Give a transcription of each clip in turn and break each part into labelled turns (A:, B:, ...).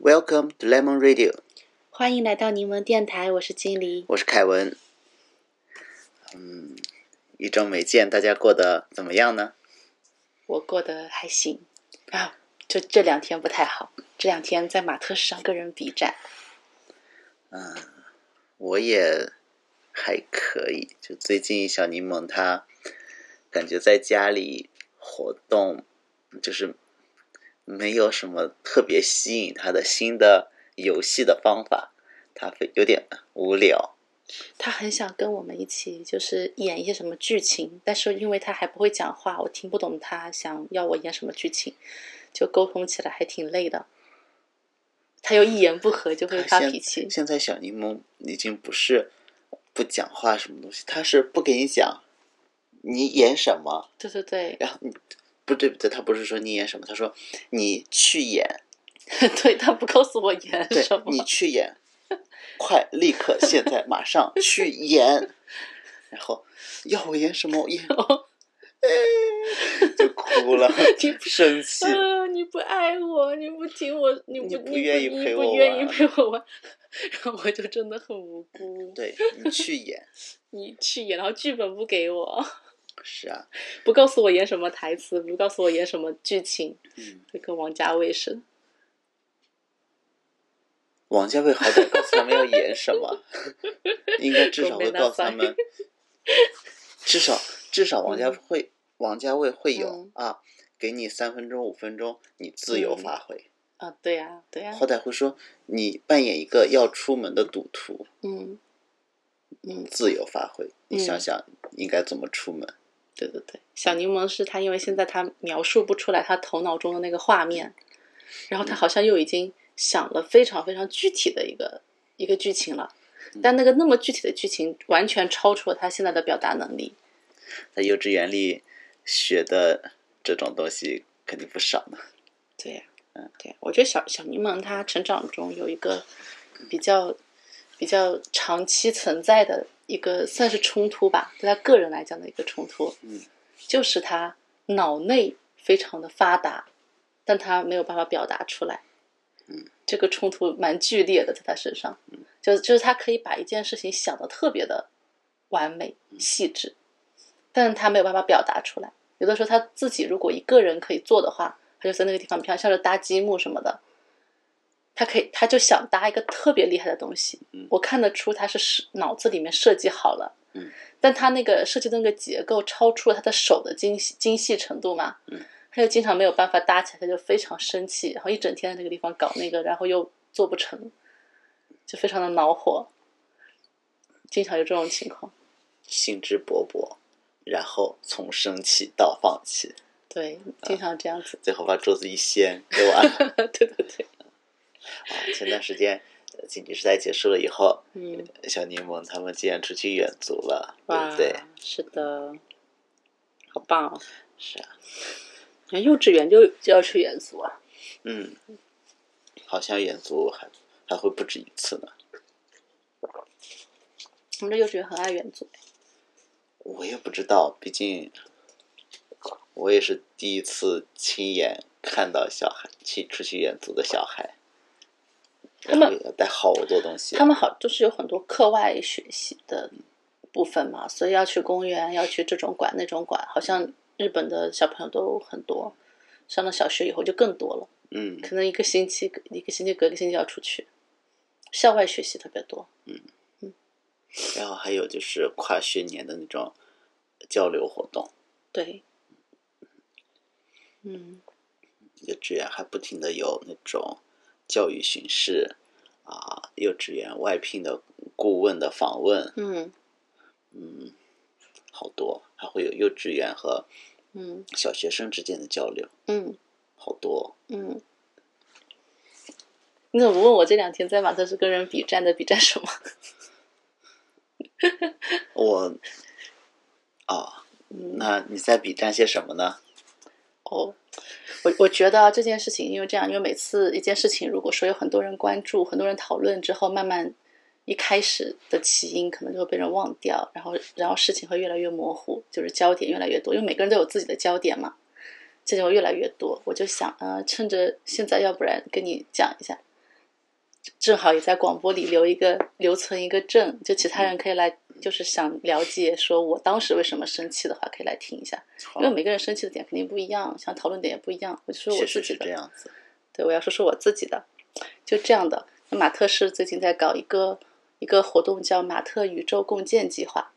A: Welcome to Lemon Radio，
B: 欢迎来到柠檬电台，我是金黎。
A: 我是凯文。嗯，一周没见，大家过得怎么样呢？
B: 我过得还行啊，就这两天不太好。这两天在马特市上跟人比战，
A: 我也还可以，就最近小柠檬他感觉在家里活动，就是没有什么特别吸引他的新的游戏的方法，他非有点无聊。
B: 他很想跟我们一起就是演一些什么剧情，但是因为他还不会讲话，我听不懂他想要我演什么剧情，就沟通起来还挺累的。他又一言不合就会
A: 他
B: 发
A: 现
B: 脾气，
A: 现在小柠檬已经不是不讲话什么东西，他是不给你讲，你演什么，
B: 对对对
A: 然后你不对不对，他不是说你演什么，他说你去演，
B: 对， 他不告诉我演
A: 对
B: 什么
A: 你，去演，快立刻现在马上去演，然后要我演什么我 演，就哭了
B: 你，不
A: 生 气，
B: 啊！你不爱我，你不听我，你不
A: 你
B: 你
A: 不愿意陪我
B: 你不愿意
A: 玩
B: 陪我玩， 然后我就真的很无辜。
A: 对你去演，
B: 你去演，然后剧本不给我，
A: 是啊，
B: 不告诉我演什么台词，不告诉我演什么剧情，
A: 嗯，
B: 就跟王家卫似的。
A: 王家卫好歹告诉他们要演什么，应该至少会告诉他们，至少至少王家会王家卫会有
B: 嗯
A: 啊，给你三分钟五分钟，你自由
B: 嗯
A: 发挥。
B: 啊，对呀、对呀、
A: 好歹会说你扮演一个要出门的赌徒，
B: 嗯，嗯，
A: 自由发挥。你想
B: 嗯
A: 想应该怎么出门？
B: 对对对，小柠檬是他，因为现在他描述不出来他头脑中的那个画面，然后他好像又已经想了非常非常具体的一个一个剧情了，
A: 嗯
B: 但那个那么具体的剧情完全超出了他现在的表达能力。
A: 在幼稚园里学的这种东西肯定不少呢。
B: 对呀、嗯对呀、我觉得小小柠檬他成长中有一个比较比较长期存在的一个算是冲突吧，对他个人来讲的一个冲突，
A: 嗯，
B: 就是他脑内非常的发达，但他没有办法表达出来，
A: 嗯，
B: 这个冲突蛮剧烈的，在他身上，就就是他可以把一件事情想的特别的完美
A: 嗯
B: 细致，但他没有办法表达出来。有的时候他自己如果一个人可以做的话，他就在那个地方，比方像是搭积木什么的，他可以他就想搭一个特别厉害的东西
A: 嗯。
B: 我看得出他是是脑子里面设计好了
A: 嗯，
B: 但他那个设计的那个结构超出了他的手的精细精细程度嘛
A: 嗯，
B: 他就经常没有办法搭起来，他就非常生气，然后一整天在那个地方搞那个，然后又做不成，就非常的恼火，经常有这种情况。
A: 兴致勃勃，然后从生气到放弃，
B: 对，经常这样子。
A: 最后把桌子一掀，给我按啊！
B: 对对对，
A: 前段时间呃紧急事态结束了以后，
B: 嗯，
A: 小柠檬他们竟然出去远足了，对
B: 哇，
A: 不对？
B: 是的，好棒哦！
A: 是啊，
B: 哎幼稚园就就要去远足啊？
A: 嗯，好像远足还还会不止一次呢。
B: 我们这幼稚园很爱远足，
A: 我也不知道，毕竟我也是第一次亲眼看到小孩去出去远足的小孩，
B: 他们
A: 然后要带好多东西。
B: 他们好就是有很多课外学习的部分嘛，所以要去公园，要去这种馆那种馆，好像日本的小朋友都很多，上了小学以后就更多了，
A: 嗯，
B: 可能一个星期一个星期隔一个星期要出去，校外学习特别多。
A: 然后还有就是跨学年的那种交流活动，
B: 对，嗯，
A: 幼稚园还不停的有那种教育巡视啊，幼稚园外聘的顾问的访问，
B: 嗯
A: 嗯，好多，还会有幼稚园和
B: 嗯
A: 小学生之间的交流，
B: 嗯
A: 好多。
B: 嗯，你怎么不问我这两天在马特是跟人比战的比战什么？
A: 我啊，
B: 嗯，
A: 那你在比战些什么呢？
B: 哦，我我觉得啊这件事情，因为这样，因为每次一件事情，如果说有很多人关注、很多人讨论之后，慢慢一开始的起因可能就会被人忘掉，然后然后事情会越来越模糊，就是焦点越来越多，因为每个人都有自己的焦点嘛，这种越来越多。我就想，呃，趁着现在，要不然跟你讲一下，正好也在广播里留一个留存一个证，就其他人可以来，就是想了解说我当时为什么生气的话，可以来听一下，
A: 好
B: 因为每个人生气的点肯定不一样，想讨论点也不一样。我就说我
A: 确
B: 自
A: 实
B: 己
A: 是
B: 的
A: 这，样子。
B: 对我要说说我自己的，就这样的。那马特是最近在搞一个一个活动，叫马特宇宙共建计划，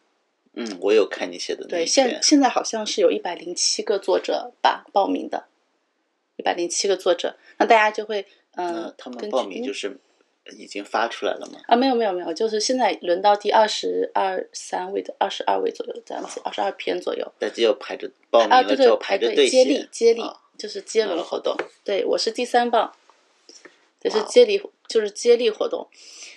A: 嗯，我有看你写的那
B: 对，
A: 一
B: 现
A: 篇，
B: 现在好像是有一百零七个作者吧报名的，一百零七个作者，那大家就会嗯、
A: 那
B: 呃，
A: 他们
B: 根
A: 报
B: 据
A: 名
B: 嗯
A: 就是已经发出来了吗？
B: 啊，没有没有没有，就是现在轮到第二十二三位的二十二位左右这样子，二十二篇左右
A: 大家要排着报名
B: 啊，对
A: 了之
B: 对
A: 后，
B: 排
A: 着
B: 队接
A: 写
B: 力接力、
A: 啊
B: 就是接
A: 那
B: 轮
A: 个
B: 活
A: 活
B: 动
A: 动，
B: 对我是第三棒，也是
A: 哇哦
B: 接力就是接力活动，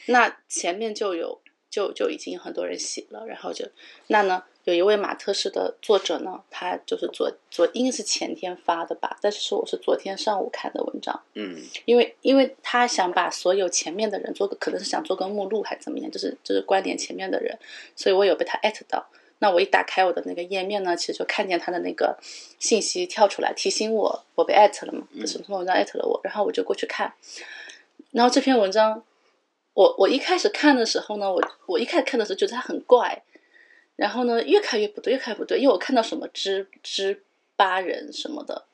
B: 那前面就有就就已经有很多人写了，然后就那呢。有一位马特式的作者呢，他就是昨昨应该是前天发的吧，但是我是昨天上午看的文章，
A: 嗯，
B: 因为因为他想把所有前面的人做个，可能是想做个目录还是怎么样，就是就是关联前面的人，所以我有被他艾特到。那我一打开我的那个页面呢，其实就看见他的那个信息跳出来提醒我，我被艾特了嘛，就是篇文章艾特了我，然后我就过去看。然后这篇文章，我我一开始看的时候呢，我我一开始看的时候觉得它很怪，然后呢越看越不对，越看越不对，因为我看到什么之之巴人什么的，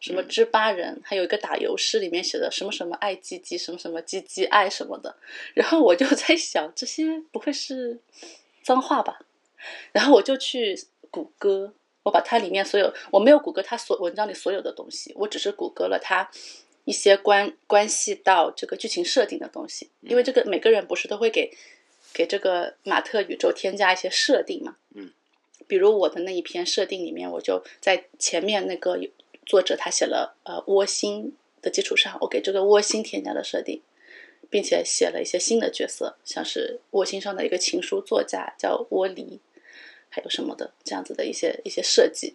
B: 什么之巴人，还有一个打油诗里面写的什么什么爱鸡鸡，什么什么鸡鸡爱什么的，然后我就 在想这些不会是脏话吧？然后我就去谷歌，我把它里面所有，我没有谷歌它所文章里所有的东西，我只是谷歌了它一些关关系到这个剧情设定的东西，因为这个每个人不是都会给给这个马特宇宙添加一些设定嘛，
A: 嗯，
B: 比如我的那一篇设定里面，我就在前面那个作者他写了呃窝心的基础上，我给这个窝心添加了设定。并且写了一些新的角色，像是沃心上的一个情书作家叫窝离，还有什么的这样子的一些一些设计。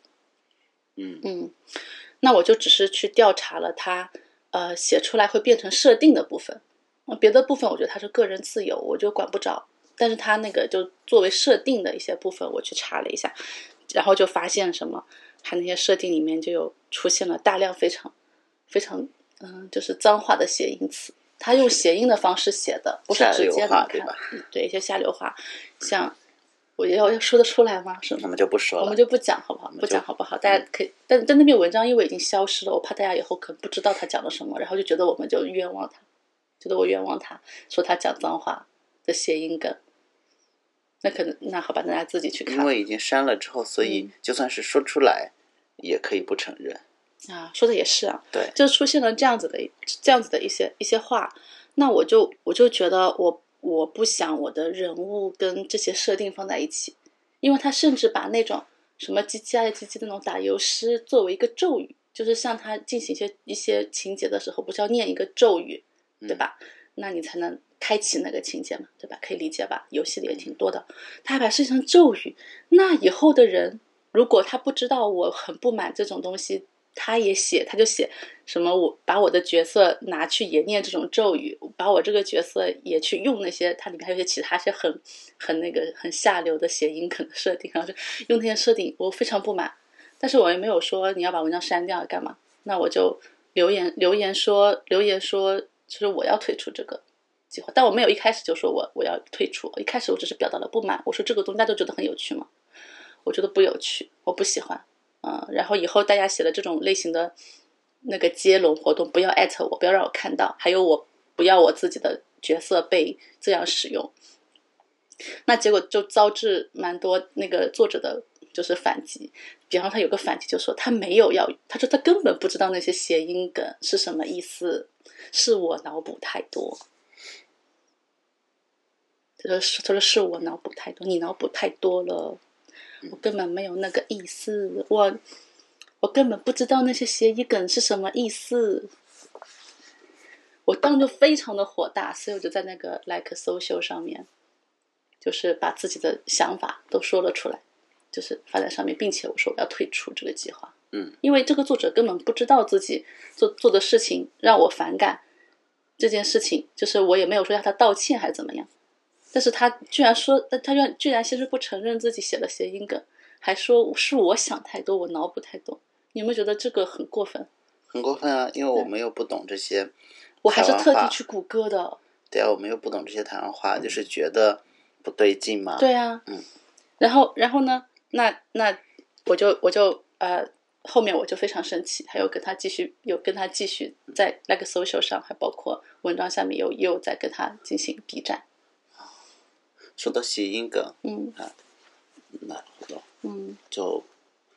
A: 嗯
B: 嗯，那我就只是去调查了他呃写出来会变成设定的部分，呃别的部分我觉得他是个人自由，我就管不着。但是他那个就作为设定的一些部分，我去查了一下，然后就发现什么，他那些设定里面就有出现了大量非常非常嗯就是脏话的谐音词。他用谐音的方式写的，不是
A: 下
B: 直
A: 流
B: 接能
A: 话
B: 看
A: 对吧
B: 嗯对一些下流话，像我要要说得出来吗？是吗
A: 我？们就不说
B: 我
A: 了
B: 们。就嗯不讲好不好？
A: 们
B: 不
A: 就
B: 讲好不好？大家可以，但但那篇文章因为已经消失了，我怕大家以后可能不知道他讲了什么，然后就觉得我们就冤枉他，觉得我冤枉他，说他讲脏话的谐音梗。那可能那好吧，大家自己去
A: 因
B: 看
A: 为已经删了之后，所
B: 嗯
A: 以就算是说出来，也可以不承认。
B: 啊。说的也是啊，
A: 对，
B: 就出现了这样子的一这样子的一些一些话，那我就我就觉得我我不想我的人物跟这些设定放在一起，因为他甚至把那种什么叽叽啊叽叽那种打油诗作为一个咒语，就是像他进行一些一些情节的时候，不是要念一个咒语，对吧？那你才能开启那个情节嘛，对吧？可以理解吧？游戏里也挺多的，他还把它设计成咒语，那以后的人如果他不知道我很不满这种东西，他也写，他就写什么我把我的角色拿去也念这种咒语，把我这个角色也去用那些，它里面还有一些其他一些很很那个很下流的谐音梗的设定，然后就用那些设定，我非常不满。但是我也没有说你要把文章删掉啊干嘛，那我就留言留言说留言说，就是我要退出这个计划，但我没有一开始就说我我要退出，一开始我只是表达了不满，我说这个东西大家都觉得很有趣嘛，我觉得不有趣，我不喜欢，嗯，然后以后大家写的这种类型的那个接龙活动，不要艾特我，不要让我看到，还有我不要我自己的角色被这样使用，那结果就招致蛮多那个作者的就是反击，比方说他有个反击就说他没有要，他说他根本不知道那些谐音梗是什么意思，是我脑补太多。他说是他说是我脑补太多，你脑补太多了，我根本没有那个意思，我我根本不知道那些谐音梗是什么意思。我当时就非常的火大，所以我就在那个 Like Social 上面就是把自己的想法都说了出来，就是发在上面，并且我说我要退出这个计划。
A: 嗯，
B: 因为这个作者根本不知道自己做做的事情让我反感，这件事情就是我也没有说要他道歉还是怎么样，但是他居然说，他他居然居然先是不承认自己写了谐音梗，还说是我想太多，我脑补太多。你有没有觉得这个很过分？
A: 很过分啊！因为我们又不懂这些，
B: 我还是
A: 台湾
B: 特地
A: 话
B: 去谷歌的，
A: 对啊，我们又不懂这些台湾话，就是觉得不对劲嘛。
B: 对啊，
A: 嗯，
B: 然后然后呢？那那我就我就呃，后面我就非常生气，还有跟他继续有跟他继续在那个 social 上，还包括文章下面有又在跟他进行 B 站，
A: 说到谐音梗，
B: 嗯
A: 啊那活动
B: 嗯。
A: 就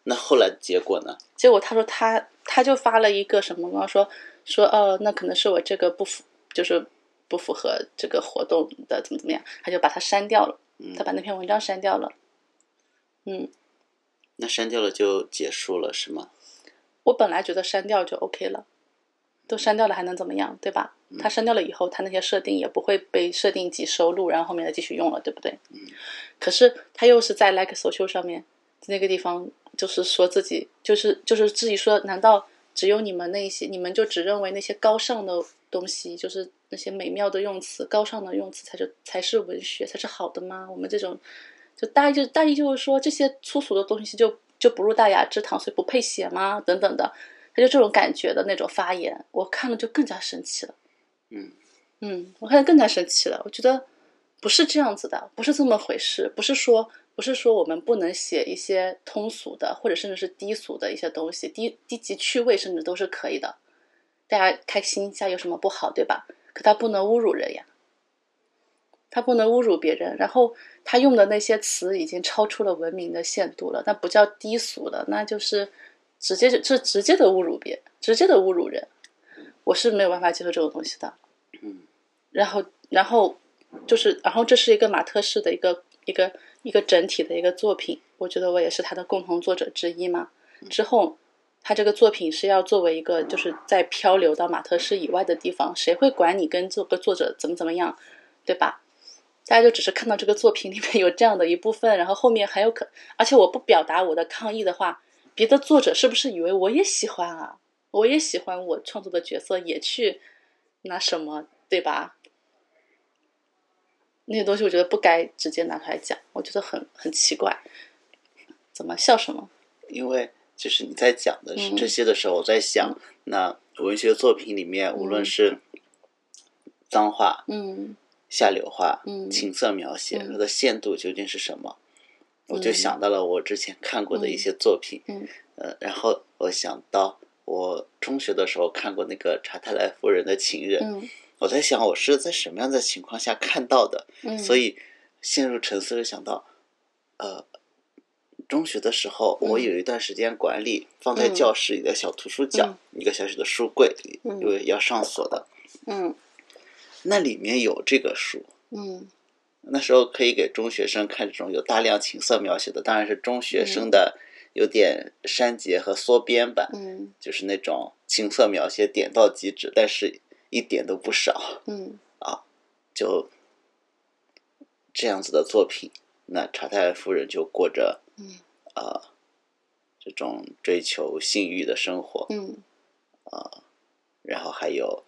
A: 那后来结果呢？
B: 结果他说他他就发了一个什么嘛，说说哦，那可能是我这个不符，就是不符合这个活动的怎么怎么样，他就把它删掉了，
A: 嗯
B: 他把那篇文章删掉了。嗯，
A: 那删掉了就结束了是吗？
B: 我本来觉得删掉就 OK 了，都删掉了还能怎么样，对吧？它删掉了以后，它那些设定也不会被设定及收录，然后后面再继续用了，对不对？可是他又是在 Like Social 上面那个地方，就是说自己，就是就是自己说，难道只有你们那些，你们就只认为那些高尚的东西，就是那些美妙的用词、高尚的用词才是才是文学，才是好的吗？我们这种，就大意就大意就是说，这些粗俗的东西就就不入大雅之堂，所以不配写吗？等等的，他就这种感觉的那种发言，我看了就更加生气了。
A: 嗯
B: 嗯，我看得更加生气了。我觉得不是这样子的，不是这么回事，不是说不是说我们不能写一些通俗的，或者甚至是低俗的一些东西，低低级趣味甚至都是可以的，大家开心一下有什么不好，对吧？可他不能侮辱人呀，他不能侮辱别人。然后他用的那些词已经超出了文明的限度了，那不叫低俗了，那就是直接就这直接的侮辱别，直接的侮辱人。我是没有办法接受这种东西的。然后然后就是，然后这是一个马特式的一个一个一个整体的一个作品，我觉得我也是他的共同作者之一嘛。之后，他这个作品是要作为一个就是在漂流到马特市以外的地方，谁会管你跟这个作者怎么怎么样，对吧？大家就只是看到这个作品里面有这样的一部分，然后后面还有可，而且我不表达我的抗议的话，别的作者是不是以为我也喜欢啊？我也喜欢我创作的角色，也去那什么，对吧？那些东西我觉得不该直接拿出来讲，我觉得很很奇怪，怎么笑什么？
A: 因为就是你在讲的是
B: 嗯
A: 这些的时候，我在想，那文学作品里面，无论是脏话、
B: 嗯
A: 下流话、
B: 嗯
A: 情色描写，
B: 嗯
A: 它的限度究竟是什么？我就
B: 嗯
A: 想到了我之前看过的一些作品，
B: 嗯
A: 呃，然后我想到我中学的时候看过那个查泰莱夫人的情人，
B: 嗯
A: 我在想我是在什么样的情况下看到的，
B: 嗯，
A: 所以陷入沉思，就想到，呃，中学的时候，
B: 嗯
A: 我有一段时间管理放在
B: 嗯
A: 教室里的小图书角，一个小小的书柜里，
B: 嗯
A: 因为要上锁的，
B: 嗯
A: 那里面有这个书。
B: 嗯
A: 那时候可以给中学生看这种有大量情色描写的，当然是中学生的有点删节和缩编版，
B: 嗯
A: 就是那种情色描写点到即止，但是一点都不少。
B: 嗯
A: 就这样子的作品，那查泰莱夫人就过着
B: 嗯
A: 呃这种追求性欲的生活，
B: 嗯
A: 然后还有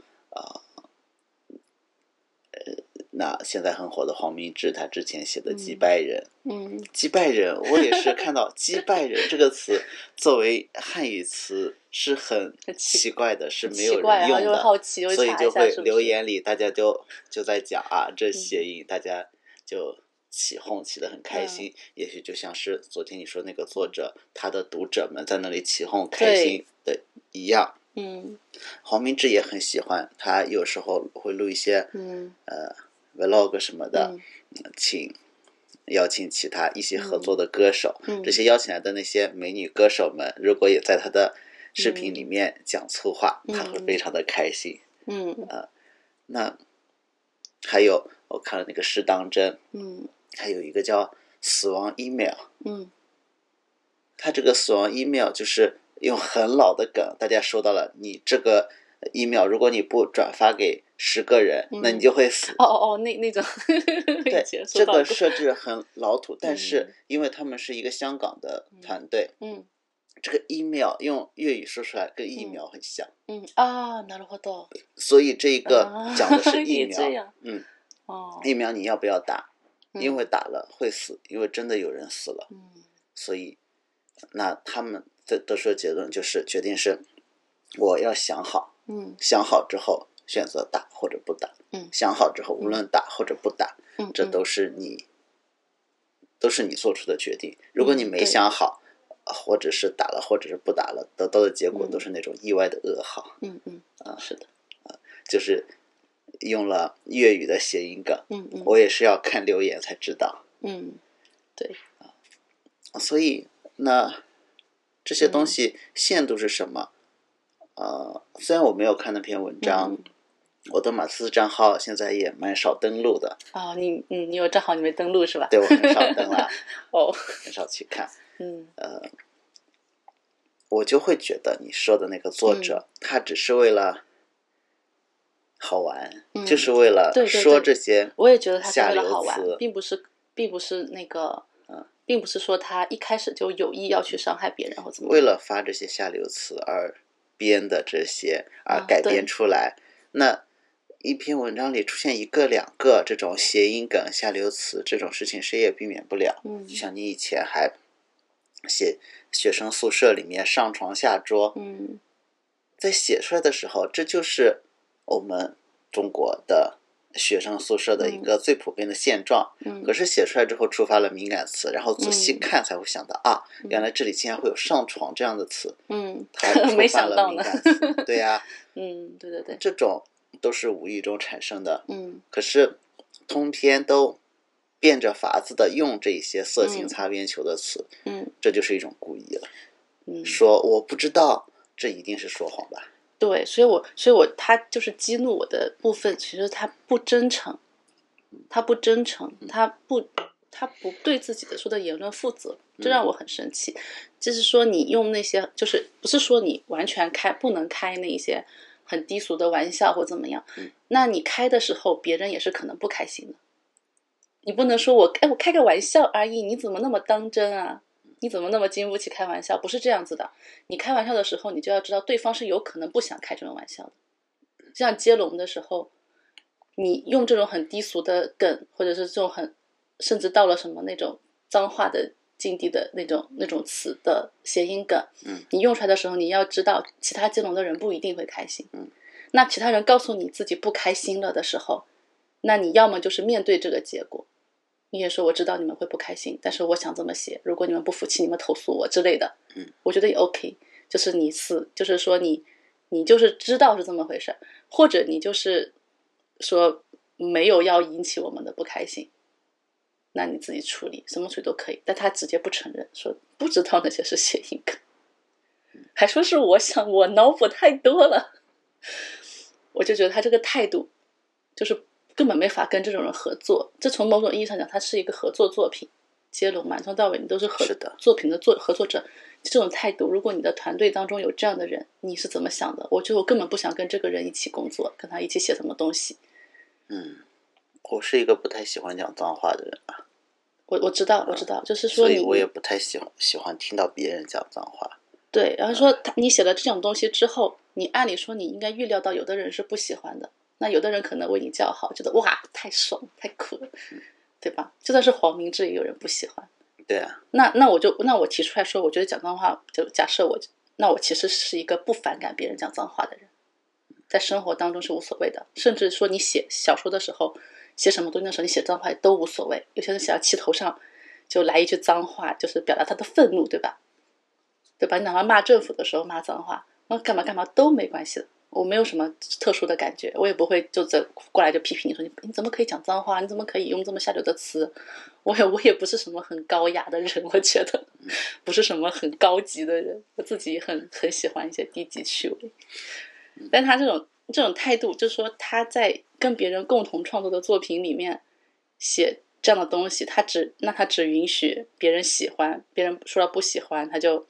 A: 呃呃那现在很火的黄明志，他之前写的《击败人》
B: 嗯
A: 击败人，我也是看到“击败人”这个词作为汉语词是很
B: 很奇
A: 奇怪的，是没
B: 嗯奇
A: 有
B: 怪，
A: 人
B: 然后
A: 用
B: 就
A: 的。
B: 好奇，又
A: 所以
B: 查一
A: 就
B: 下
A: 会
B: 是不
A: 留
B: 是？嗯
A: 言里大家就就在讲啊，这谐音，大家就起哄起得很
B: 嗯
A: 开心。也许就像是昨天你说那个作者，他的读者们在那里起哄开心的一样。
B: 嗯
A: 黄明志也很喜欢，他有时候会录一些
B: 嗯
A: 呃 vlog 什么的，
B: 嗯
A: 请邀请其他一起合作的歌手，
B: 嗯
A: 这些邀请来的那些美女歌手们，如果也在他的视频里面讲粗话，他会
B: 嗯
A: 非常的开心。
B: 嗯
A: 那还有我看了那个适当针，
B: 嗯
A: 还有一个叫《死亡 email》，
B: 嗯
A: 它这个《死亡 email》就是用很老的梗，大家说到了，你这个 email 如果你不转发给十个人，那你
B: 嗯
A: 就会死。
B: 哦哦哦，那那种
A: 对
B: 对，
A: 这个设置很老土，但是
B: 嗯
A: 因为他们是一个香港的团队，
B: 嗯
A: 这个 email 用粤语说出来跟疫苗很像，
B: 嗯啊，なるほど，
A: 所以这个
B: 啊
A: 讲的是疫
B: 也这
A: 苗，
B: 样
A: 嗯，
B: 哦，
A: 疫苗你要不要打？因
B: 嗯
A: 为打了会死，因为真的有人死了。
B: 嗯
A: 所以那他们得得出的结论就是，决定是我要想好，
B: 嗯
A: 想好之后选择打或者不打。
B: 嗯
A: 想好之后，无论打或者不打，
B: 嗯，
A: 这
B: 嗯
A: 都是你，都是你做出的决定。如果你没
B: 嗯对
A: 想好，或者是打了，或者是不打了，得到的结果
B: 嗯
A: 都是那种意外的噩耗。啊
B: 嗯嗯是的，
A: 就是用了粤语的谐音梗，
B: 嗯嗯
A: 我也是要看留言才知道。啊
B: 嗯，对，
A: 所以那这些东
B: 嗯
A: 西限度是什么？呃，虽然我没有看那篇文章，
B: 嗯
A: 我的马斯账号现在也蛮少登录的，
B: 哦，你嗯，你有账号你没登录是吧？
A: 对我很少登 了，
B: 哦，
A: 很少去看。
B: 嗯
A: 我就会觉得你说的那个作
B: 嗯
A: 者，他只是为了好玩，
B: 嗯
A: 就是为了
B: 对对对
A: 说这些，
B: 我也觉得他是
A: 下
B: 为了
A: 流
B: 好玩
A: 词，
B: 并不是，并不是那个，嗯并不是说他一开始就有意要去伤害别人或怎么
A: 为
B: 样。
A: 了发这些下流词而编的这些，而
B: 啊
A: 改
B: 对
A: 编出来。那一篇文章里出现一个两个这种谐音梗、下流词这种事情，谁也避免不了。
B: 嗯
A: 就像你以前还写学生宿舍里面上床下桌，
B: 嗯
A: 在写出来的时候，这就是我们中国的学生宿舍的一个最普遍的现状。
B: 嗯
A: 可是写出来之后，触发了敏感词，然后仔细看才会想到、啊，原来这里竟然会有上床这样的词，
B: 嗯
A: 它触
B: 没
A: 发
B: 想
A: 了
B: 到
A: 敏
B: 呢。
A: 感词。对呀、
B: 嗯，对对对，
A: 这种都是无意中产生的。
B: 嗯
A: 可是通篇都变着法子的用这些色情
B: 嗯
A: 擦边球的词，
B: 嗯
A: 这就是一种故意了。
B: 嗯，
A: 说我不知道，这一定是说谎吧？
B: 对，所以我，所以我，他就是激怒我的部分，其实他不真诚，他不真诚，他不，他不对自己的说的言论负责，这让我很生气。就是说，你用那些，就是不是说你完全开不能开那一些很低俗的玩笑或怎么样，
A: 嗯
B: 那你开的时候，别人也是可能不开心的。你不能说我哎，我开个玩笑而已，你怎么那么当真啊？你怎么那么经不起开玩笑？不是这样子的，你开玩笑的时候，你就要知道对方是有可能不想开这种玩笑的。就像接龙的时候，你用这种很低俗的梗，或者是这种很甚至到了什么那种脏话的境地的那种那种词的谐音梗，
A: 嗯，
B: 你用出来的时候，你要知道其他接龙的人不一定会开心，
A: 嗯，
B: 那其他人告诉你自己不开心了的时候，那你要么就是面对这个结果。你也说我知道你们会不开心，但是我想这么写。如果你们不服气，你们投诉我之类的，我觉得也 OK，就是你死，就是说你你就是知道是这么回事儿，或者你就是说没有要引起我们的不开心，那你自己处理，什么处理都可以。但他直接不承认，说不知道那些是谐音梗，
A: 嗯
B: 还说是我想我脑补太多了，我就觉得他这个态度就是根本没法跟这种人合作。这从某种意义上讲，它是一个合作作品。接龙嘛，从到尾你都是合
A: 是的
B: 作品的作合作者，这种态度，如果你的团队当中有这样的人，你是怎么想的？我觉得我根本不想跟这个人一起工作，跟他一起写什么东西。嗯
A: 我是一个不太喜欢讲脏话的人啊，
B: 我我知道，我知道，就是说
A: 所
B: 你
A: 以我也不太喜欢喜欢听到别人讲脏话。
B: 对，然后说他你写了这种东西之后，你按理说你应该预料到有的人是不喜欢的，那有的人可能为你叫好，觉得哇太爽太酷了，对吧？就算是黄明志也有人不喜欢。
A: 对啊，
B: 那那我就那我提出来说，我觉得讲脏话，就假设我那我其实是一个不反感别人讲脏话的人，在生活当中是无所谓的，甚至说你写小说的时候，写什么东西的时候，你写脏话也都无所谓。有些人写到气头上，就来一句脏话，就是表达他的愤怒，对吧？对吧？你哪怕骂政府的时候骂脏话，那干嘛干嘛都没关系的。我没有什么特殊的感觉，我也不会就这过来就批评你说你你怎么可以讲脏话，你怎么可以用这么下流的词？我也我也不是什么很高雅的人，我觉得不是什么很高级的人，我自己很很喜欢一些低级趣味。但他这种这种态度，就是说他在跟别人共同创作的作品里面写这样的东西，他只那他只允许别人喜欢，别人说了不喜欢，他就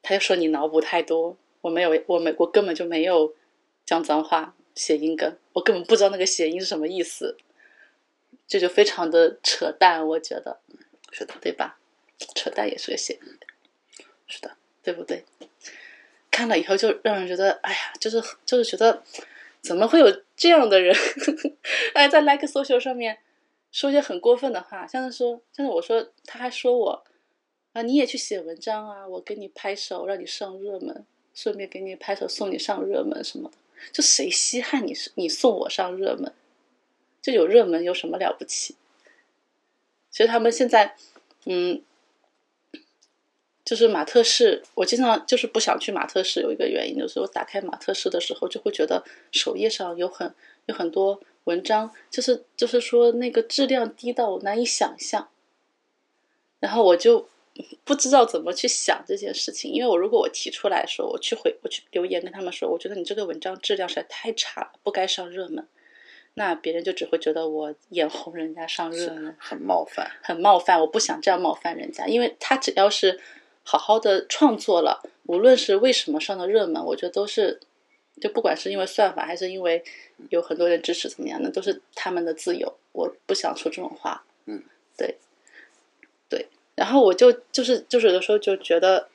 B: 他就说你脑补太多，我没有，我没我根本就没有讲脏话、谐音梗，我根本不知道那个谐音是什么意思，这就非常的扯淡，我觉得，
A: 嗯是的，
B: 对吧？扯淡也是个谐音。
A: 是的，
B: 对不对？看了以后就让人觉得，哎呀，就是就是觉得，怎么会有这样的人？ 哎，在 Like Social 上面说一些很过分的话，像是说，像是我说，他还说我啊，你也去写文章啊，我给你拍手，让你上热门，顺便给你拍手送你上热门什么的。就谁稀罕你是你送我上热门？就有热门有什么了不起？其实他们现在，嗯，就是马特市，我经常就是不想去马特市，有一个原因就是我打开马特市的时候，就会觉得首页上有很有很多文章，就是就是说那个质量低到我难以想象，然后我就不知道怎么去想这件事情，因为我如果我提出来说，我去回我去留言跟他们说，我觉得你这个文章质量实在太差了，不该上热门。那别人就只会觉得我眼红人家上热门，
A: 很冒犯。
B: 很冒犯，我不想这样冒犯人家，因为他只要是好好的创作了，无论是为什么上的热门，我觉得都是，就不管是因为算法还是因为有很多人支持怎么样，那都是他们的自由，我不想说这种话。
A: 嗯，
B: 对，对。然后我就就是就是有的时候就觉得，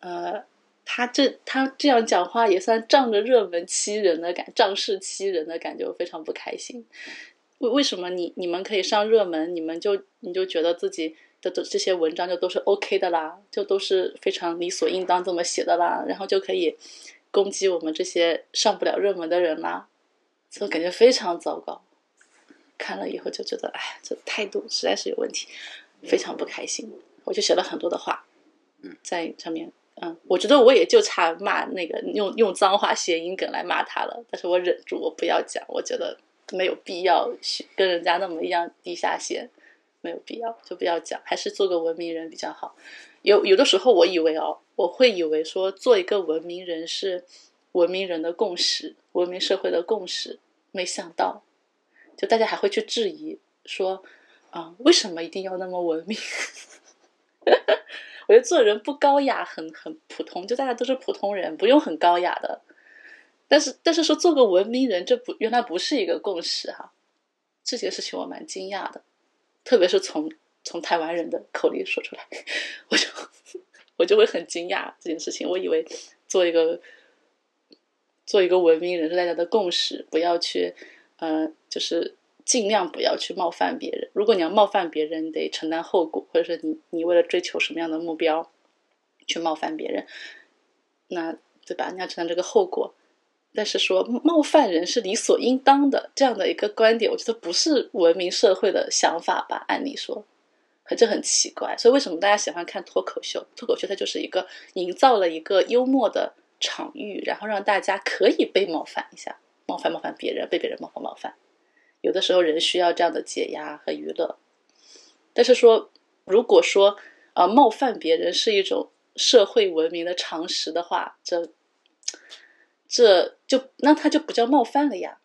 B: 呃，他这他这样讲话也算仗着热门欺人的感，仗势欺人的感觉，我非常不开心。为为什么你你们可以上热门，你们就你就觉得自己的的这些文章就都是 OK 的啦，就都是非常理所应当这么写的啦，然后就可以攻击我们这些上不了热门的人啦，所以感觉非常糟糕。看了以后就觉得，哎，这态度实在是有问题，非常不开心。我就写了很多的话，
A: 嗯，
B: 在上面，嗯，我觉得我也就差骂那个用用脏话谐音梗来骂他了，但是我忍住，我不要讲，我觉得没有必要去跟人家那么一样低下线，没有必要，就不要讲，还是做个文明人比较好。有有的时候，我以为哦，我会以为说做一个文明人是文明人的共识，文明社会的共识，没想到，就大家还会去质疑说啊，为什么一定要那么文明？我觉得做人不高雅，很很普通，就大家都是普通人，不用很高雅的。但是但是说做个文明人，这不原来不是一个共识哈、这件事情我蛮惊讶的，特别是从从台湾人的口里说出来， 我就我就会很惊讶这件事情。我以为做一个做一个文明人是大家的共识，不要去呃，就是尽量不要去冒犯别人。如果你要冒犯别人，你得承担后果，或者是你你为了追求什么样的目标去冒犯别人，那对吧？你要承担这个后果。但是说冒犯人是理所应当的这样的一个观点，我觉得不是文明社会的想法吧？按理说，可这很奇怪。所以为什么大家喜欢看脱口秀？脱口秀它就是一个营造了一个幽默的场域，然后让大家可以被冒犯一下，冒犯冒犯别人，被别人冒犯冒犯。有的时候人需要这样的解压和娱乐。但是说，如果说呃冒犯别人是一种社会文明的常识的话，这这就那它就不叫冒犯了呀，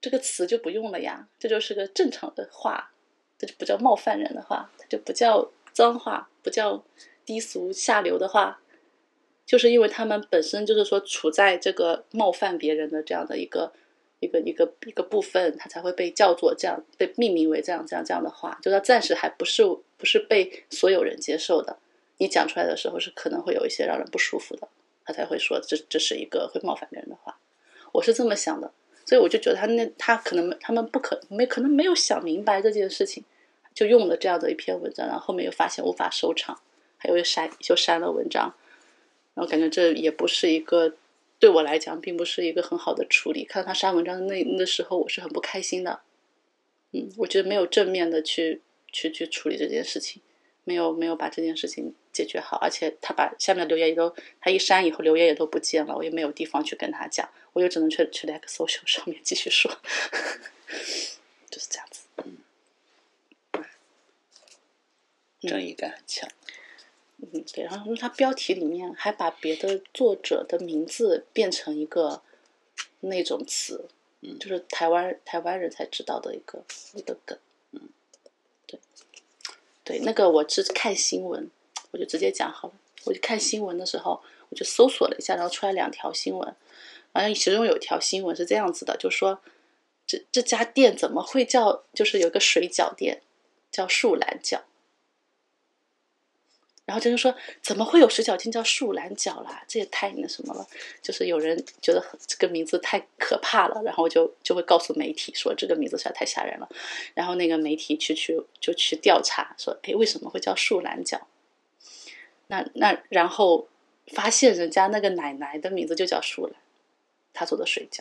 B: 这个词就不用了呀，这就是个正常的话，这就不叫冒犯人的话，它就不叫脏话，不叫低俗下流的话。就是因为他们本身就是说处在这个冒犯别人的这样的一个一个一个一个部分，它才会被叫做这样，被命名为这样这样这样的话，就它暂时还不是不是被所有人接受的。你讲出来的时候是可能会有一些让人不舒服的，他才会说这这是一个会冒犯别人的话。我是这么想的，所以我就觉得他那他可能他们不可没可能没有想明白这件事情，就用了这样的一篇文章，然后后面又发现无法收场，还有又删又删了文章，然后感觉这也不是一个对我来讲并不是一个很好的处理。看到他删文章的那那时候，我是很不开心的。嗯，我觉得没有正面的去去去处理这件事情，没有没有把这件事情解决好，而且他把下面的留言也都他一删以后，留言也都不见了，我也没有地方去跟他讲，我就只能去去 Like Social 上面继续说， 就是这样子。
A: 正义感很强。
B: 嗯，对，然后它标题里面还把别的作者的名字变成一个那种词，
A: 嗯
B: 就是台湾台湾人才知道的一个一个梗，
A: 嗯，
B: 对，对，那个我是看新闻，我就直接讲好了。我就看新闻的时候，我就搜索了一下，然后出来两条新闻，然后其中有一条新闻是这样子的，就说这这家店怎么会叫，就是有一个水饺店叫树懒饺。然后就是说，怎么会有水饺店叫树懒饺啦？这也太那什么了。就是有人觉得很这个名字太可怕了，然后就就会告诉媒体说这个名字实在太吓人了。然后那个媒体去去就去调查说，哎，为什么会叫树懒饺？那那然后发现人家那个奶奶的哦名字就叫树懒，她做的水饺，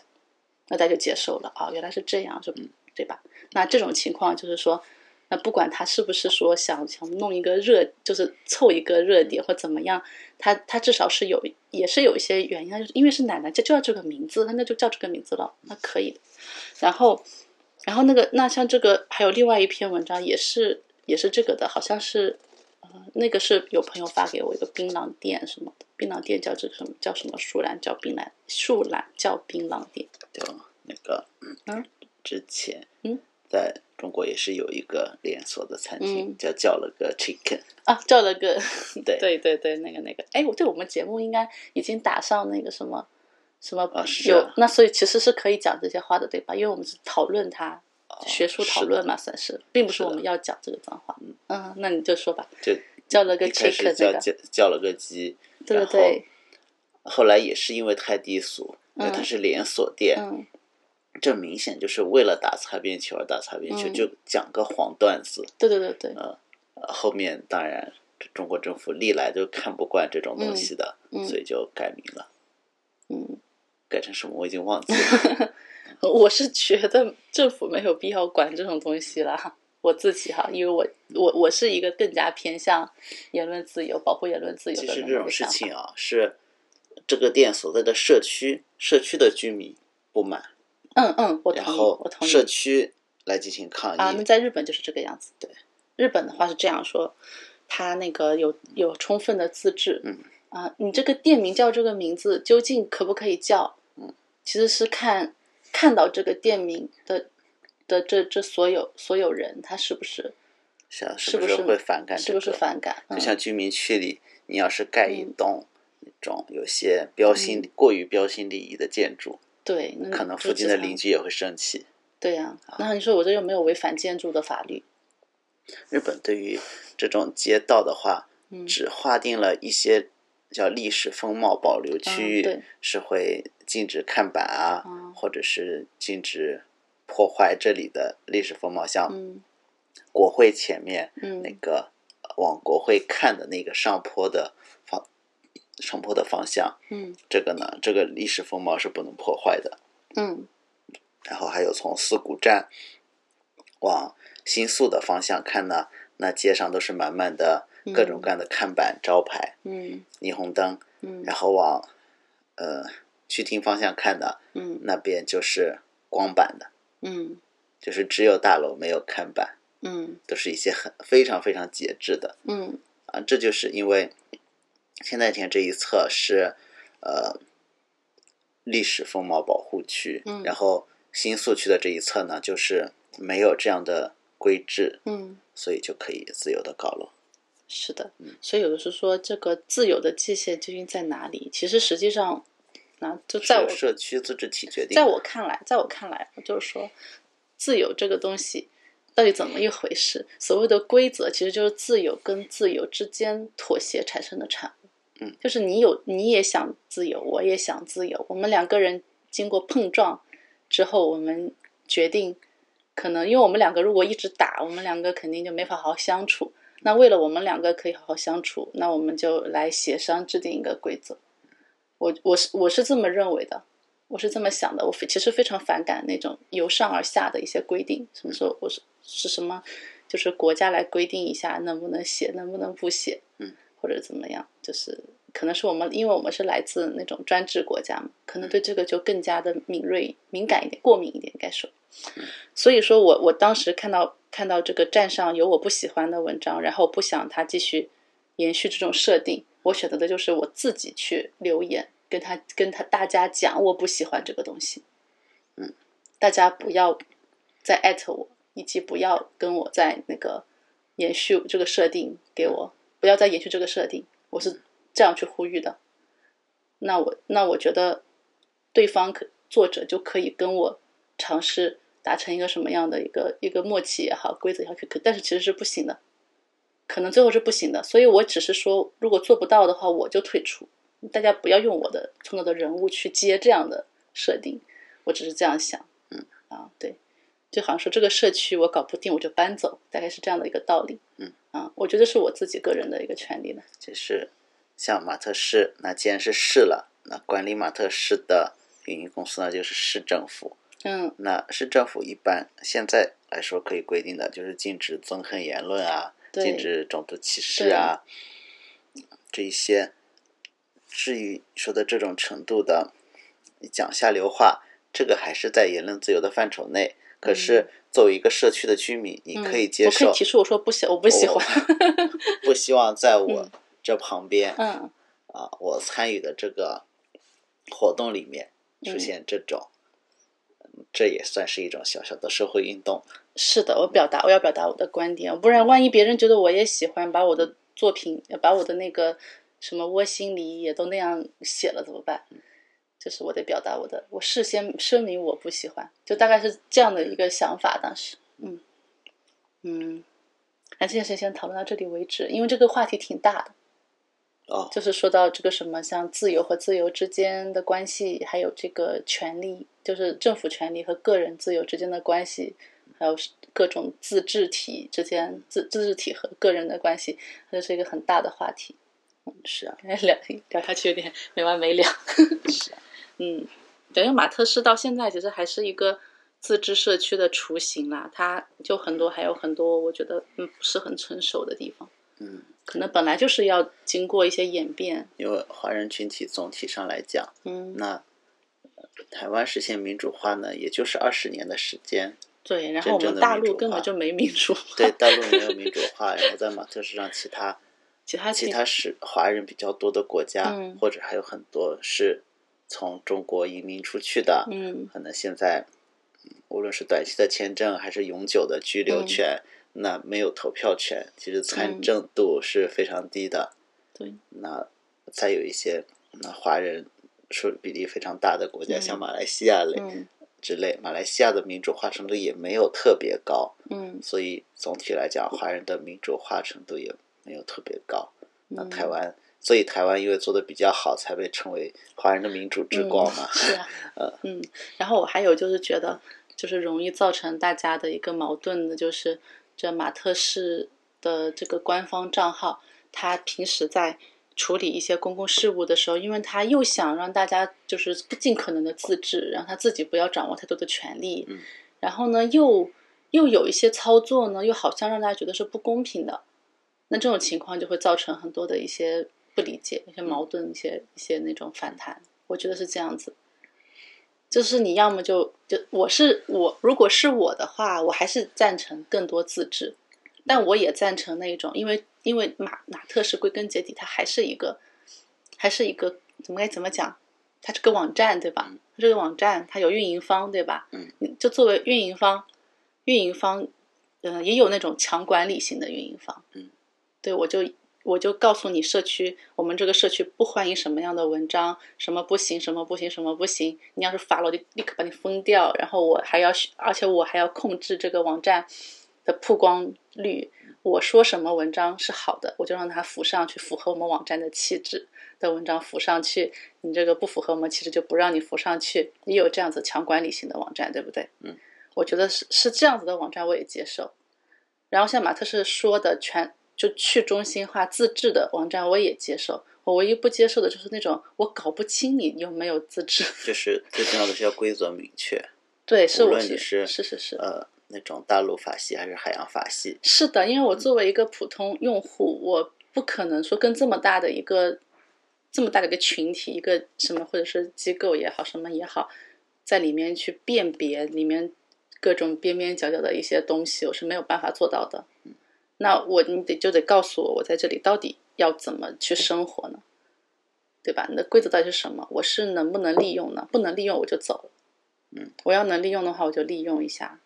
B: 那大家就接受了啊、原来是这样，就对吧？那这种情况就是说，那不管他是不是说想想弄一个热，就是凑一个热点或怎么样，他他至少是有也是有一些原因，啊他就是因为是奶奶就就要这个名字，他那就叫这个名字了，那可以的。然后，然后那个那像这个还有另外一篇文章也是也是这个的，好像是。呃那个是有朋友发给我一个槟榔店什么的，槟榔店叫这个什么叫什么树兰叫槟榔树兰叫槟榔店，
A: 就那个
B: 嗯，
A: 之前
B: 嗯
A: 在中国也是有一个连锁的餐厅
B: 嗯
A: 叫叫了个 Chicken，
B: 啊，叫了个，
A: 对
B: 对对对，那个那个，哎，我对我们节目应该已经打上那个什么什么
A: 啊是
B: 有、
A: 啊
B: 那，所以其实是可以讲这些话的，对吧？因为我们是讨论它，
A: 哦
B: 学术讨
A: 是的
B: 论嘛，算是，并不
A: 是
B: 是
A: 的
B: 我们要讲这个脏话。嗯，那你就说吧，
A: 就
B: 叫了个
A: 一开始
B: chicken
A: 叫
B: 那个，
A: 叫叫了个鸡，
B: 对对对，
A: 后来也是因为太低俗，因为它
B: 嗯
A: 是连锁店，
B: 嗯
A: 这明显就是为了打擦边球而打擦边球，
B: 嗯
A: 就讲个黄段子。
B: 对对对对，
A: 呃后面当然中国政府历来都看不惯这种东西的，
B: 嗯嗯
A: 所以就改名了，
B: 嗯。
A: 改成什么我已经忘记 了。
B: 我是觉得政府没有必要管这种东西啦，我自己哈，因为我我我是一个更加偏向言论自由、保护言论自由
A: 其
B: 的
A: 实
B: 人。
A: 这种事情啊，是这个店所在的社区社区的居民不满，
B: 嗯嗯，我
A: 然
B: 同意，我
A: 后
B: 同意。
A: 社区来进行抗
B: 啊，
A: 议。
B: 那在日本就是这个样子。
A: 对，
B: 日本的话是这样说，他那个有有充分的自治。
A: 嗯。
B: 啊，你这个店名叫这个名字，究竟可不可以叫？
A: 嗯，
B: 其实是看看到这个店名的的这这所有所有人，他是不是
A: 想
B: 是
A: 是
B: 不
A: 不是
B: 是
A: 会反感、这
B: 是不是
A: 个
B: 反感？嗯
A: 就像居民区里，你要是盖一
B: 嗯
A: 栋那种有些标新、过于标新立异的建筑，
B: 嗯对，那
A: 可能附近的邻
B: 居。
A: 居也啊会生气。
B: 对呀、然后你说我这又没有违反建筑的法律，
A: 日本对于这种街道的话，
B: 嗯
A: 只划定了一些叫历史风貌保留区
B: 嗯
A: 域
B: 对，
A: 是会禁止看板啊，
B: 嗯
A: 或者是禁止破坏这里的历史风貌，像
B: 嗯
A: 国会前面那
B: 嗯
A: 个呃往国会看的那个上坡的方上坡的方向，
B: 嗯
A: 这个呢，这个历史风貌是不能破坏的。
B: 嗯
A: 然后还有从四谷站往新宿的方向看呢，那街上都是满满的各种各样的看板、招牌、
B: 嗯
A: 霓虹灯。
B: 嗯
A: 然后往呃去厅方向看呢，
B: 嗯
A: 那边就是光板的，
B: 嗯
A: 就是只有大楼没有看板，
B: 嗯
A: 都是一些很非常非常节制的。
B: 嗯
A: 啊，这就是因为现代田这一侧是呃历史风貌保护区，
B: 嗯
A: 然后新宿区的这一侧呢，就是没有这样的规制，
B: 嗯，
A: 所以就可以自由的搞了。
B: 是的。所以有的时候说这个自由的界限究竟在哪里？其实实际上，啊，就在
A: 是
B: 我
A: 由社区自治体决定
B: 在
A: 的，
B: 我看来，在我看来，就是说，自由这个东西到底怎么一回事？所谓的规则，其实就是自由跟自由之间妥协产生的产物。
A: 嗯，
B: 就是你有，你也想自由，我也想自由，我们两个人经过碰撞之后，我们决定，可能因为我们两个如果一直打，我们两个肯定就没法好好相处。那为了我们两个可以好好相处，那我们就来协商制定一个规则。我我是我是这么认为的，我是这么想的，我非其实非常反感那种由上而下的一些规定。什么时候我是是什么，就是国家来规定一下能不能写，能不能不写，
A: 嗯，
B: 或者怎么样，就是可能是我们，因为我们是来自那种专制国家嘛，可能对这个就更加的敏锐、敏感一点、过敏一点，应该说。所以说我我当时看到看到这个站上有我不喜欢的文章，然后不想它继续延续这种设定，我选择的就是我自己去留言，跟他跟他大家讲我不喜欢这个东西，
A: 嗯，
B: 大家不要再艾特我，以及不要跟我在那个延续这个设定给我，不要再延续这个设定，我是这样去呼吁的。那我那我觉得对方可作者就可以跟我尝试达成一个什么样的一个一个默契也好，规则也好，可可但是其实是不行的，可能最后是不行的。所以我只是说，如果做不到的话，我就退出。大家不要用我的创造的人物去接这样的设定，我只是这样想。
A: 嗯，
B: 啊，对，就好像说这个社区我搞不定，我就搬走，大概是这样的一个道理。
A: 嗯，
B: 啊，我觉得是我自己个人的一个权利了。
A: 就是像马特市，那既然是市了，那管理马特市的运营公司呢就是市政府，
B: 嗯
A: 那市政府一般现在来说可以规定的就是禁止憎恨言论啊，
B: 对
A: 禁止种族歧视啊，这一些。至于说的这种程度的讲下流话，这个还是在言论自由的范畴内。可是作为一个社区的居民，你可以接
B: 嗯我
A: 受，哦
B: 可以提出我说不喜，我不喜欢。
A: 不希望在我这旁边、
B: 嗯
A: 啊，我参与的这个活动里面出
B: 嗯
A: 现这种，这也算是一种小小的社会运动。
B: 是的，我表达我要表达我的观点，不然万一别人觉得我也喜欢，把我的作品，把我的那个什么窝心里也都那样写了，怎么办？就是我得表达我的，我事先声明我不喜欢，就大概是这样的一个想法。当时，嗯嗯，那这件事情先讨论到这里为止，因为这个话题挺大的。
A: 哦，
B: 就是说到这个什么，像自由和自由之间的关系，还有这个权利，就是政府权利和个人自由之间的关系，还有各种自治体之间自自治体和个人的关系，它就是一个很大的话题。嗯
A: 是啊，
B: 聊聊下去有点没完没了。
A: 是啊，
B: 嗯，感觉马特市到现在其实还是一个自治社区的雏形啦，它就很多还有很多，我觉得嗯不是很成熟的地方，
A: 嗯，
B: 可能本来就是要经过一些演变。
A: 因为华人群体总体上来讲，
B: 嗯，
A: 那呃台湾实现民主化呢，也就是二十年的时间。
B: 对，然
A: 真
B: 后我
A: 正
B: 们
A: 的
B: 大
A: 民
B: 陆
A: 主
B: 根本
A: 化
B: 就没民主，
A: 对，大陆没有民主化，然后在马特市上其他
B: 其他
A: 其
B: 地
A: 他是华人比较多的国家，
B: 嗯
A: 或者还有很多是从中国移民出去的，
B: 嗯
A: 可能现在嗯无论是短期的签证还是永久的居留
B: 嗯
A: 权，那没有投票权，其实参
B: 嗯
A: 政度是非常低的。
B: 对，
A: 那再有一些那华人数比例非常大的国家，
B: 嗯
A: 像马来西亚类
B: 嗯
A: 之类，马来西亚的民主化程度也没有特别高。
B: 嗯，
A: 所以总体来讲，华人的民主化程度也没有特别高。那
B: 嗯
A: 台湾，所以台湾因为做的比较好，才被称为华人的民主之光嘛
B: 嗯、。是啊，嗯，然后我还有就是觉得，就是容易造成大家的一个矛盾的，就是这马特市的这个官方账号，他平时在处理一些公共事务的时候，因为他又想让大家就是尽可能的自治，让他自己不要掌握太多的权利，
A: 嗯
B: 然后呢又又有一些操作呢，又好像让大家觉得是不公平的，那这种情况就会造成很多的一些不理解、一些矛盾、一些一些那种反弹，我觉得是这样子。就是你要么就就我是我，如果是我的话，我还是赞成更多自治，但我也赞成那种，因为因为马马特是归根结底，它还是一个还是一个怎么该怎么讲，它是个网站对吧？它是个网站，它有运营方对吧？
A: 嗯，
B: 就作为运营方，运营方，嗯、也有那种强管理型的运营方，
A: 嗯，
B: 对我就。我就告诉你，社区我们这个社区不欢迎什么样的文章，什么不行，什么不行，什么不行。你要是发了，我就立刻把你封掉。然后我还要，而且我还要控制这个网站的曝光率。我说什么文章是好的，我就让它浮上去，符合我们网站的气质的文章浮上去。你这个不符合我们气质，就不让你浮上去。也有这样子强管理型的网站，对不对？
A: 嗯，
B: 我觉得是是这样子的网站，我也接受。然后像马特是说的全就去中心化自治的网站，我也接受。我唯一不接受的就是那种我搞不清你有没有自治。
A: 就是最重要的是要规则明确，
B: 对，是
A: 无
B: 我
A: 论
B: 是
A: 你是
B: 是是是
A: 呃那种大陆法系还是海洋法系，
B: 是的，因为我作为一个普通用户，我不可能说跟这么大的一个这么大的一个群体，一个什么或者是机构也好，什么也好，在里面去辨别里面各种边边角角的一些东西，我是没有办法做到的。那我你得就得告诉我，我在这里到底要怎么去生活呢？对吧？你的规则到底是什么？我是能不能利用呢？不能利用我就走。
A: 嗯，
B: 我要能利用的话，我就利用一下，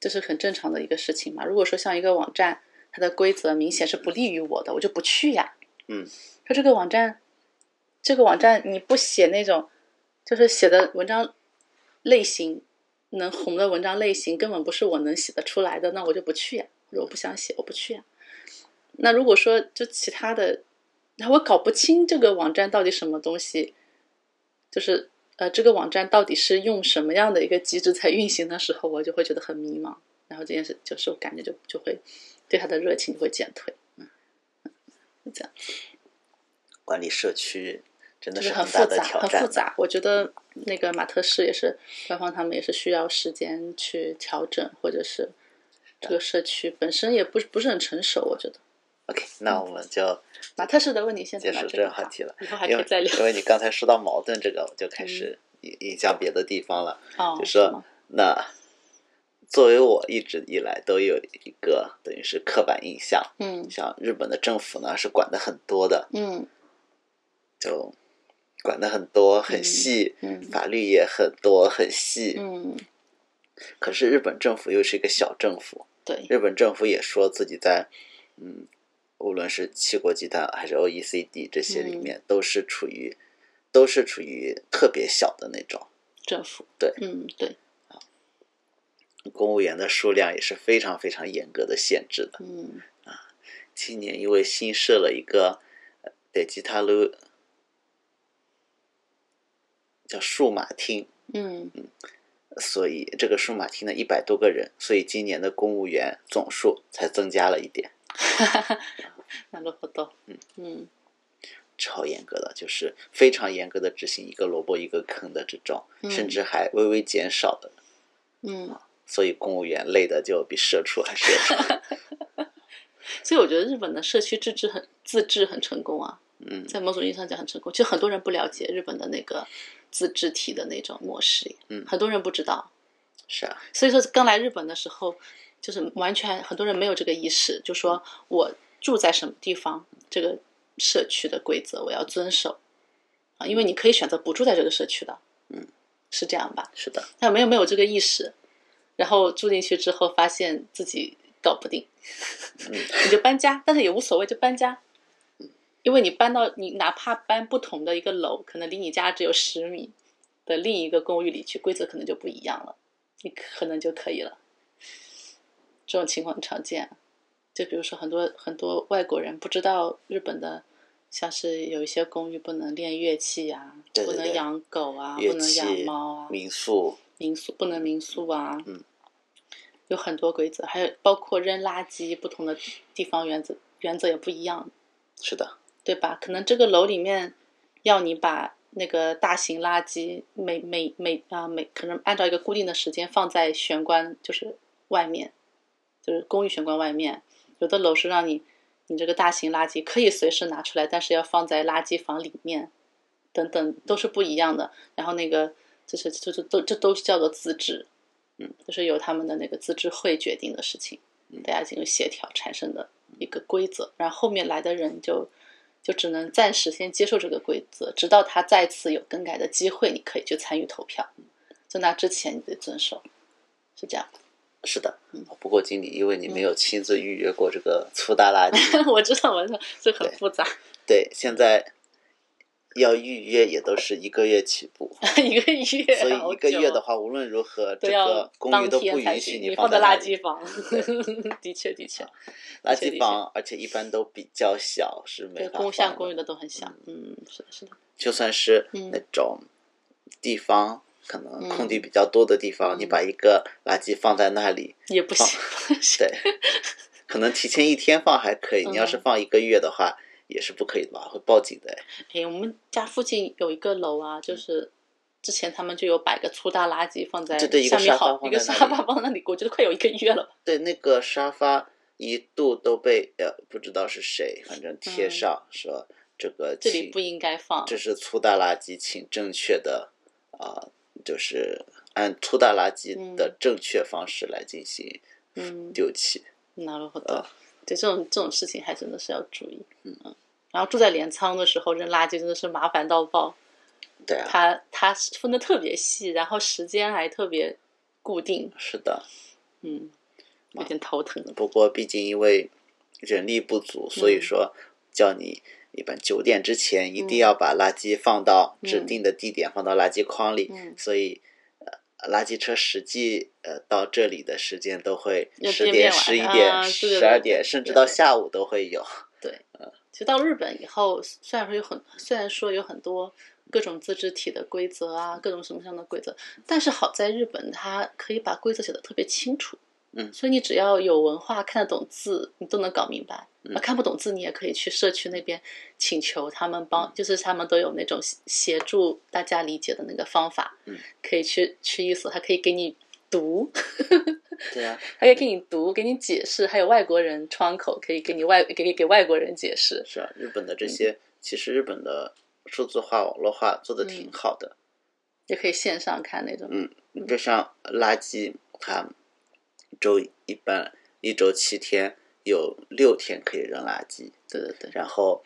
B: 这是很正常的一个事情嘛。如果说像一个网站，它的规则明显是不利于我的，我就不去呀。
A: 嗯，
B: 说这个网站，这个网站你不写那种，就是写的文章类型能红的文章类型，根本不是我能写得出来的，那我就不去呀。或者我不想写，我不去呀。那如果说就其他的，那我搞不清这个网站到底什么东西，就是呃，这个网站到底是用什么样的一个机制在运行的时候，我就会觉得很迷茫。然后这件事就是我感觉就就会对他的热情就会减退。嗯，嗯就这样。
A: 管理社区真的
B: 就是很
A: 很
B: 复
A: 大的
B: 杂，
A: 挑
B: 很
A: 战。
B: 复杂。我觉得那个马特市也是官方，他们也是需要时间去调整，或者是这个社区本身也不是不是很成熟。我觉得
A: OK，那我
B: 嗯
A: 们就
B: 马特市的问题现在
A: 结
B: 拿
A: 束
B: 这
A: 这
B: 个
A: 个话题了，
B: 以后还
A: 因
B: 可以
A: 为
B: 再 聊。嗯
A: 因为你刚才说到矛盾这个，我就开始引引向别的地方了。
B: 哦，
A: 就是说
B: 吗？
A: 那作为我一直以来都有一个等于是刻板印象，
B: 嗯
A: 像日本的政府呢是管的很多的，
B: 嗯
A: 就管的很多很细，
B: 嗯
A: 法律也很多很细。
B: 嗯，
A: 可是日本政府又是一个小政府，
B: 对，
A: 日本政府也说自己在嗯，无论是七国集团还是 OECD 这些里面，都是处于都是处于特别小的那种。
B: 政府
A: 对
B: 嗯对，
A: 公务员的数量也是非常非常严格的限制的。
B: 嗯
A: 今年因为新设了一个呃得吉他路叫数码厅，
B: 嗯
A: 所以这个数码厅呢一百多个人，所以今年的公务员总数才增加了一点，
B: なるほど。嗯嗯
A: 超严格的，就是非常严格的执行一个萝卜一个坑的这种，
B: 嗯
A: 甚至还微微减少的，
B: 嗯，
A: 所以公务员累的就比社畜还社 畜。
B: 所以我觉得日本的社区自治很自治很成功啊。
A: 嗯，
B: 在某种意义上讲很成功。其实很多人不了解日本的那个自治体的那种模式，
A: 嗯
B: 很多人不知道。
A: 是啊，
B: 所以说刚来日本的时候，就是完全很多人没有这个意识，就说我住在什么地方，这个社区的规则我要遵守啊，因为你可以选择不住在这个社区的，
A: 嗯，
B: 是这样吧？
A: 是的，
B: 但没有没有这个意识，然后住进去之后发现自己搞 不定，你就搬家，但是也无所谓，就搬家。因为你搬到你哪怕搬不同的一个楼，可能离你家只有十米的另一个公寓里去，规则可能就不一样了，你可能就可以了。这种情况很常见啊，就比如说很多很多外国人不知道日本的，像是有一些公寓不能练乐器呀、
A: 对对
B: 不能
A: 对
B: 养狗啊，
A: 乐
B: 不能养
A: 器
B: 猫啊，、
A: 民宿，
B: 民宿不能民宿啊，
A: 嗯，
B: 有很多规则，还有包括扔垃圾，不同的地方原则原则也不一样，
A: 是的，
B: 对吧？可能这个楼里面要你把那个大型垃圾每每每啊每可能按照一个固定的时间放在玄关，就是外面，就是公寓玄关外面。有的楼是让你你这个大型垃圾可以随时拿出来，但是要放在垃圾房里面，等等都是不一样的。然后那个就是就是都这都是叫做自治，
A: 嗯，
B: 就是由他们的那个自治会决定的事情。大家进行协调产生的一个规则，然后后面来的人就就只能暂时先接受这个规则，直到他再次有更改的机会，你可以去参与投票。就那之前你得遵守，是这样。
A: 是的，
B: 嗯
A: 不过经理，因为你没有亲自预约过这个粗大垃 圾，
B: 我知道，我知道，这很复杂，
A: 对，现在要预约也都是一个月起 步，
B: 一个月，
A: 所以一个月的
B: 话
A: 话，无论如何，这
B: 啊都
A: 个
B: 要
A: 公寓
B: 当
A: 都不
B: 天才
A: 允许
B: 行。你
A: 放
B: 在
A: 在
B: 垃
A: 那里啊
B: 圾房， 的确的确，
A: 垃
B: 确
A: 圾房，而且一般都比较小，是没
B: 对
A: 法
B: 公像
A: 放
B: 公
A: 的。
B: 寓的都很小，嗯，是的，是的，
A: 就算是
B: 嗯
A: 那种地方可能
B: 嗯
A: 空地比较多的地方，你
B: 嗯
A: 把一个垃圾放在那里，
B: 也不行，
A: 对，可能提前一天放还可以，你要是
B: 嗯
A: 放一个月的话，也是不可以的吧，会报警的。
B: 哎，我们家附近有一个楼啊，就是之前他们就有摆个粗大垃圾放在
A: 对对一个
B: 下面
A: 沙发
B: 好
A: 放
B: 一个
A: 在那
B: 沙
A: 里
B: 发放在那里，我觉得快有一个月了吧。
A: 对，那个沙发一度都被呃不知道是谁，反正贴
B: 嗯
A: 上、说这个
B: 这里
A: 请
B: 不应该放，
A: 这是粗大垃圾，请正确的啊、就是按粗大垃圾的
B: 嗯
A: 正确方式来进行
B: 嗯，
A: 丢弃。
B: 拿了好多
A: 呃，
B: 对这种这种事情还真的是要注意，嗯然后住在镰仓的时候扔垃圾真的是麻烦到爆，
A: 对啊，
B: 它它分的特别细，然后时间还特别固定，
A: 是的。
B: 嗯，有点头疼的。
A: 不过毕竟因为人力不足，所以
B: 嗯
A: 说叫你一般九点之前一定
B: 嗯
A: 要把垃圾放到指
B: 嗯
A: 定的地点，放到垃圾筐里。
B: 嗯
A: 所以，呃，垃圾车实际呃到这里的时间都会
B: 要
A: 十
B: 变
A: 点、
B: 变晚
A: 十一
B: 啊
A: 点、
B: 对对
A: 十
B: 对
A: 二
B: 对
A: 点，甚至
B: 对
A: 到
B: 对
A: 下午都会 有。
B: 对，其实到日本以后，虽然说有很，虽然说有很多各种自治体的规则啊，各种什么样的规则，但是好在日本它可以把规则写的特别清楚，
A: 嗯
B: 所以你只要有文化，看得懂字，你都能搞明白。
A: 嗯
B: 啊，看不懂字，你也可以去社区那边请求他们
A: 嗯
B: 帮，就是他们都有那种协协助大家理解的那个方法，
A: 嗯
B: 可以去去意思，他可以给你读，
A: 对啊，
B: 他可以给你读，给你解释，还有外国人窗口可以给你外给给外国人解释。
A: 是啊，日本
B: 嗯
A: 的这些、其实日本的数字化、网络化做的
B: 嗯
A: 挺好的，
B: 也可以线上看那种。
A: 嗯就像垃圾，它周一般一周七天有六天可以扔垃圾，
B: 对对对，
A: 然后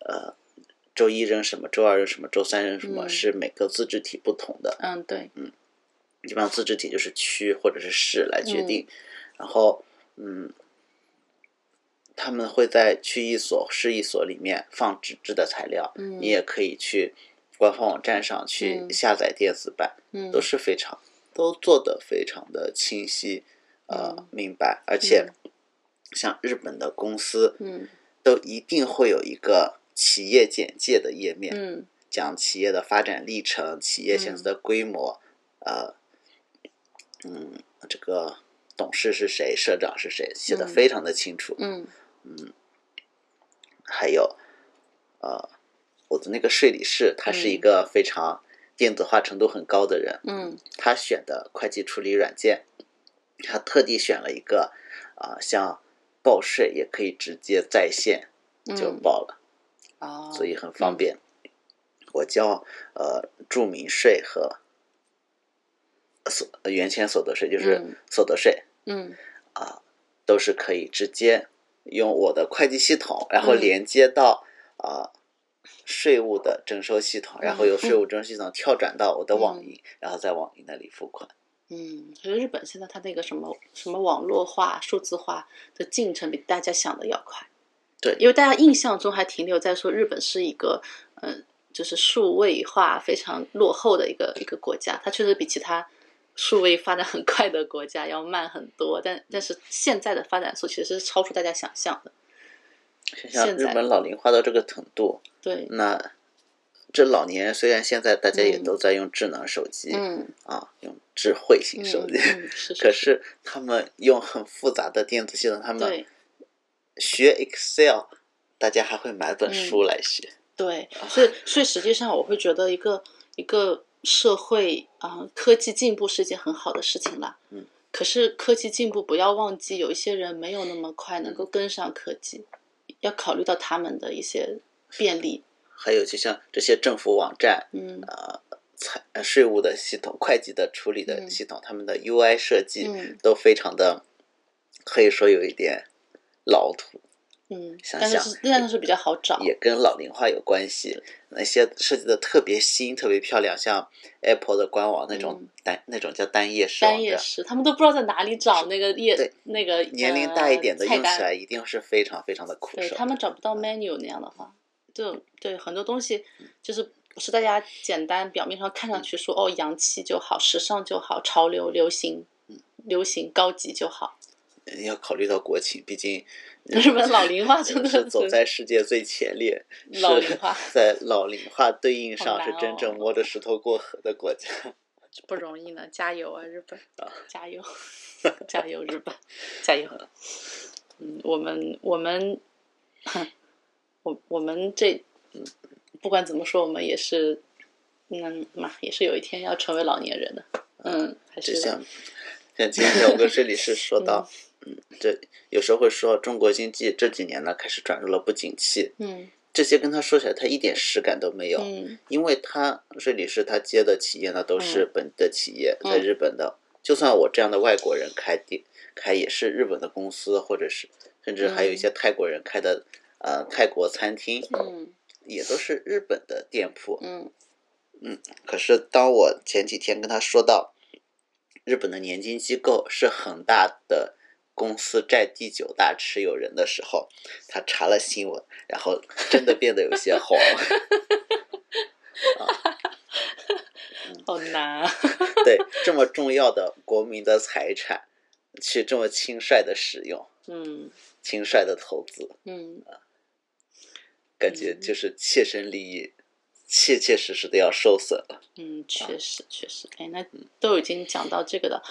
A: 呃，周一扔什么，周二扔什么，周三扔什么，
B: 嗯
A: 是每个自治体不同的。
B: 嗯对，
A: 基本上自治体就是区或者是市来
B: 嗯
A: 决定，然后嗯，他们会在区一所、市一所里面放纸质的材料，
B: 嗯
A: 你也可以去官方网站上去
B: 嗯
A: 下载电子版，
B: 嗯
A: 都是非常都做得非常的清晰，呃，
B: 嗯
A: 明白，而且像日本的公司
B: 嗯
A: 都一定会有一个企业简介的页面，
B: 嗯
A: 讲企业的发展历程、企业现在的规模，呃，嗯，这个董事是谁、社长是谁，写的
B: 嗯
A: 非常的清楚。
B: 嗯
A: 还有，呃，我的那个税理士，他是一个非常电子化程度很高的人，
B: 嗯
A: 他选的会计处理软件，他特地选了一个，啊、像报税也可以直接在线
B: 嗯，
A: 就报了。
B: 哦，
A: 所以很方便。我交呃住民税和所呃原先所得税，就是
B: 嗯
A: 所得税，
B: 嗯
A: 都是可以直接用我的会计系统，然后
B: 嗯
A: 连接到啊、呃税务的征收系统，然后
B: 嗯
A: 由 税务征收系统跳转到我的网银，然后在网银那里付款。
B: 嗯，所以日本现在它那个什么什么网络化、数字化的进程比大家想的要快。
A: 对
B: 因为大家印象中还停留在说日本是一个嗯、呃就是数位化非常落后的一个一个国家，它确实比其他数位发展很快的国家要慢很多，但但是现在的发展速其实是超出大家想象的。
A: 像
B: 现
A: 日
B: 在
A: 本老龄化到这个程度，
B: 对，
A: 那这老年人虽然现在大家也
B: 嗯
A: 都在用智能手机、
B: 嗯，
A: 啊，用智慧型
B: 嗯
A: 手机，
B: 嗯是
A: 可
B: 是是，
A: 是他们用很复杂的电子系统，他们
B: 对
A: 学 Excel，大家还会买本
B: 嗯
A: 书来学。
B: 对，
A: 啊
B: 所以所以实际上我会觉得一个一个社会啊、呃科技进步是一件很好的事情啦。
A: 嗯。
B: 可是科技进步，不要忘记有一些人没有那么快能够
A: 嗯
B: 跟上科技，要考虑到他们的一些便利。
A: 还有就像这些政府网站、
B: 嗯
A: 呃财呃税务的系统、会计的处理的
B: 嗯
A: 系统，他们的 UI 设计
B: 嗯
A: 都非常的，可以说有一点老土，
B: 嗯，
A: 想
B: 但是
A: 想
B: 是但是是比较好找。
A: 也跟老龄化有关系。那些设计的特别新、特别漂亮，像 Apple 的官网那种
B: 嗯
A: 单、那种叫单页式
B: 单
A: 网
B: 页
A: 站，
B: 式，他们都不知道在哪里找那个
A: 啊对
B: 页，那个
A: 年龄大一点的
B: 呃、菜
A: 用起
B: 单
A: 来一定是非常非常的嗯苦
B: 对
A: 手。
B: 他们找不到 menu 那样的话，就对很多东西就是不是大家简单表面上看上去说哦洋气就好，时尚就好，潮流流行，嗯流行高级就好。
A: 要考虑到国情，毕竟
B: 日本老龄 化真的
A: 是走
B: 是
A: 在世界最前列，是
B: 老龄化
A: 在老龄化对应
B: 好
A: 上
B: 难
A: 是
B: 哦
A: 真正摸着石头过河的国家。
B: 不容易呢，加油啊，日本，加油，加油，日本，加油。嗯，我们我们，我我们这，嗯不管怎么说，我们也是，嗯嘛，也是有一天要成为老年人的。嗯，还
A: 就是像像今天我跟税理师 说到，嗯，这有时候会说中国经济这几年呢开始转入了不景气，
B: 嗯
A: 这些跟他说起来他一点实感都没有，
B: 嗯
A: 因为他税理师他接的企业呢都是本地的企业，
B: 嗯
A: 在日本的，就算我这样的外国人开店开也是日本的公司，或者是甚至还有一些泰国人开的、呃泰国餐厅，
B: 嗯
A: 也都是日本的店铺。
B: 嗯
A: 可是当我前几天跟他说到，日本的年金机构是恒大的公司占第九大持有人的时候，他查了新闻，然后真的变得有 些慌。
B: 好难啊。
A: 对，这么重要的国民的财产，去这么轻率的使用、
B: 嗯
A: 轻率的投资，
B: 嗯
A: 感觉就是切身利益，切切实实的要受损了。
B: 嗯，确实确实。哎，那都已经讲到这个了，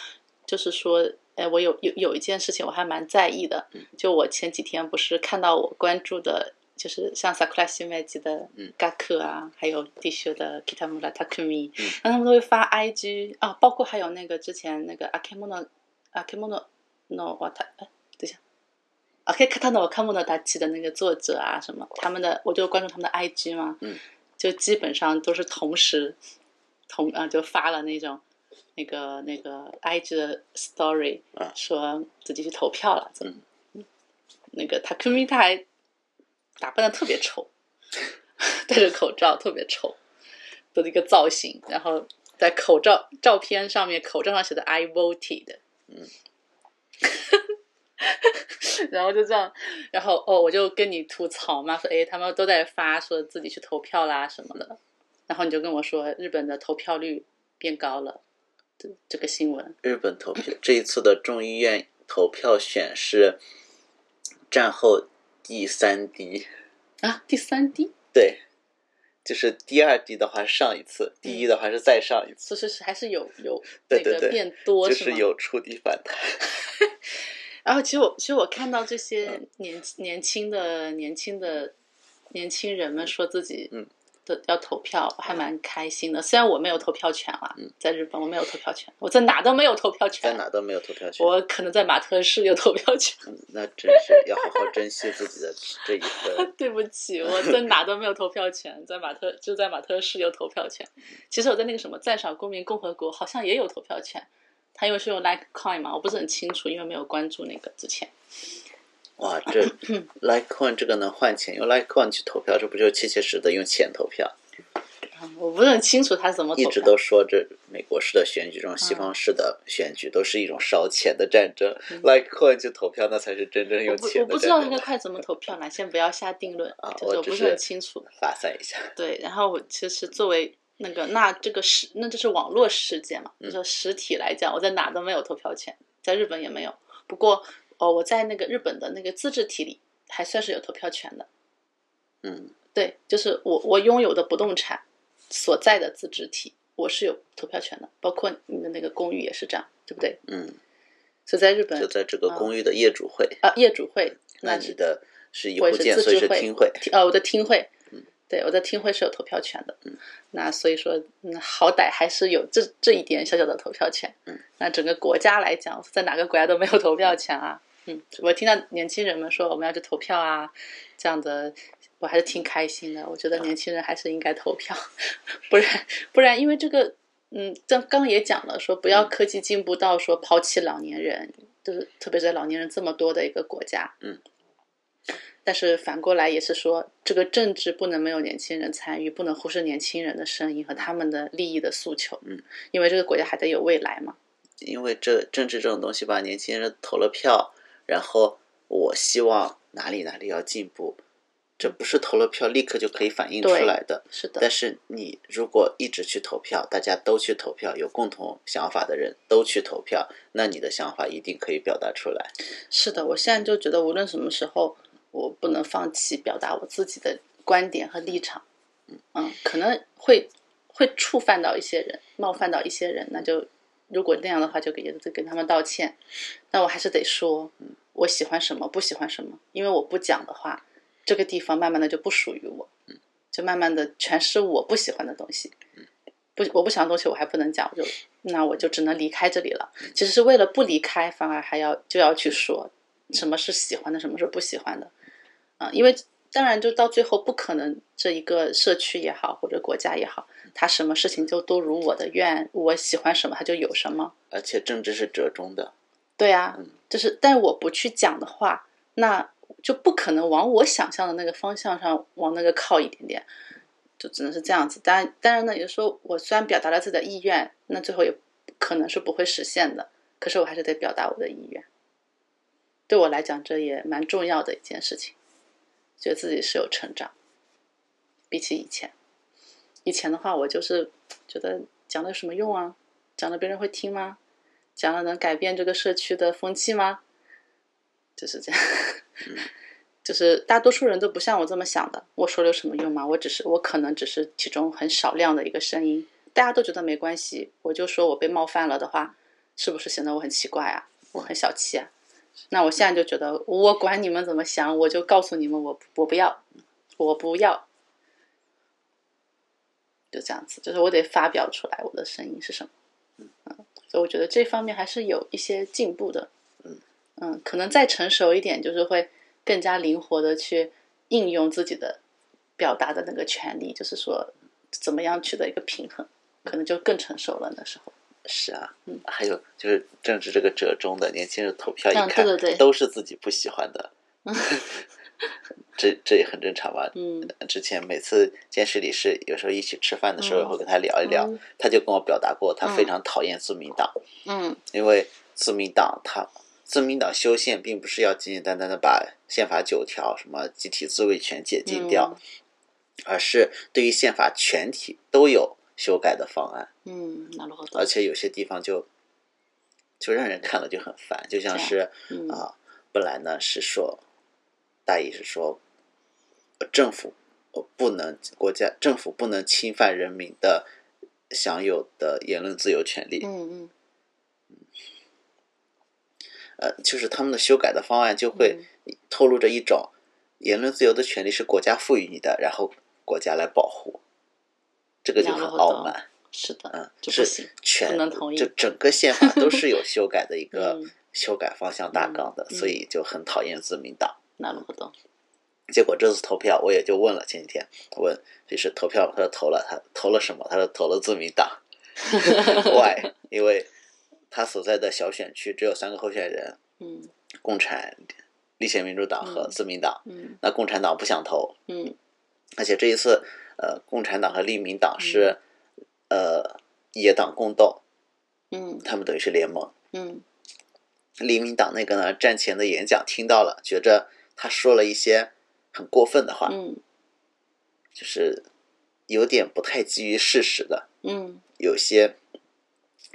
B: 就是说，哎，我有有有一件事情我还蛮在意的，
A: 嗯
B: 就我前几天不是看到我关注的，就是像萨库拉西麦吉的
A: 嗯
B: Gak 啊，还有地秀的 Kitamura Takumi，
A: 嗯
B: 然后他们都会发 IG 啊，包括还有那个之前那个 Akemono Akemono no Wata，哎，等一下。啊，可以看到我看不到达奇的那个作者啊，什么他们的，我就关注他们的 IG 嘛，
A: 嗯，
B: 就基本上都是同时同啊、就发了那种那个那个 IG 的 story，、
A: 啊
B: 说自己去投票了，怎么
A: 嗯？
B: 那个 Takumi 他还打扮的特别丑， 戴着口罩特别丑的一个造型，然后在口罩照片上面口罩上写的 I voted，
A: 嗯，
B: 然后就这样，然后哦，我就跟你吐槽嘛，说哎，他们都在发说自己去投票啦什么的，然后你就跟我说日本的投票率变高了，这这个新闻，
A: 日本投票这一次的众议院投票选是战后第三低，
B: 啊，第三滴，
A: 对，就是第二低的话是上一次，第一的话是再上一次，
B: 所以是还是有有
A: 对
B: 那
A: 对
B: 个
A: 对
B: 变嗯多
A: 就是是
B: 吗？
A: 有触底反弹。
B: 然后其实我其实我看到这
A: 嗯
B: 些年年轻的年轻的年轻人们说自己
A: 嗯
B: 的要投票，我还蛮开心的。虽然我没有投票权啊，在日本我没有投票权，我在哪都没有投
A: 嗯
B: 票
A: 在
B: 权，
A: 哪都没有投票权，
B: 我可能在马特市有投票权。。
A: 嗯那真是要好好珍惜自己的这一份
B: 对不起，我在哪都没有投票权，在马特就在马特市有投票权。其实我在那个什么赞赏公民共和国好像也有投票权，他因为是用 Litecoin 嘛，我不是很清楚，因为没有关注那个之前。
A: 哇，这 Litecoin 这个能换钱，用 Litecoin 去投票，这不就切切实实的用钱投票？
B: 啊我不是很清楚他怎么投
A: 一
B: 票。嗯
A: 直都说这美国式的选举，这种西方式的选举都是一种烧钱的战争。Litecoin 去投票，那才是真正
B: 嗯我
A: 用
B: 不
A: 钱
B: 我不
A: 的
B: 知道
A: 战
B: 那个
A: 争。
B: 快怎么投票呢，先不要下定论，
A: 啊
B: 就是
A: 我
B: 我
A: 只
B: 不
A: 是
B: 很清楚。
A: 发散一下，
B: 对，然后我其实作为那个那这个实那就是网络世界嘛，就说实体来讲，我在哪都没有投票权，在日本也没有。不过哦，我在那个日本的那个自治体里还算是有投票权的。
A: 嗯，
B: 对，就是我我拥有的不动产所在的自治体，我是有投票权的，包括你的那个公寓也是这样，对不对？
A: 嗯，
B: 所以在日本
A: 就在这个公寓的业主会，
B: 啊，业主会
A: 那
B: 嗯那
A: 你
B: 是
A: 的是一
B: 我
A: 户
B: 也是
A: 建，
B: 自
A: 所以
B: 治
A: 是
B: 会
A: 厅会。嗯
B: 听呃，我的听会，对，我的听会是有投票权的。嗯那所以说，嗯，好歹还是有这这一点小小的投票权。
A: 嗯，
B: 那整个国家来讲，在哪个国家都没有投票权啊。嗯，我听到年轻人们说我们要去投票啊，这样的，我还是挺开心的。我觉得年轻人还是应该投票， 不然不然因为这个，嗯，刚刚也讲了，说
A: 嗯
B: 不要科技进步到说抛弃老年人，就是特别是在老年人这么多的一个国家，
A: 嗯。
B: 但是反过来也是说，这个政治不能没有年轻人参与，不能忽视年轻人的声音和他们的利益的诉求。
A: 嗯，
B: 因为这个国家还得有未来嘛。
A: 因为这政治这种东西吧，年轻人投了票，然后我希望哪里哪里要进步，这不是投了票立刻就可以反映出
B: 对
A: 来的。
B: 是的，
A: 但是你如果一直去投票，大家都去投票，有共同想法的人都去投票，那你的想法一定可以表达出来。
B: 是的，我现在就觉得，无论什么时候，我不能放弃表达我自己的观点和立场。嗯，可能会会触犯到一些人，冒犯到一些人，那就如果那样的话，就给也得跟他们道歉。但我还是得说，我喜欢什么，不喜欢什么，因为我不讲的话，这个地方慢慢的就不属于我，就慢慢的全是我不喜欢的东西。不，我不喜欢的东西我还不能讲，我就那我就只能离开这里了。其实是为了不离开，反而还要就要去说什么是喜欢的，什么是不喜欢的，啊、因为当然就到最后不可能这一个社区也好或者国家也好，他什么事情就都如我的愿，我喜欢什么他就有什么，
A: 而且政治是折中的，
B: 对啊
A: 嗯，
B: 就是但我不去讲的话，那就不可能往我想象的那个方向上往那个靠一点点，就只能是这样子。当然，当然呢，也就是说我虽然表达了自己的意愿，那最后也可能是不会实现的，可是我还是得表达我的意愿。对我来讲，这也蛮重要的一件事情，觉得自己是有成长，比起以前，以前的话我就是觉得讲了有什么用啊？讲了别人会听吗？讲了能改变这个社区的风气吗？就是这样， 就是大多数人都不像我这么想的。我说了有什么用吗？我只是我可能只是其中很少量的一个声音，大家都觉得没关系，我就说我被冒犯了的话，是不是显得我很奇怪啊？我很小气啊。那我现在就觉得，我管你们怎么想，我就告诉你们我，我不要，我不要，就这样子，就是我得发表出来我的声音是什么。嗯，所以我觉得这方面还是有一些进步的。
A: 嗯
B: 嗯，可能再成熟一点，就是会更加灵活的去应用自己的表达的那个权利，就是说怎么样取得一个平衡，可能就更成熟了那时候。
A: 是啊，
B: 嗯
A: 还有就是政治这个折中的，年轻人投票一
B: 嗯
A: 看，
B: 对嗯对对
A: 都是自己不喜欢的，这这也很正常吧？
B: 嗯，
A: 之前每次见市里是有时候一起吃饭的时候，
B: 嗯
A: 会跟他聊一聊，
B: 嗯
A: 他就跟我表达过，他
B: 嗯
A: 非常讨厌自民党，
B: 嗯
A: 因为自民党他自民党修宪并不是要简简单单的把宪法九条什么集体自卫权解
B: 嗯
A: 禁掉，而是对于宪法全体都有修改的方案。
B: 嗯，なるほど。
A: 而且有些地方就就让人看了就很烦，就像是啊、
B: 嗯
A: 本来呢是说大意是说呃政府呃不能国家政府不能侵犯人民的享有的言论自由权利，
B: 嗯嗯
A: 呃，就是他们的修改的方案就
B: 嗯
A: 会透露着一种言论自由的权利是国家赋予你的，然后国家来保护，这个就很
B: 然后
A: 傲
B: 到
A: 慢。
B: 啊是的
A: 嗯，，
B: 就不
A: 是
B: 行。
A: 全
B: 不能同意
A: 就整个宪法都是有修改 的一个
B: 嗯
A: 修改方向大纲的，
B: 嗯
A: 所以就很讨厌自民党。
B: なるほど。
A: 结果这次投票，我也就问了，前几天问就是投票，他说投了，他投了什么？他说投了自民 党。Why？因为他所在的小选区只有三个候选人：
B: 嗯
A: 共产、立宪民主党和
B: 嗯
A: 自民党。
B: 嗯
A: 那共产党不想投，
B: 嗯
A: 而且这一次，呃，共产党和立民党是、呃野党共斗，
B: 嗯
A: 他们等于是联盟。
B: 嗯
A: 黎明党那个呢，战前的演讲听到了，觉着他说了一些很过分的话，
B: 嗯
A: 就是有点不太基于事实的，
B: 嗯
A: 有些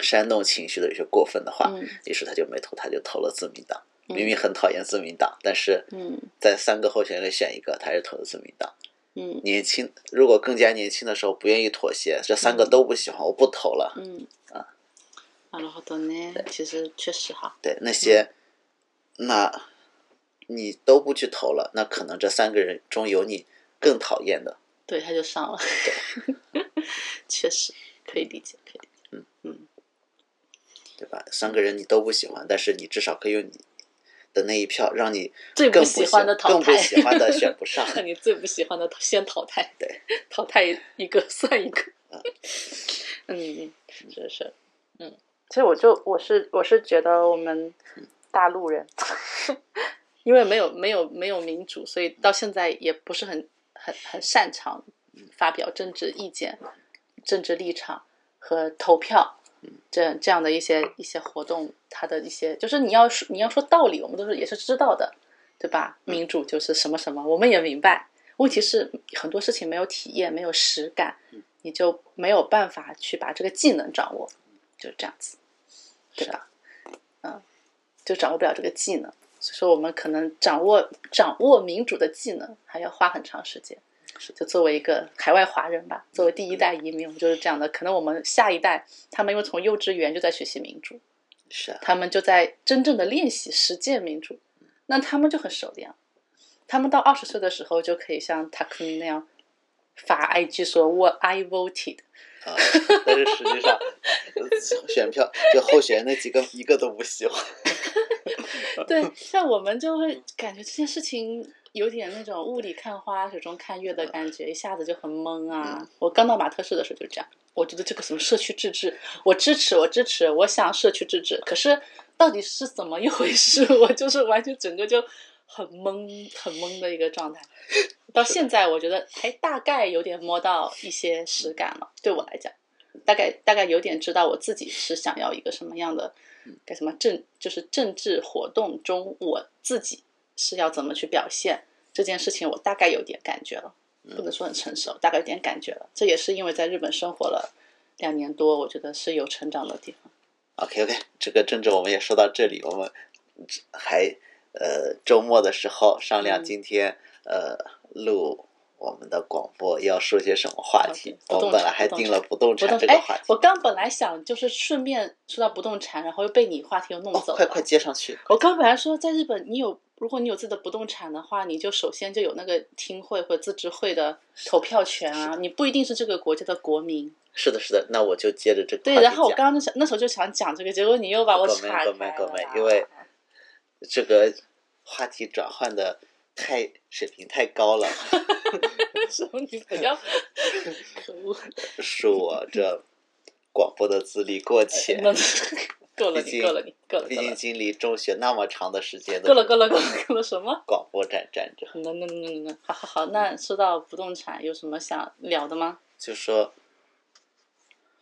A: 煽动情绪的，有些过分的话，
B: 嗯
A: 于是他就没投，他就投了自民党。
B: 嗯
A: 明明很讨厌自民党，但是
B: 嗯
A: 在三个候选人里选一个，他还是投了自民党。
B: 嗯
A: 年轻，如果更加年轻的时候不愿意妥协，这三个都不喜欢，我不投了。
B: 嗯啊，なるほどね。其实确实哈，
A: 对那些，那你都不去投了，那可能这三个人中有你更讨厌的。
B: 对，他就上了， 确实可以理解，可以理解。
A: 对吧？三个人你都不喜欢，但是你至少可以用你的那一票，让你
B: 最
A: 更
B: 不
A: 不
B: 喜欢的淘
A: 更不
B: 汰，
A: 喜欢 的选不上。
B: 让你最不喜欢的先淘汰，
A: 对，
B: 淘汰一个 算一个。嗯，是是，嗯，其实我就我是我是觉得我们大陆人， 因为没有没有没有民主，所以到现在也不是很很很擅长发表政治意见、政治立场和投票。这这样的一些一些活动，它的一些就是你要说你要说道理，我们都是也是知道的，对吧？民主就是什么什么，我们也明白。问题是很多事情没有体验，没有实感，你就没有办法去把这个技能掌握，就是这样子，对吧？嗯，就掌握不了这个技能，所以说我们可能掌握掌握民主的技能还要花很长时间。就作为一个海外华人吧，作为第一代移民，我们就是这样的。可能我们下一代，他们因为从幼稚园就在学习民主，
A: 是啊，
B: 他们就在真正的练习实践民主，那他们就很熟练了。他们到二十岁的时候就可以像塔克那样发 IG 说 “What I voted”，
A: 啊但是实际上呃 选票就候选人那几个一个都不喜欢。
B: 对，像我们就会感觉这件事情有点那种雾里看花、水中看月的感觉，一下子就很懵啊。我刚到马特市的时候就这样，我觉得这个什么社区自治，我支持，我支持，我想社区自治，可是到底是怎么一回事？ 我就是完全整个就很懵、很懵的一个状态。到现在，我觉得还大概有点摸到一些实感了，对我来讲。大概大概有点知道我自己是想要一个什么样的，该什么政就是政治活动中我自己是要怎么去表现这件事情，我大概有点感觉了，
A: 嗯
B: 不能说很成熟，大概有点感觉了。这也是因为在日本生活了两年多，我觉得是有成长的地方。
A: OK OK，这个政治我们也说到这里，我们还呃周末的时候商量
B: 嗯
A: 今天、呃录我们的广播要说些什么话题。
B: 好的不
A: 我
B: 动
A: 们本来
B: 产
A: 还
B: 不动
A: 定了
B: 产
A: 不动
B: 哦不
A: 产这
B: 动产
A: 个
B: 哎
A: 话题，，
B: 我刚本来想就是顺便说到不动产，然后又被你话题又弄
A: 哦，
B: 走了。
A: 快快接上去。
B: 我刚本来说，在日本，你有如果你有自己的不动产的话，你就首先就有那个听会或者自治会的投票权啊，你不一定是这个国家的国民。
A: 是的，是的，那我就接着这个
B: 对，
A: 话题
B: 然后我
A: 讲
B: 刚刚就想那时候就想讲这个，结果你又把我
A: 够
B: 岔
A: 没
B: 开
A: 够
B: 了
A: 没够
B: 啦。
A: 没因 为这个话题转换的太水平太高了，
B: 什么你不 要，可恶！
A: 恕我这广播的资历 过浅，
B: 呃那够了
A: 毕
B: 你，
A: 竟
B: 够了你，够了，
A: 毕
B: 够
A: 竟
B: 了，
A: 经历中学那么长的时间
B: 够
A: 的
B: 了，够了，够了，够了什么？
A: 广播站站着，
B: 那那那那那，好好好，
A: 嗯
B: 那说到不动产，有什么想聊的吗？
A: 就说，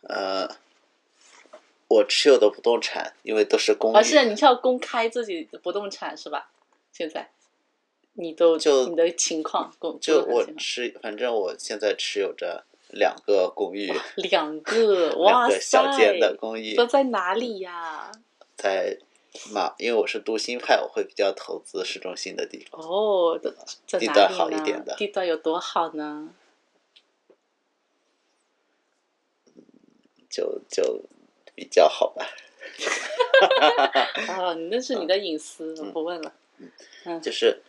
A: 呃，我持有的不动产因为都是公
B: 而且
A: 寓，
B: 啊哦你要公开自己的不动产是吧？现在你都
A: 就
B: 你的情况，公
A: 就
B: 不动
A: 我
B: 产情况
A: 持，反正我现在持有着两个公寓，
B: 两个
A: 两
B: 哇
A: 个小
B: 塞
A: 间，的公寓，
B: 都在哪里呀、
A: 在马，因为我是都心派，我会比较投资市中心的地方。
B: 哦，都在
A: 地
B: 哪
A: 段
B: 里
A: 好一
B: 呢
A: 点的
B: 地段有多好呢？
A: 就就比较好吧。
B: 啊，那是
A: 嗯
B: 你的隐私，我不问了。
A: 就是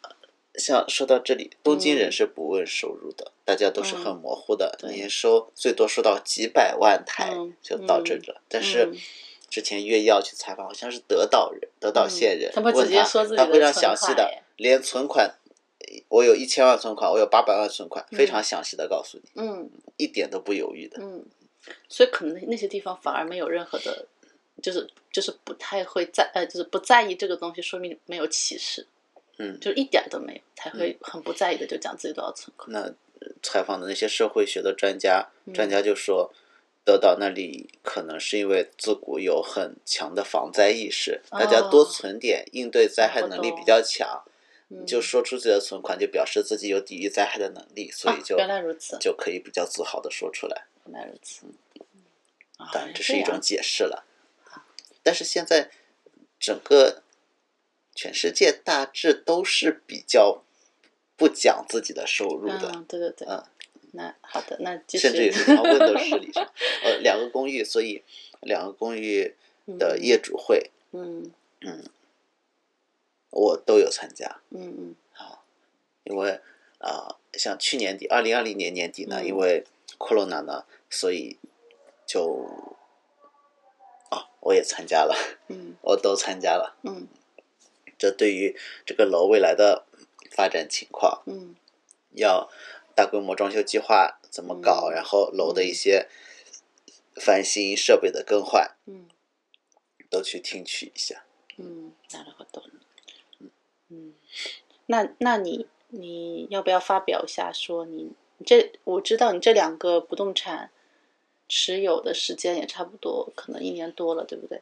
A: 呃像说到这里，东京人是不问收入的，大家都是很模糊的，
B: 嗯对
A: 年收最多收到几百万台
B: 嗯
A: 就到这了。但是
B: 嗯
A: 之前越要去采访，好像是德岛人、德岛县人，
B: 他们
A: 问
B: 直接说自己
A: 他
B: 的
A: 非常
B: 存
A: 详细
B: 款
A: 的
B: 耶，
A: 连存款，我有一千万存款，我有八百万存款，非常
B: 嗯
A: 详细的告诉你，
B: 嗯
A: 一点都不犹豫的。
B: 嗯，所以可能那些地方反而没有任何的，就是就是不太会在呃，就是不在意这个东西，说明没有歧视。
A: 嗯，
B: 就一点儿都没有，才会很不在意的就讲自己多少存款。
A: 那呃采访的那些社会学的专家，
B: 嗯
A: 专家就说，德岛那里可能是因为自古有很强的防灾意识，
B: 哦
A: 大家多存点，应对灾害
B: 我
A: 能力
B: 懂
A: 比较强，
B: 嗯
A: 就说出自己的存款，就表示自己有抵御灾害的能力，所以就、
B: 啊、原来如此，
A: 就可以比较自豪的说出来。
B: 原来如此。啊
A: 嗯当然，这是一种
B: 样
A: 解释了。但是现在整个全世界大致都是比较不讲自己的收入的。
B: 嗯，对对对，
A: 嗯
B: 那好的，那继续。
A: 甚至也是从 Windows 十 里上，呃，两个公寓，所以两个公寓的业主会
B: 嗯
A: 我都有参加，
B: 嗯嗯
A: 因为啊、呃像去年底，二零二零年年底呢，
B: 嗯
A: 因为 Corona 呢，所以就啊，我也参加了，
B: 嗯
A: 我都参加了。
B: 嗯
A: 这对于这个楼未来的发展情况，
B: 嗯
A: 要大规模装修计划怎么搞，
B: 嗯
A: 然后楼的一些翻新、设备的更换，
B: 嗯
A: 都去听取一下。
B: 嗯，なるほど。嗯，那那你你要不要发表一下，说你你这我知道你这两个不动产持有的时间也差不多，可能一年多了，对不对？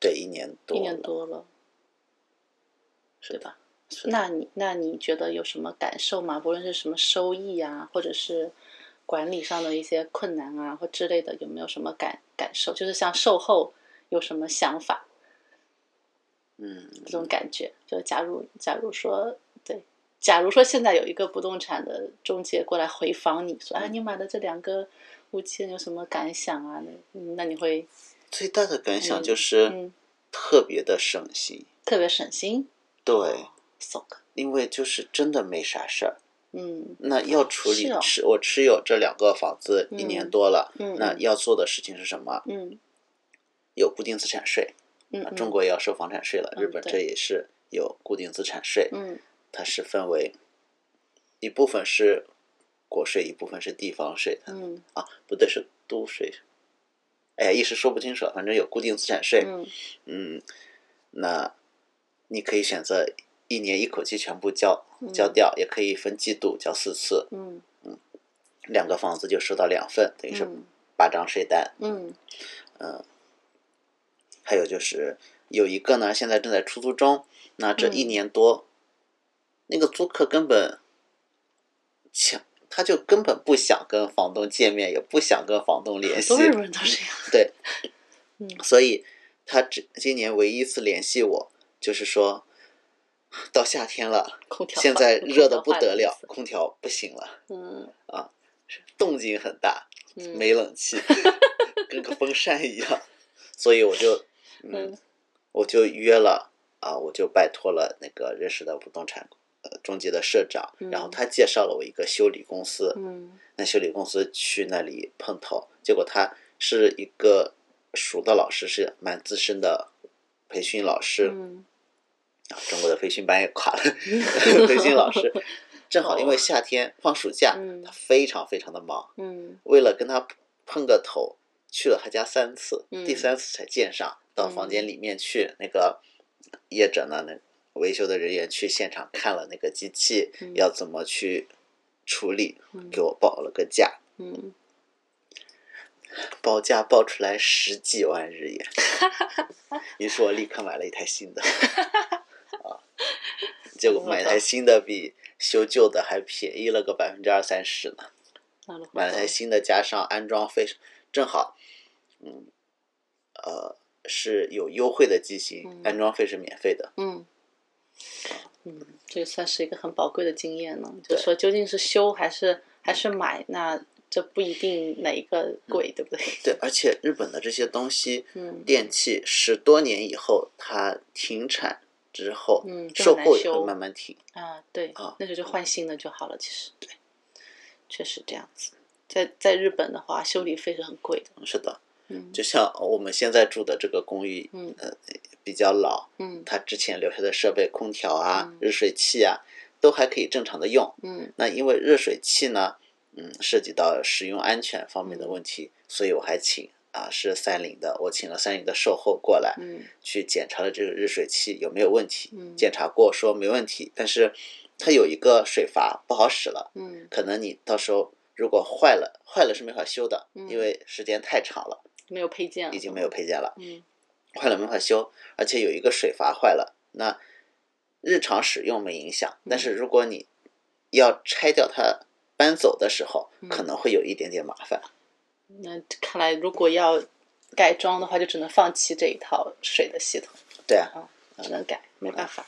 A: 对，一年多
B: 一
A: 了，
B: 年多了。
A: 是吧？是
B: 那你那你觉得有什么感受吗？不论是什么收益啊，或者是管理上的一些困难啊，或之类的，有没有什么感感受？就是像售后有什么想法
A: 嗯，
B: 这种感觉？就假如假如说对，假如说现在有一个不动产的中介过来回访你说，啊，你买的这两个物件有什么感想啊？那那你会
A: 最大的感想
B: 嗯
A: 就是
B: 嗯
A: 特别的省心，
B: 特别省心？
A: 对，
B: ，so
A: 因为就是真的没啥事儿。
B: 嗯
A: 那要处理
B: 是哦
A: 持、我持有这两个房子一年
B: 嗯
A: 多了，
B: 嗯
A: 那
B: 嗯
A: 要做的事情是什么？
B: 嗯
A: 有固定资产税，
B: 嗯
A: 啊，
B: 嗯
A: 中国也要收房产税了，
B: 嗯
A: 日本这
B: 对
A: 也是有固定资产税，
B: 嗯
A: 它是分为一部分是国税，一部分是地方税，
B: 嗯
A: 啊，不对，是都税。哎呀，一时说不清楚，反正有固定资产税，
B: 嗯
A: 嗯，那你可以选择一年一口气全部交
B: 嗯
A: 交掉，也可以分季度交四次，
B: 嗯
A: 两个房子就收到两份，等于是
B: 嗯
A: 八张税单。
B: 嗯
A: 还有就是有一个呢，现在正在出租中，那这一
B: 嗯
A: 年多，那个租客根本想，他就根本不想跟房东见面，也不想跟房东联
B: 很
A: 系
B: 多，日本人都这样。
A: 对，
B: 嗯
A: 所以他只今年唯一一次联系我，就是说，到夏天了，
B: 空调
A: 现
B: 坏
A: 在
B: 空
A: 热
B: 调
A: 的不
B: 坏
A: 得
B: 意
A: 了
B: 思，
A: 空调不行了，
B: 嗯
A: 动静很大，
B: 嗯，
A: 没冷 气，跟个风扇一样，所以我 就嗯
B: 嗯，
A: 我就约了啊，我就拜托了那个认识的不动产呃中介的社长，然后
B: 嗯
A: 他介绍了我一个修理公司，
B: 嗯
A: 那修理公司去那里碰头，结果他是一个熟的老师，是蛮资深的培训老师，
B: 嗯
A: 啊中国的培训班也垮了， 培训老师正好因为夏天放暑假，
B: 嗯
A: 他非常非常的忙，
B: 嗯
A: 为了跟他碰个头，去了他家三次，
B: 嗯
A: 第三次才见上，到
B: 嗯
A: 房间里面去，那个业者呢，那维修的人员去现场看了那个机器、
B: 嗯
A: 要怎么去处理，
B: 嗯
A: 给我报了个价，
B: 嗯，
A: 报价报出来十几万日 元，于是我立刻买了一台新的，啊，啊结果买台新的比修旧的还便宜了个百分之二三十呢。
B: なるほど
A: 买了台新的，加上安装费，正好，嗯，呃，是有优惠的机型，
B: 嗯
A: 安装费是免费的。
B: 嗯，嗯，这也算是一个很宝贵的经验呢。就
A: 对
B: 是说，究竟是修还是还是买，那这不一定哪一个
A: 嗯
B: 贵，对不对？
A: 对，而且日本的这些东西，
B: 嗯
A: 电器十多年以后它停产之后，
B: 嗯就
A: 售
B: 很难
A: 后也
B: 修
A: 会慢慢停。
B: 啊，对
A: 啊，
B: 那就就换新的就好了。其实，对，确实这样子。在在日本的话，修理费是很贵的。
A: 是的，
B: 嗯
A: 就像我们现在住的这个公寓，
B: 嗯
A: 呃，比较老，
B: 嗯
A: 它之前留下的设备，空调啊、
B: 嗯
A: 热水器啊，都还可以正常的用。
B: 嗯
A: 那因为热水器呢，嗯，涉及到使用安全方面的问题，
B: 嗯
A: 所以我还请啊是三菱的，我请了三菱的售后过来、
B: 嗯
A: 去检查了这个热水器有没有问题，
B: 嗯
A: 检查过说没问题，但是它有一个水阀不好使了，
B: 嗯，
A: 可能你到时候。如果坏了，坏了是没法修的，
B: 嗯
A: 因为时间太长了，
B: 没有配件了
A: 已经没有。配件了。
B: 嗯
A: 坏了没法修，而且有一个水阀坏了，那日常使用没影响，
B: 嗯
A: 但是如果你要拆掉它搬走的时候，
B: 嗯
A: 可能会有一点点麻烦。
B: 那看来如果要改装的话，就只能放弃这一套水的系统，
A: 对啊，
B: 只能改，没办法，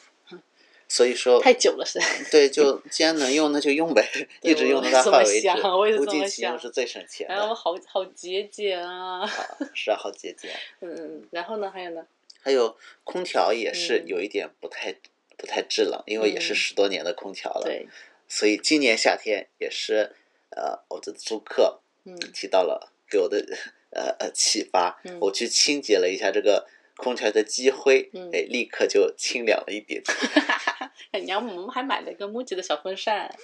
A: 所以说
B: 哦太久了，实在。
A: 对，就既然能用那就用呗，
B: 对
A: 一直用到
B: 我也
A: 它
B: 这
A: 坏
B: 么
A: 为止
B: 想我也，是
A: 物
B: 这
A: 尽
B: 么
A: 其用
B: 想
A: 是最省钱
B: 哎，我
A: 的。
B: 好好节俭啊。
A: 是啊，好节俭。
B: 嗯，然后呢？还有呢？
A: 还有空调也是
B: 嗯
A: 有一点不太不太制冷，因为也是
B: 嗯
A: 十多年的空调了。
B: 对，
A: 所以今年夏天也是，呃，我的租客
B: 嗯
A: 提到了给我的呃呃启发，
B: 嗯
A: 我去清洁了一下这个空调的积灰，
B: 嗯
A: 哎，立刻就清凉了一点。
B: 哎你看，我们还买了一个木吉的小风扇，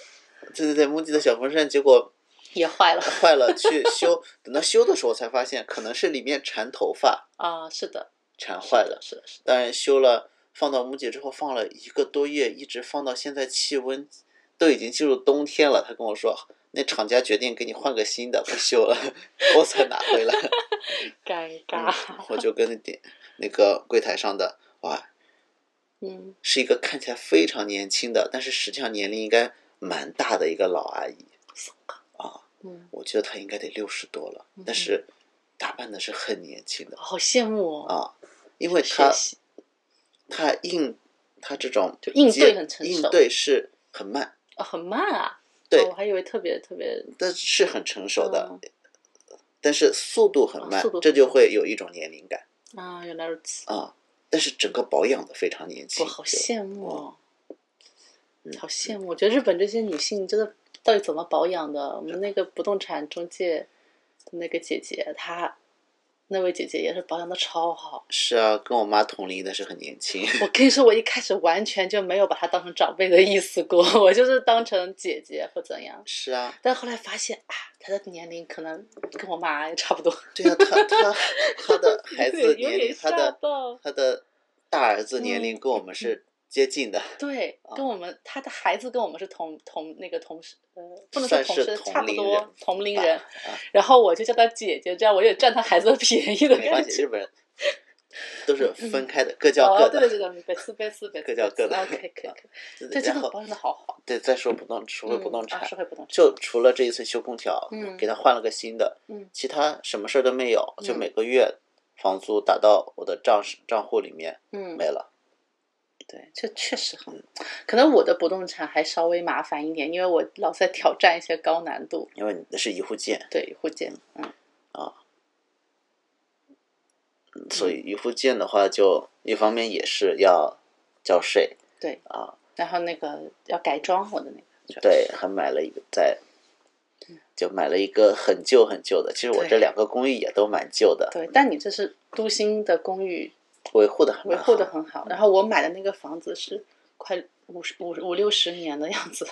A: 对对对，木吉的小风扇结果
B: 也坏了
A: 坏了，去修，等到修的时候才发现可能是里面缠头发
B: 啊、是的，
A: 缠坏
B: 的
A: 了，，
B: 是的，是的，
A: 当然修了，放到木吉之后放了一个多月，一直放到现在气温都已经进入冬天了。他跟我说，那厂家决定给你换个新的，不修了， 我才拿回 来。
B: 尴
A: 嗯
B: 尬。
A: 我就跟那点那个柜台上的哇，
B: 嗯
A: 是一个看起来非常年轻的，但是实际上年龄应该蛮大的一个老阿姨，
B: 嗯，
A: 我觉得她应该得六十多了，但是打扮的是很年轻的
B: 好羡慕哦。
A: 啊，因为
B: 学
A: 她
B: 习
A: 她应她这种
B: 就应
A: 接
B: 对很成熟
A: 应对是很慢，
B: 哦，很慢啊。
A: 对
B: 哦我还以为特别特别，
A: 但是很成熟的
B: 嗯，
A: 但是速度很慢
B: 啊速度，很
A: 这就会有一种年龄感
B: 啊，原来如此，
A: 啊。但是整个保养的非常年轻，
B: 我好
A: 就
B: 羡慕哦，
A: 嗯
B: 好羡慕！我觉得日本这些女性真的到底怎么保养的？我们那个不动产中介的那个姐姐，她那位姐姐也是保养的超好。
A: 是啊，跟我妈同龄，但是很年轻。
B: 我跟你说，我一开始完全就没有把她当成长辈的意思过，我就是当成姐姐或怎样。
A: 是啊，
B: 但后来发现啊，她的年龄可能跟我妈也差不多，
A: 对啊，她她她的孩子
B: 对有
A: 年龄，
B: 点
A: 她
B: 吓
A: 的
B: 到。
A: 她的大儿子年龄
B: 嗯
A: 跟我们是接近 的，
B: 对，
A: 嗯
B: 跟我们他的孩子跟我们是同同那个同事，呃，不能
A: 算
B: 说同
A: 是
B: 事，
A: 同
B: 差不
A: 龄人
B: 多同龄
A: 吧
B: 人。
A: 啊
B: 然后我就叫他姐姐，这样我也占他孩子的便宜的
A: 没
B: 感
A: 关系，
B: 觉。
A: 日本人都是分开的，各叫
B: 哦，
A: 各
B: 对对
A: 的。
B: 对对，别撕别撕别撕，
A: 各叫各的嗯
B: OK，可以可以。对，这
A: 然
B: 个
A: 后
B: 保养的好好。
A: 对，再说不动，除了不动
B: 嗯啊
A: 产
B: 社，会不动产。
A: 就除了这一次修空调，
B: 嗯
A: 给他换了个新的，
B: 嗯
A: 其他什么事儿都没有，就
B: 嗯
A: 每个月房租打到我的账账户里面
B: 嗯
A: 没，了。
B: 对，这确实很，可能我的不动产还稍微麻烦一点，因为我老在挑战一些高难度。
A: 因为你的是一户建，
B: 对，户建，嗯，
A: 所
B: 嗯
A: 以一户建的话，就一方面也是要交税，
B: 对
A: 啊，
B: 然后那个要改装我的那个，
A: 对，还买了一个在，就买了一个很旧很旧的。其实我这
B: 对
A: 两个公寓也都蛮旧的，
B: 对，但你这是都心的公寓，
A: 维护的很
B: 维
A: 蛮好
B: 护的很好。然后我买的那个房子是快五十五五六十年的样子，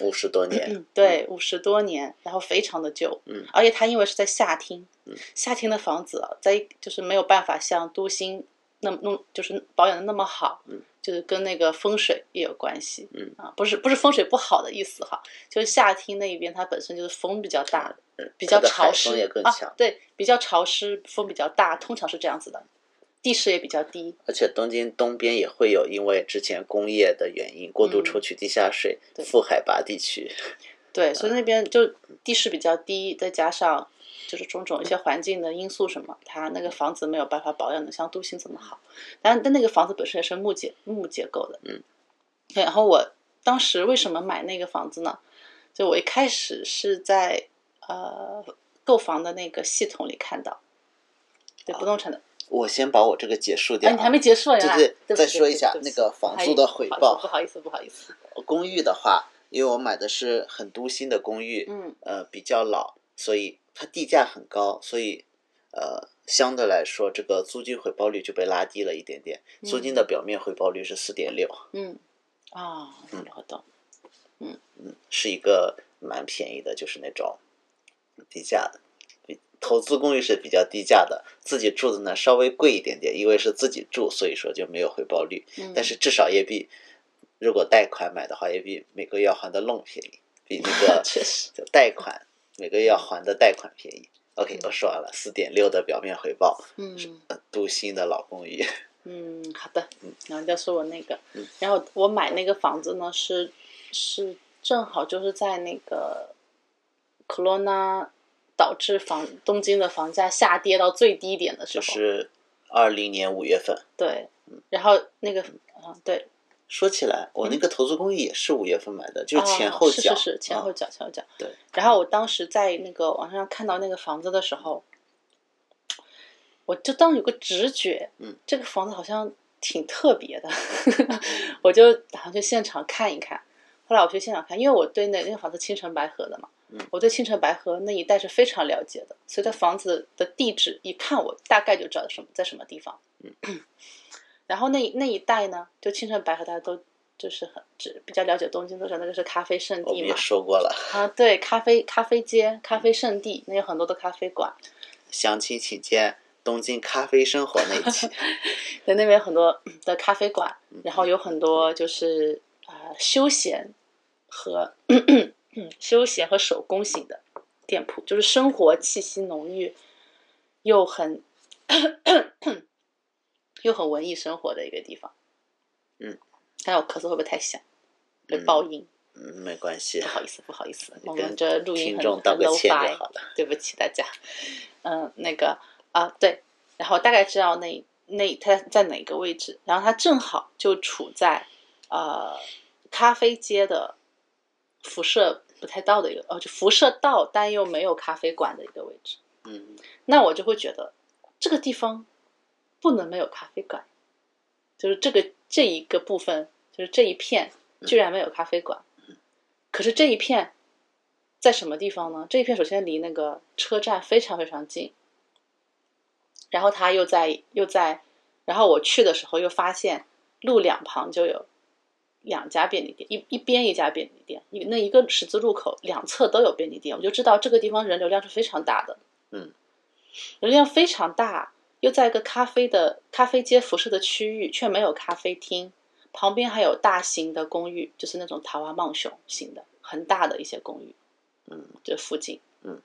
A: 五十多年，
B: 对，五十多年，然后非常的旧，
A: 嗯，
B: 而且它因为是在夏厅，
A: 嗯，
B: 夏厅的房子啊，在就是没有办法像都心那么弄，就是保养的那么好，
A: 嗯，
B: 就是跟那个风水也有关系，
A: 嗯
B: 啊，不是不是风水不好的意思哈，就是夏厅那一边它本身就是风比较大，
A: 嗯
B: 比较
A: 它的海
B: 潮
A: 风
B: 湿
A: 也更强
B: 啊，，对，比较潮湿，风比较大，通常是这样子的，地势也比较低，
A: 而且东京东边也会有因为之前工业的原因过度
B: 嗯
A: 抽取地下水，
B: 对
A: 富海拔地区，
B: 对，
A: 嗯
B: 所以那边就地势比较低，再加上就是种种一些环境的因素什么，它那个房子没有办法保养的像都心这么好。但但那个房子本身也是木结木结构的，
A: 嗯
B: 对。然后我当时为什么买那个房子呢？就我一开始是在呃购房的那个系统里看到，对不动产的。
A: 我先把我这个结束
B: 哎，
A: 掉、
B: 你还没结束啊？原来
A: 啊对对
B: 对不
A: 再
B: 起
A: 说一下
B: 对不起
A: 那个房租的回报
B: 不好意思，不好意思，
A: 公啊寓的话，因为我买的是很都心的公寓，
B: 不好意思。嗯，
A: 呃比较老，所以它地价很高，所以呃相对来说，这个租金回报率就被拉低了一点点。租金的表面回报率是四点六，
B: 嗯，啊，
A: 嗯
B: 我懂。
A: 是一个蛮便宜的，就是那种低价的。比投资公寓是比较低价的，自己住的呢稍微贵一点点，因为是自己住，所以说就没有回报率，
B: 嗯
A: 但是至少也比如果贷款买的话，也比每个月要还的 loan 便宜，比那个
B: 确实，
A: 就贷款每个月要还的贷款便宜。OK，
B: 嗯
A: 我说完了，四点六的表面回报，
B: 嗯。
A: 呃都心的老公寓，
B: 嗯，好的。然后再说我那个
A: 嗯，
B: 然后我买那个房子呢是是正好就是在那个克罗纳导致房东京的房价下跌到最低点的时
A: 就
B: 候，
A: 是嗯二零年五月份。
B: 对。然后那个
A: 嗯
B: 啊，对，
A: 说起来，我那个投资公寓也是五月份买的，就是前
B: 啊
A: 后脚，
B: 嗯是是是前后
A: 啊
B: 脚前后脚。
A: 对，
B: 然后我当时在那个网上看到那个房子的时候，我就当有个直觉，
A: 嗯，
B: 这个房子好像挺特别的， 我就打算去现场看一看。后来我去现场看，因为我对那那个房子青城白河的嘛，
A: 嗯
B: 我对青城白河那一带是非常了解的，所以它房子的地址一看我大概就知道什么在什么地方。
A: 嗯
B: 然后那那一带呢，就青城白河大家都就是很只比较了解东京，都知道那个是咖啡圣
A: 我
B: 地
A: 们
B: 嘛
A: 哦也，说过了，
B: 啊，对，咖啡咖啡街、咖啡圣地，那有很多的咖啡馆，
A: 详情请见东京咖啡生活那一期。
B: 在那边有很多嗯的咖啡馆，然后有很多就是啊、呃休闲和 休闲和手工型的店铺，就是生活气息浓郁，又很 又很文艺生活的一个地方。
A: 嗯，
B: 还有咳嗽会不会太响？会
A: 嗯
B: 爆音，
A: 嗯，没关系
B: 不，好意思，不好意思，我
A: 跟
B: 们这录音
A: 听
B: 很
A: 众道
B: 很
A: 个
B: low
A: 歉
B: fi
A: 就。好了。
B: 对不起大家。嗯，那个啊，对，然后大概知道那那它在哪个位置，然后它正好就处在呃咖啡街的辐射不太到的一个，哦，就辐射到但又没有咖啡馆的一个位置。
A: 嗯，
B: 那我就会觉得这个地方不能没有咖啡馆，就是这个这一个部分，就是这一片居然没有咖啡馆。可是这一片在什么地方呢？这一片首先离那个车站非常非常近，然后它又在又在，然后我去的时候又发现路两旁就有。两家便利店，一一边一家便利店，一那一个十字路口两侧都有便利店，我就知道这个地方人流量是非常大的。流量非常大，又在一个咖啡的咖啡街辐射的区域，却没有咖啡厅，旁边还有大型的公寓，就是那种塔瓦曼雄型的，很大的一些公寓，
A: 嗯，
B: 这附近，
A: 嗯，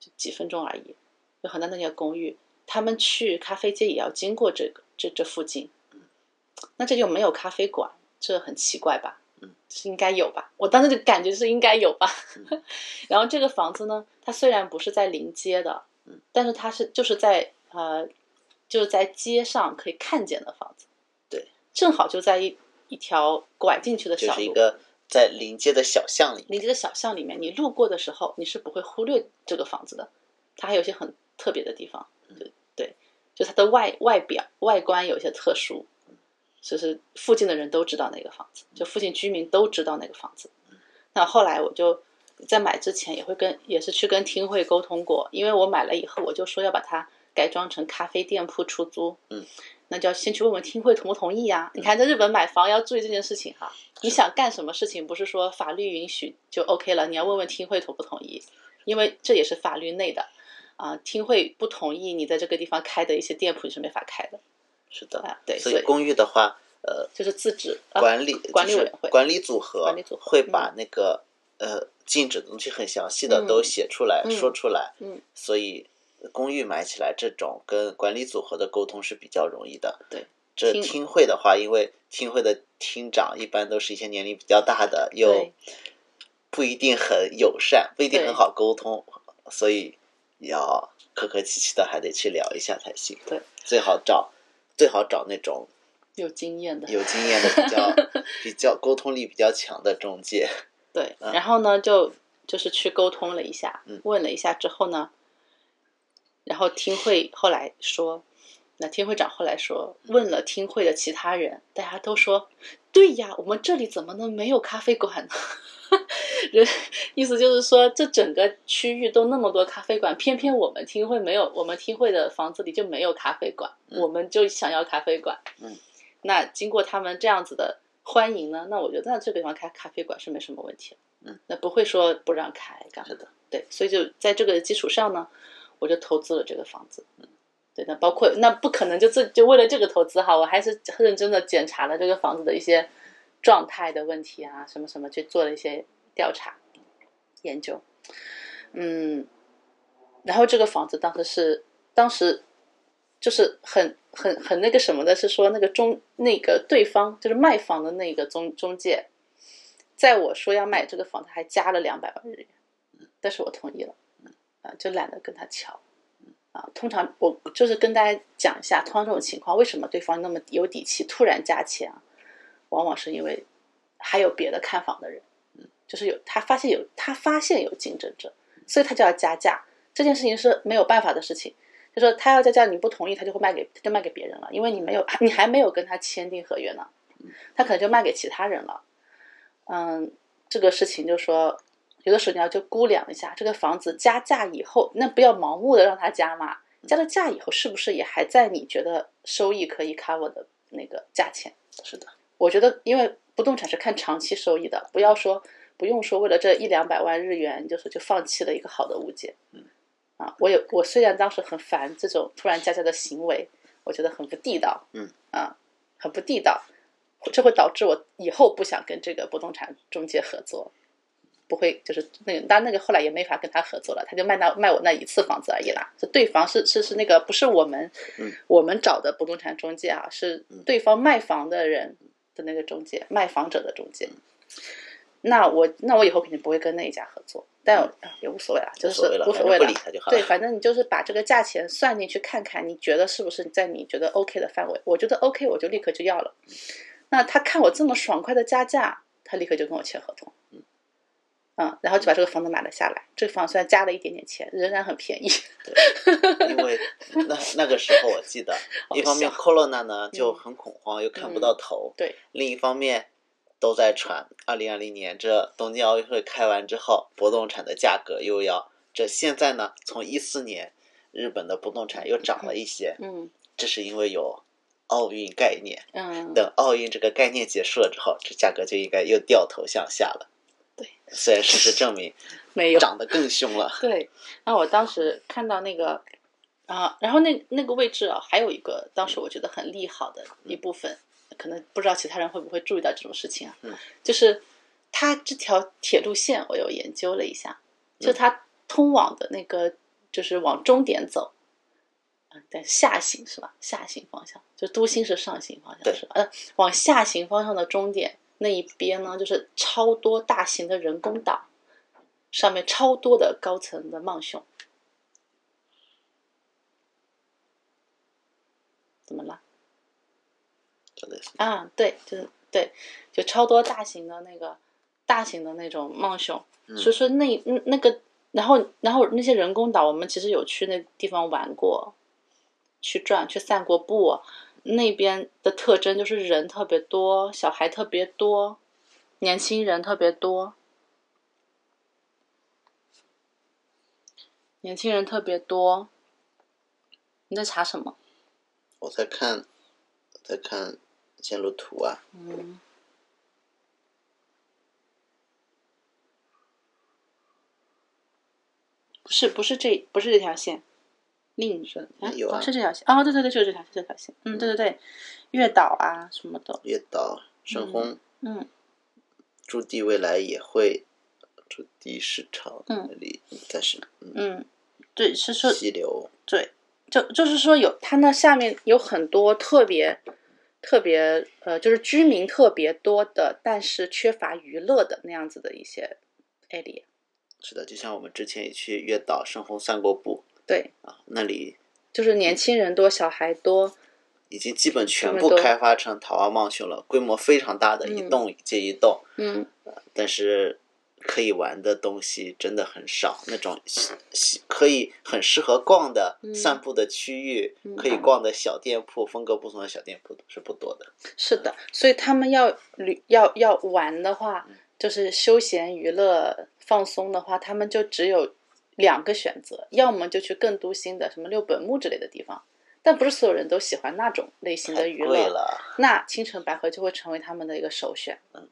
B: 就几分钟而已，有很大的那些公寓，他们去咖啡街也要经过这个这这附近，
A: 嗯
B: 那这就没有咖啡馆，这很奇怪吧？
A: 嗯，
B: 是应该有吧？我当时就感觉是应该有吧。
A: 嗯
B: 然后这个房子呢，它虽然不是在临街的，
A: 嗯
B: 但是它是就是在呃，就是在街上可以看见的房子。
A: 对，
B: 正好就在一一条拐进去的
A: 就
B: 小
A: 是一
B: 路，
A: 个在临街的小巷里面。
B: 临街的小巷里面，你路过的时候，你是不会忽略这个房子的，它还有一些很特别的地方，对对，就它的外外表外观有一些特殊，就是附近的人都知道那个房子，就附近居民都知道那个房子。那后来我就在买之前也会跟也是去跟厅会沟通过，因为我买了以后我就说要把它改装成咖啡店铺出租，
A: 嗯，
B: 那就要先去问问厅会同不同意啊呀、你看在日本买房要注意这件事情哈、你想干什么事情，不是说法律允许就 OK 了，你要问问厅会同不同意，因为这也是法律内的。啊，厅会不同意你在这个地方开的一些店铺，你是没法开的
A: 是的，
B: 啊。对，
A: 所
B: 所
A: 以
B: 以
A: 公寓的话，呃，
B: 就是自治啊，
A: 管理、
B: 管理
A: 就是
B: 委员会
A: 管理组合
B: 管理组合
A: 会把那个、呃禁止的东西很详细的
B: 嗯
A: 都写出来、
B: 嗯
A: 说出来，
B: 嗯，
A: 所以公寓买起来这种跟管理组合的沟通是比较容易的。
B: 对，
A: 这
B: 厅
A: 厅会的话，因为厅会的厅长一般都是一些年龄比较大的，又
B: 对
A: 不一定很友善，不一定
B: 对
A: 很好沟通，所以要客客气气的，还得去聊一下才行。
B: 对，
A: 最好找最好找那种
B: 有经验的。
A: 有经验的、比较 比较沟通力比较强的中介。
B: 对，
A: 嗯
B: 然后呢，就就是去沟通了一下，
A: 嗯
B: 问了一下之后呢，然后厅会后来说，那厅会长后来说，问了厅会的其他人，大家都说，对呀，我们这里怎么能没有咖啡馆呢？ 人意思就是说，这整个区域都那么多咖啡馆，偏偏我们厅会没有，我们厅会的房子里就没有咖啡馆，
A: 嗯
B: 我们就想要咖啡馆。
A: 嗯，
B: 那经过他们这样子的欢迎呢，那我觉得那这个地方开咖啡馆是没什么问题。
A: 嗯，
B: 那不会说不让开干嘛
A: 是的，
B: 对，所以就在这个基础上呢，我就投资了这个房子。
A: 嗯
B: 对，那包括那不可能就自就为了这个投资哈，我还是认真的检查了这个房子的一些状态的问题啊，什么什么去做了一些调查研究，嗯，然后这个房子当时是当时就是很很很那个什么的，是说那个中那个对方就是卖房的那个中中介，在我说要卖这个房子还加了两百万日元，但是我同意了，啊，就懒得跟他瞧。啊，通常我就是跟大家讲一下，通常这种情况为什么对方那么有底气突然加钱啊，往往是因为还有别的看房的人，嗯就是有他发现有他发现有竞争者，所以他就要加价，这件事情是没有办法的事情。就说他要加价，你不同意，他就会卖给他就卖给别人了，因为你没有你还没有跟他签订合约呢，
A: 嗯
B: 他可能就卖给其他人了。嗯，这个事情就说有的时候你要就估量一下这个房子加价以后，那不要盲目的让它加嘛，
A: 嗯
B: 加了价以后是不是也还在你觉得收益可以 cover 的那个价钱？
A: 是的，
B: 我觉得，因为不动产是看长期收益的，不要说不用说为了这一两百万日元，就是就放弃了一个好的物件。
A: 嗯，
B: 啊，我也我虽然当时很烦这种突然加价的行为，我觉得很不地道。
A: 嗯，
B: 啊，很不地道，这会导致我以后不想跟这个不动产中介合作。不会，就是那个，但那个后来也没法跟他合作了，他就卖那卖我那一次房子而已啦。是对方是是是那个不是我们，
A: 嗯
B: 我们找的不动产中介啊，是对方卖房的人的那个中介，卖房者的中介。
A: 嗯
B: 那我那我以后肯定不会跟那一家合作，但我、啊也无所谓啦，就是
A: 嗯无所谓了反正
B: 无所谓了
A: 不理他就好了
B: 对，反正你就是把这个价钱算进去看看，你觉得是不是在你觉得 OK 的范围？我觉得 OK，我就立刻就要
A: 嗯
B: 了。那他看我这么爽快的加价，他立刻就跟我签合同。嗯，然后就把这个房子买了下来。这个房虽然加了一点点钱，仍然很便宜。
A: 因 为那那个时候我记得，
B: 好
A: 一方面
B: 笑嗯
A: corona 呢就很恐慌，又看不到头，
B: 对，
A: 另一方面。都在传，二零二零年这东京奥运会开完之后，不动产的价格又要这现在呢，从一四年日本的不动产又涨了一些，
B: 嗯
A: 这是因为有奥运概念。
B: 嗯，
A: 等奥运这个概念结束了之后，这价格就应该又掉头向下了。
B: 对，
A: 虽然事实证明
B: 没有。
A: 涨得更凶了。
B: 对，那我当时看到那个啊，然后那那个位置啊，还有一个当时我觉得很利好的
A: 嗯
B: 一部分，可能不知道其他人会不会注意到这种事情啊，
A: 嗯
B: 就是它这条铁路线我有研究了一下，就
A: 嗯
B: 它通往的那个就是往终点走。啊但下行是吧？下行方向就都心是上行方向
A: 对
B: 是吧？呃，往下行方向的终点那一边呢，就是超多大型的人工岛，上面超多的高层的曼熊。怎么了？
A: 的类似于。
B: 啊，对，就是对，就超多大型的那个大型的那种梦熊，
A: 嗯
B: 所以说那那那个，然后然后那些人工岛，我们其实有去那地方玩过，去转去散过步，那边的特征就是人特别多，小孩特别多，年轻人特别多。年轻人特别多，你在查什么？
A: 我在看，在看线路图啊，
B: 嗯，不是，不是这，不是这条线，另一个，哎，
A: 有啊
B: 哦，是这条线，哦，对对对，就是这条，是这条线，嗯，对对对，月岛啊什么的，
A: 月岛、深红、
B: 嗯，
A: 驻地未来也会，驻地市场
B: 嗯
A: 那里，但是嗯，
B: 嗯，对，是说
A: 溪流
B: 对，就就是说有它那下面有很多特别特别呃，就是居民特别多的，但是缺乏娱乐的那样子的一些 area，
A: 是的，就像我们之前也去月岛、深红散过步
B: 对，
A: 啊，那里
B: 就是年轻人多，小孩多。
A: 已经基本全
B: 这
A: 部
B: 么多
A: 开发成桃花茂秀了，规模非常大的，
B: 嗯
A: 一栋接一栋，
B: 嗯，
A: 但是可以玩的东西真的很少，那种喜喜可以很适合逛的、
B: 嗯
A: 散步的区域，
B: 嗯
A: 可以逛的小店铺，风格不同的小店铺是不多的。
B: 是的，所以他们要旅要要玩的话，
A: 嗯
B: 就是休闲娱乐放松的话，他们就只有两个选择，要么就去更都心的什么六本木之类的地方，但不是所有人都喜欢那种类型的
A: 太
B: 娱乐，
A: 贵了，
B: 那青城白河就会成为他们的一个首选。
A: 嗯，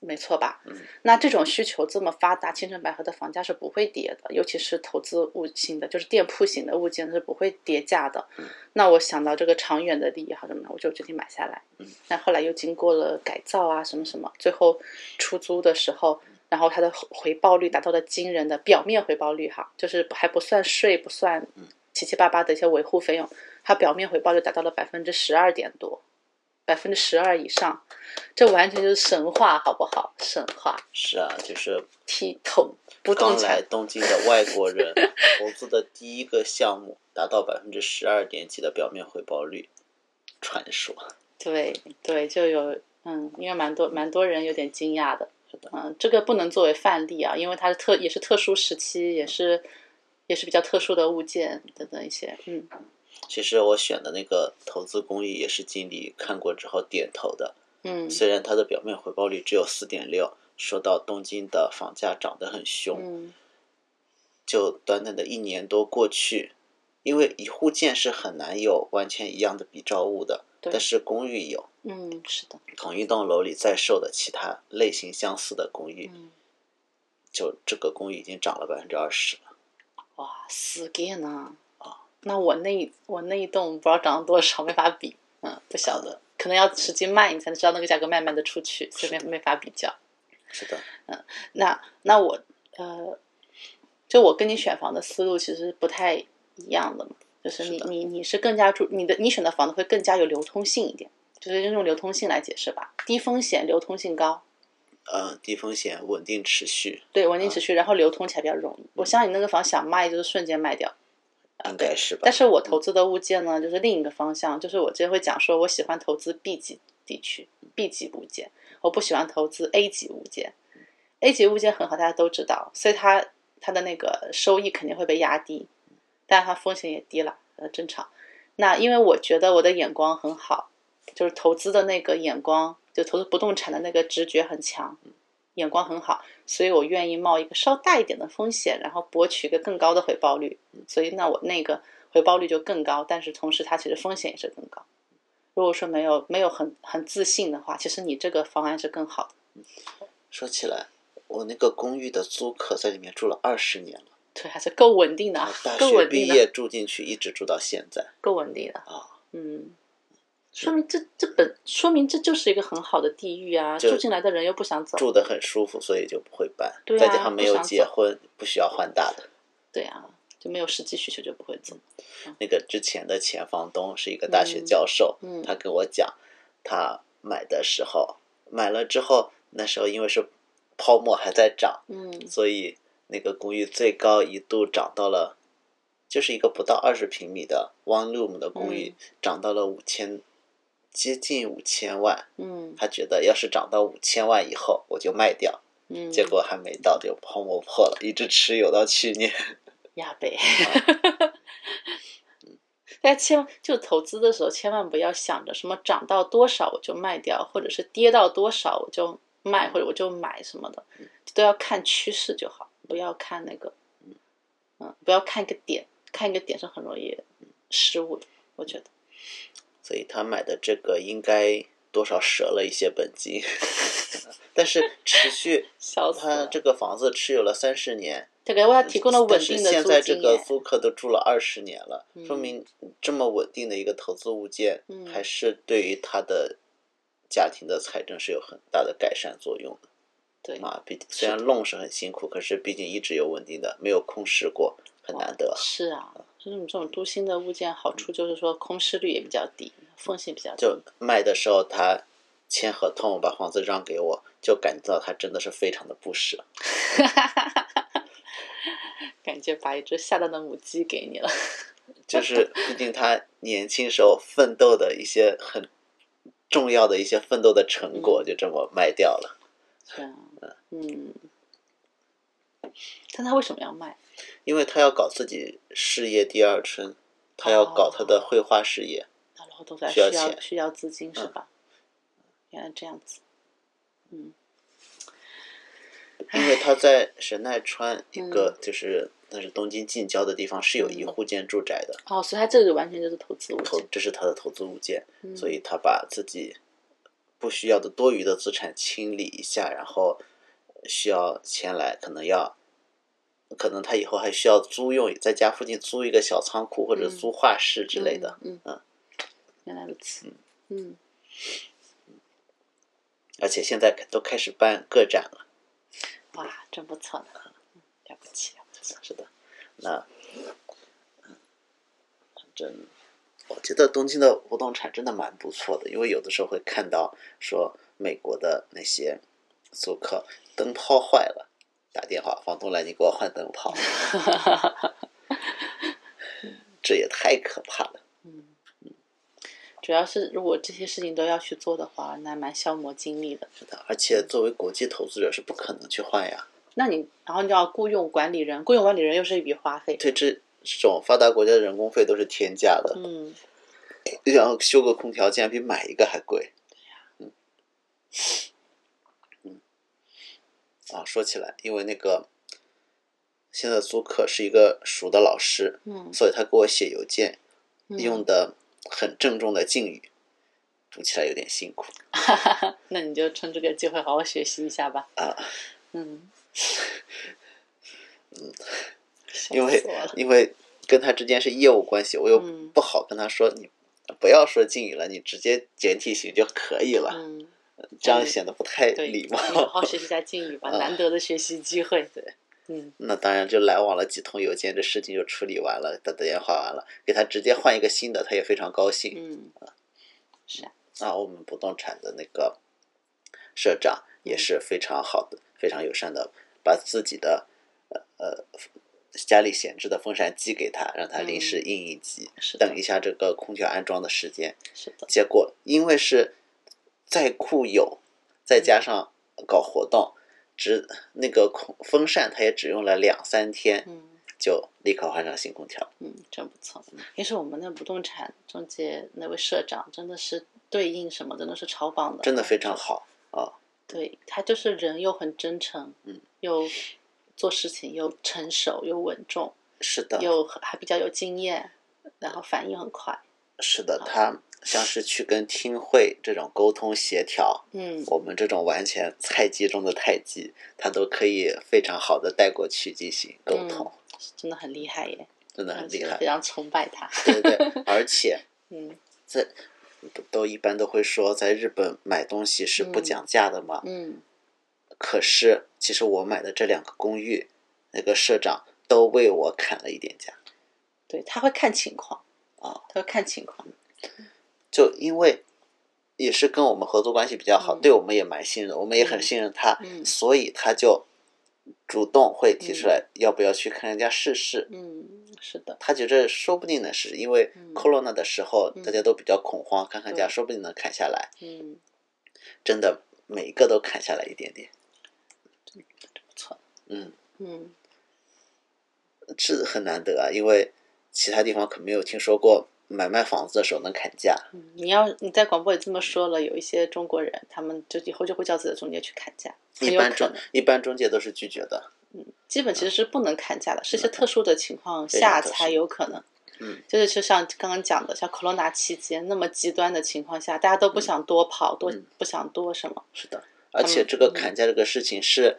B: 没错吧？
A: 嗯
B: 那这种需求这么发达，青城白河的房价是不会跌的，尤其是投资物型的，就是店铺型的物件是不会跌价的。
A: 嗯
B: 那我想到这个长远的利益好什么的，我就决定买下来。
A: 嗯
B: 那后来又经过了改造啊，什么什么，最后出租的时候，然后它的回报率达到了惊人的表面回报率哈，就是还不算税，不算
A: 嗯
B: 七七八八的一些维护费用，它表面回报率达到了百分之十二点多。百分之十二以上，这完全就是神话，好不好？神话
A: 是啊，就是
B: 剔透不动
A: 刚来
B: 产，
A: 东京的外国人投资的第一个项目达到百分之十二点几的表面回报率，传说。
B: 对对，就有嗯，因为蛮多蛮多人有点惊讶的
A: 是的，
B: 嗯，这个不能作为范例啊，因为它是特也是特殊时期，也是也是比较特殊的物件等等一些，嗯
A: 其实我选的那个投资公寓也是经理看过之后点头的，
B: 嗯
A: 虽然它的表面回报率只有四点六，说到东京的房价涨得很凶，
B: 嗯
A: 就短短的一年多过去，因为一户建是很难有完全一样的比照物的，
B: 对
A: 但是公寓有，
B: 嗯，是的，
A: 同一栋楼里在售的其他类型相似的公寓，
B: 嗯，
A: 就这个公寓已经涨了百分之二十了，
B: 哇，死 g 呢哦那我那一我那一栋不知道涨了多少，没法比，嗯，不晓得，可能要实际卖你才能知道那个价格卖没卖得出去，所以没没法比较。
A: 是的，
B: 那那我呃，就我跟你选房的思路其实不太一样的嘛，就是你
A: 是的
B: 你你是更加注你的你选的房子会更加有流通性一点，就是用流通性来解释吧，低风险流通性高，
A: 呃，低风险稳定持续
B: 对稳定持续，然后流通起来比较容易。我相信你那个房想卖就是瞬间卖掉，
A: 应该是吧？
B: 啊但是我投资的物件呢，就是另一个方向，就是我之前会讲说，我喜欢投资 B 级地区 B 级物件，我不喜欢投资 A 级物件。A 级物件很好，大家都知道，所以它它的那个收益肯定会被压低，但它风险也低了，呃，正常。那因为我觉得我的眼光很好，就是投资的那个眼光，就投资不动产的那个直觉很强，眼光很好，所以我愿意冒一个稍大一点的风险，然后博取一个更高的回报率。所以那我那个回报率就更高，但是同时它其实风险也是更高。如果说没有没有很很自信的话，其实你这个方案是更好的。
A: 说起来，我那个公寓的租客在里面住了二十年了，
B: 对，还是够稳定的啊，
A: 大
B: 够
A: 学
B: 稳
A: 毕
B: 定的，
A: 业住进去，一直住到现在
B: 够稳定的。
A: 啊，
B: 嗯，说明这这本说明这就是一个很好的地域啊，
A: 就
B: 住进来的人又不想走。
A: 住得很舒服，所以就不会搬。
B: 对啊
A: 再加上没
B: 不
A: 有
B: 想
A: 结婚，不需要换大的。
B: 对啊，就没有实际需求就不会走。
A: 那个之前的前房东是一个大学教授，
B: 嗯嗯
A: 他跟我讲，他买的时候买了之后，那时候因为是泡沫还在涨，
B: 嗯
A: 所以那个公寓最高一度涨到了，
B: 嗯
A: 就是一个不到二十平米的 one room 的公寓，涨到了五千接近五千万，
B: 嗯
A: 他觉得要是涨到五千万以后我就卖掉，
B: 嗯，
A: 结果还没到就泡沫破了，一直持有到去年。
B: 压背。 大家千万就投资的时候，千万不要想着什么涨到多少我就卖掉，或者是跌到多少我就卖，或者我就买什么的，
A: 嗯
B: 都要看趋势就好，不要看那个，嗯，不要看一个点，看一个点是很容易
A: 嗯
B: 失误的，我觉得。
A: 所以他买的这个应该多少折了一些本金，但是持续
B: 笑死
A: 他
B: 了！
A: 这个房子持有了三十年，
B: 这给为他提供了稳
A: 但是
B: 定的
A: 现
B: 租
A: 在这
B: 金
A: 个
B: 耶，
A: 租客都住了二十年了，
B: 嗯
A: 说明这么稳定的一个投资物件，
B: 嗯
A: 还是对于他的家庭的财政是有很大的改善作用的。
B: 对，
A: 啊，毕竟虽然弄是很辛苦，可是毕竟一直有稳定的，没有空室过，很难得。
B: 是啊，就是你这种都心的物件，好处就是说空室率也比较低，风险比较低。
A: 嗯就卖的时候他签合同把房子让给我，就感觉到他真的是非常的不舍。
B: 感觉把一只下蛋的母鸡 给你了。
A: 就是毕竟他年轻时候奋斗的一些很重要的一些奋斗的成果，就这么卖掉了。
B: 是啊，嗯。但他为什么要卖？
A: 因为他要搞自己事业第二春，他要搞他的绘画事业。
B: 然后都在需
A: 需要
B: 要
A: 钱嗯
B: 需要资金是吧？原来这样子，嗯
A: 因为他在神奈川一个就是那是东京近郊的地方是有一户建住宅的，
B: 哦，所以他这个完全就是投资物
A: 投
B: 件，
A: 这是他的投资物件，
B: 嗯
A: 所以他把自己不需要的多余的资产清理一下，然后需要钱来，可能要，可能他以后还需要租用，在家附近租一个小仓库或者
B: 嗯
A: 租画室之类的。，
B: 嗯，嗯
A: 嗯
B: 原来如此，嗯，
A: 而且现在都开始办个展了，
B: 哇，真不错呢，嗯了不起了不起，
A: 啊是的，那嗯反正我觉得东京的不动产真的蛮不错的，因为有的时候会看到说美国的那些租客灯泡坏了，打电话房东来你给我换灯泡，这也太可怕了。
B: 嗯，主要是如果这些事情都要去做的话，那蛮消磨精力的。
A: 是的，而且作为国际投资者是不可能去换呀。
B: 那你然后你就要雇佣管理人，雇佣管理人又是一笔花费。
A: 对这这种发达国家的人工费都是天价的，
B: 嗯，
A: 然后修个空调竟然比买一个还贵。嗯，嗯，啊，说起来，因为那个现在租客是一个熟的老师，
B: 嗯，
A: 所以他给我写邮件
B: 嗯
A: 用的很郑重的敬语，读起来有点辛苦
B: 那你就趁这个机会好好学习一下吧。
A: 啊，
B: 嗯，
A: 嗯因
B: 笑
A: 为
B: 死我了。
A: 因为跟他之间是业务关系，我又
B: 嗯
A: 不好跟他说你。不要说敬语了，你直接简体型就可以了，
B: 嗯，
A: 这样
B: 嗯
A: 显得不太
B: 对，
A: 礼貌。
B: 你好好学习一下敬语吧，
A: 啊
B: 难得的学习机会。对，嗯，
A: 那当然就来往了几通邮件，这事情就处理完了，打电话完了，给他直接换一个新的，他也非常高兴。
B: 嗯，是啊，
A: 啊，我们不动产的那个社长也是非常好的，非常友善的，把自己的呃呃家里闲置的风扇寄给他，让他临时应一机，
B: 是的
A: 等一，下这个空调安装的时间。
B: 是的，
A: 结果因为是在库有，再加上搞活动，只那个空风扇它也只用了两三天。
B: 嗯。
A: 就立刻换上新空调。
B: 嗯，真不错。也是我们那不动产中介那位社长，真的是对应什么，真的是超棒的，
A: 真的非常好啊！
B: 对他就是人又很真诚，
A: 嗯，
B: 又做事情又成熟又稳重，
A: 是的，
B: 又很还比较有经验，然后反应很快。
A: 是的，他像是去跟听会这种沟通协调，
B: 嗯，
A: 我们这种完全菜鸡中的菜鸡，他都可以非常好的带过去进行沟通，
B: 真的很厉害耶，
A: 真的很厉害
B: 非。常崇拜他。
A: 对对 对，而且
B: 嗯
A: 在都都一般都会说，在日本买东西是不
B: 嗯
A: 讲价的嘛。
B: 嗯，
A: 可是其实我买的这两个公寓，那个社长都为我砍了一点价。
B: 对，他会看情况
A: 哦，
B: 他会看情况。
A: 就因为也是跟我们合作关系比较好，
B: 嗯
A: 对我们也蛮信任的，我们也很
B: 嗯
A: 信任他，
B: 嗯
A: 所以他就主动会提出来要不要去看人家试试。
B: 嗯，是的，
A: 他觉着说不定能试，因为
B: 嗯
A: corona 的时候
B: 嗯
A: 大家都比较恐慌，看看价
B: 对
A: 说不定能砍下来。
B: 嗯，
A: 真的每一个都砍下来一点点。
B: 不错，
A: 嗯，
B: 嗯
A: 这很难得啊，因为其他地方可没有听说过买卖房子的时候能砍价。
B: 嗯，你要你在广播里这么说了，有一些中国人，他们就以后就会叫自己的中介去砍价，很
A: 一
B: 有
A: 般
B: 可
A: 中
B: 能，
A: 一般中介都是拒绝的。
B: 基本其实是不能砍价的，是一些特殊的情况
A: 嗯非常
B: 下
A: 特殊
B: 才有可能。
A: 嗯，
B: 就是就像刚刚讲的，像 corona 期间那么极端的情况下，大家都不想多跑，多
A: 嗯
B: 不想多什么，
A: 是的，而且这
B: 嗯
A: 个砍价这个事情是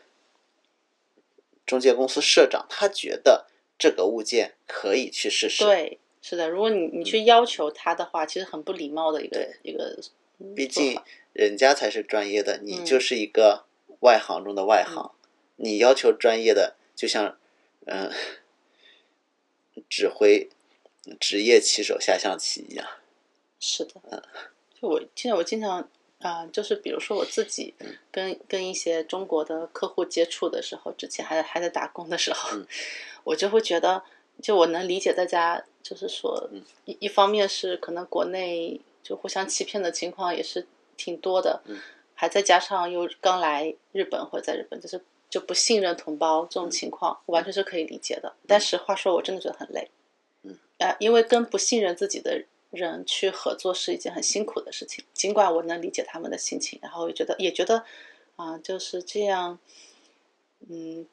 A: 中介公司社长他觉得这个物件可以去试试。，
B: 对，是的。如果你你去要求他的话，其实很不礼貌的一个
A: 对
B: 一个嗯
A: 毕
B: 做
A: 竟
B: 法
A: 人家才是专业的，你
B: 嗯
A: 就是一个外行中的外行。你要求专业的，就像嗯、指挥职业棋手下象棋一样。
B: 是的。嗯就我现在我经常啊、就是比如说我自己
A: 嗯
B: 跟跟一些中国的客户接触的时候，之前还还在打工的时候，
A: 嗯
B: 我就会觉得，就我能理解大家，就是说
A: 嗯
B: 一一方面是可能国内就互相欺骗的情况也是挺多的，
A: 嗯
B: 还再加上又刚来日本或者在日本就是。就不信任同胞这
A: 嗯
B: 种情况，我完全是可以理解的。但实话说，我真的觉得很累。
A: 嗯，
B: 呃，因为跟不信任自己的人去合作是一件很辛苦的事情。尽管我能理解他们的心情，然后也觉得也觉得啊、就是这样，嗯，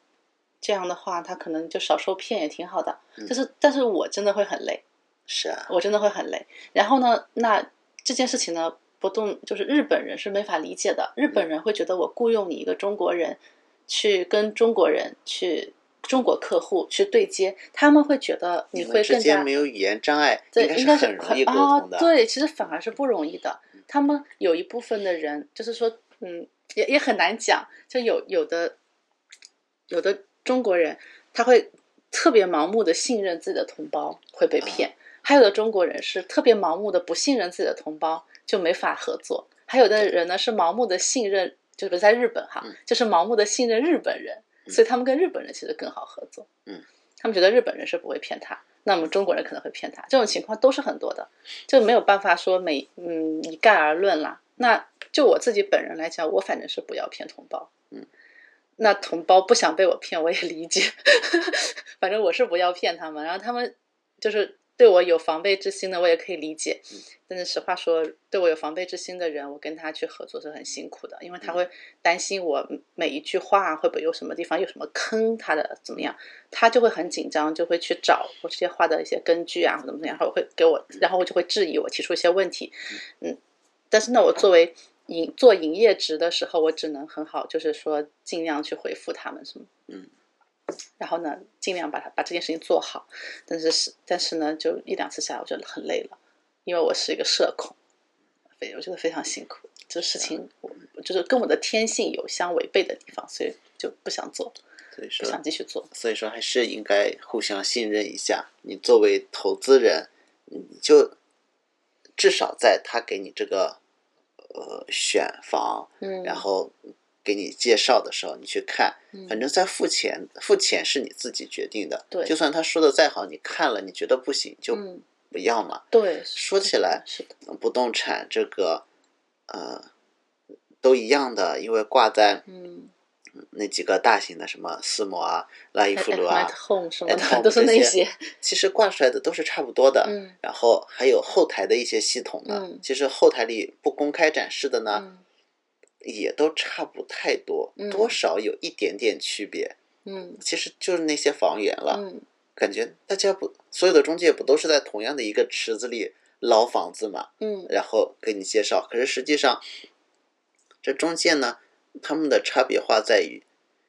B: 这样的话，他可能就少受骗也挺好的。
A: 嗯
B: 就是，但是我真的会很累，
A: 是啊，
B: 我真的会很累。然后呢，那这件事情呢，不动就是日本人是没法理解的。日
A: 嗯
B: 本人会觉得我雇佣你一个中国人去跟中国人去。中国客户去对接，他们会觉得你
A: 们
B: 会
A: 之
B: 更
A: 间
B: 加
A: 没有语言障碍，
B: 对，
A: 该
B: 应
A: 是
B: 该是
A: 很容易沟
B: 啊
A: 通的。，嗯
B: 对，其实反而是不容易的。他们有一部分的人，就是说，嗯，也也很难讲。就有有的有的中国人，他会特别盲目的信任自己的同胞会被
A: 啊
B: 骗，还有的中国人是特别盲目的不信任自己的同胞，就没法合作。还有的人呢是盲目的信任，就是在日本哈，
A: 嗯
B: 就是盲目的信任日本人，
A: 嗯
B: 所以他们跟日本人其实更好合作。
A: 嗯，
B: 他们觉得日本人是不会骗他，那么中国人可能会骗他，这种情况都是很多的，就没有办法说每嗯一概而论啦。那就我自己本人来讲，我反正是不要骗同胞。
A: 嗯，
B: 那同胞不想被我骗，我也理解。 反正我是不要骗他们，然后他们就是对我有防备之心的，我也可以理解。但是实话说，对我有防备之心的人，我跟他去合作是很辛苦的，因为他会担心我每一句话会不会有什么地方有什么坑他的怎么样，他就会很紧张，就会去找我这些话的一些根据啊，或怎么怎么样，然后会给我，然后我就会质疑我，提出一些问题，嗯，但是呢，我作为营做营业职的时候，我只能很好，就是说尽量去回复他们什么，
A: 嗯，
B: 然后呢，尽量把它把这件事情做好，但是是但是呢，就一两次下来，我觉得很累了。因为我是一个社恐，非我觉得非常辛苦。这事情
A: 嗯
B: 我我就是跟我的天性有相违背的地方，所以就不想做，
A: 所以
B: 不
A: 说
B: 想继续做。
A: 所以说还是应该互相信任一下。你作为投资人，你就至少在他给你这个呃选房，
B: 嗯
A: 然后给你介绍的时候，你去看，反正在付钱，付钱是你自己决定的。
B: 嗯对
A: 就算他说的再好，你看了你觉得不行就
B: 嗯，
A: 不要嘛。
B: 对，
A: 说起来
B: 是的，
A: 不动产这个，呃，都一样的，因为挂在
B: 嗯，
A: 那几个大型的什么思摩啊、
B: 哎
A: 拉伊夫卢
B: at
A: 啊
B: 嗯 at，home 什么
A: at home
B: 的都是那
A: 这
B: 些
A: 些，其实挂出来的都是差不多的。
B: 嗯
A: 然后还有后台的一些系统呢，
B: 嗯
A: 其实后台里不公开展示的呢，
B: 嗯
A: 也都差不太多，
B: 嗯
A: 多少有一点点区别。
B: 嗯
A: 其实就是那些房源了，
B: 嗯，
A: 感觉大家不所有的中介不都是在同样的一个池子里捞房子嘛，
B: 嗯
A: 然后给你介绍。可是实际上，这中介呢，他们的差别化在于，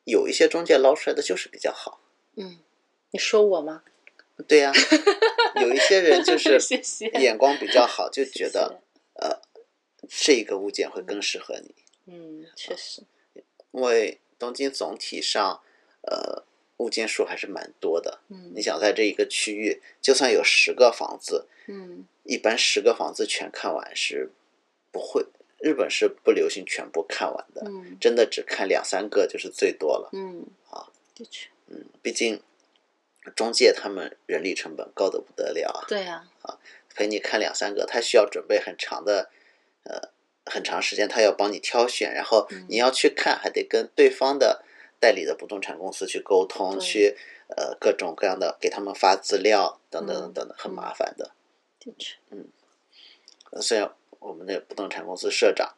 A: 有一些中介捞出来的就是比较好。
B: 嗯，你说我吗？
A: 对呀、有一些人 就是
B: 谢谢，
A: 眼光比较好，就
B: 谢
A: 觉得呃，这个物件会更适合你。
B: 谢嗯，确实，
A: 因为东京总体上，呃，物件数还是蛮多的。
B: 嗯，
A: 你想在这一个区域，就算有十个房子，
B: 嗯
A: 一般十个房子全看完是不会日本是不流行全部看完的，
B: 嗯
A: 真的只看两三个就是最多了。
B: 嗯，
A: 好，
B: 的确，
A: 嗯，毕竟中介他们人力成本高的不得了啊，
B: 对呀、
A: 陪你看两三个，他需要准备很长的，呃，很长时间，他要帮你挑选，然后
B: 嗯
A: 你要去看，还得跟对方的代理的不动产公司去沟通，
B: 对
A: 去呃各种各样的给他们发资料等等等等的，很
B: 嗯
A: 麻烦的。
B: 的确，
A: 呃虽然我们那不动产公司社长，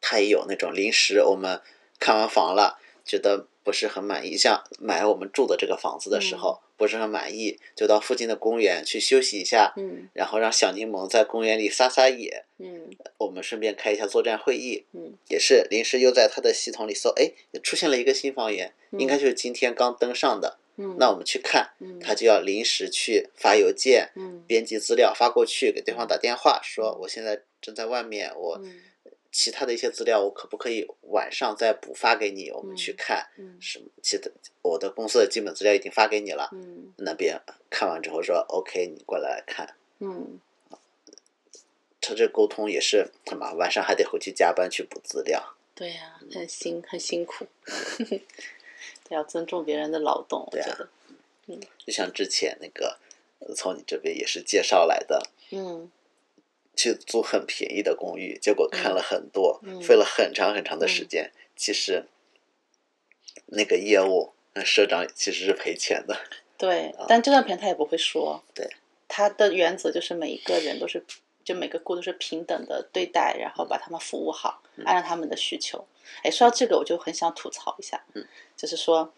A: 他也有那种临时我们看完房了，觉得不是很满意，像买我们住的这个房子的
B: 嗯
A: 时候、不是很满意，就到附近的公园去休息一下，
B: 嗯
A: 然后让小柠檬在公园里撒撒野，
B: 嗯
A: 我们顺便开一下作战会议。
B: 嗯
A: 也是临时又在他的系统里搜，哎，出现了一个新房源，
B: 嗯
A: 应该就是今天刚登上的，
B: 嗯，
A: 那我们去看，
B: 嗯
A: 他就要临时去发邮件，
B: 嗯
A: 编辑资料发过去，给对方打电话说
B: 嗯
A: 我现在正在外面，我
B: 嗯
A: 其他的一些资料我可不可以晚上再补发给你，我们去
B: 嗯
A: 看
B: 嗯
A: 什么？其他我的公司的基本资料已经发给你了，
B: 嗯
A: 那边看完之后说 OK，你过来看。
B: 嗯，
A: 他这沟通也是很麻烦，晚上还得回去加班去补资料。
B: 嗯对呀、很辛很辛苦， 要尊重别人的劳动，我
A: 对
B: 觉
A: 啊
B: 得，
A: 就像之前那个呃从你这边也是介绍来的，
B: 嗯
A: 去租很便宜的公寓，结果看了很多，
B: 嗯
A: 费了很长很长的时间。其实那个业务，那社长其实是赔钱的。
B: 对，但这段片他也不会说。
A: 啊对，
B: 他的原则就是每一个人都是，就每个顾都是平等的对待，然后把他们服务好，
A: 嗯
B: 按照他们的需求。哎，说到这个，我就很想吐槽一下，
A: 嗯，
B: 就是说，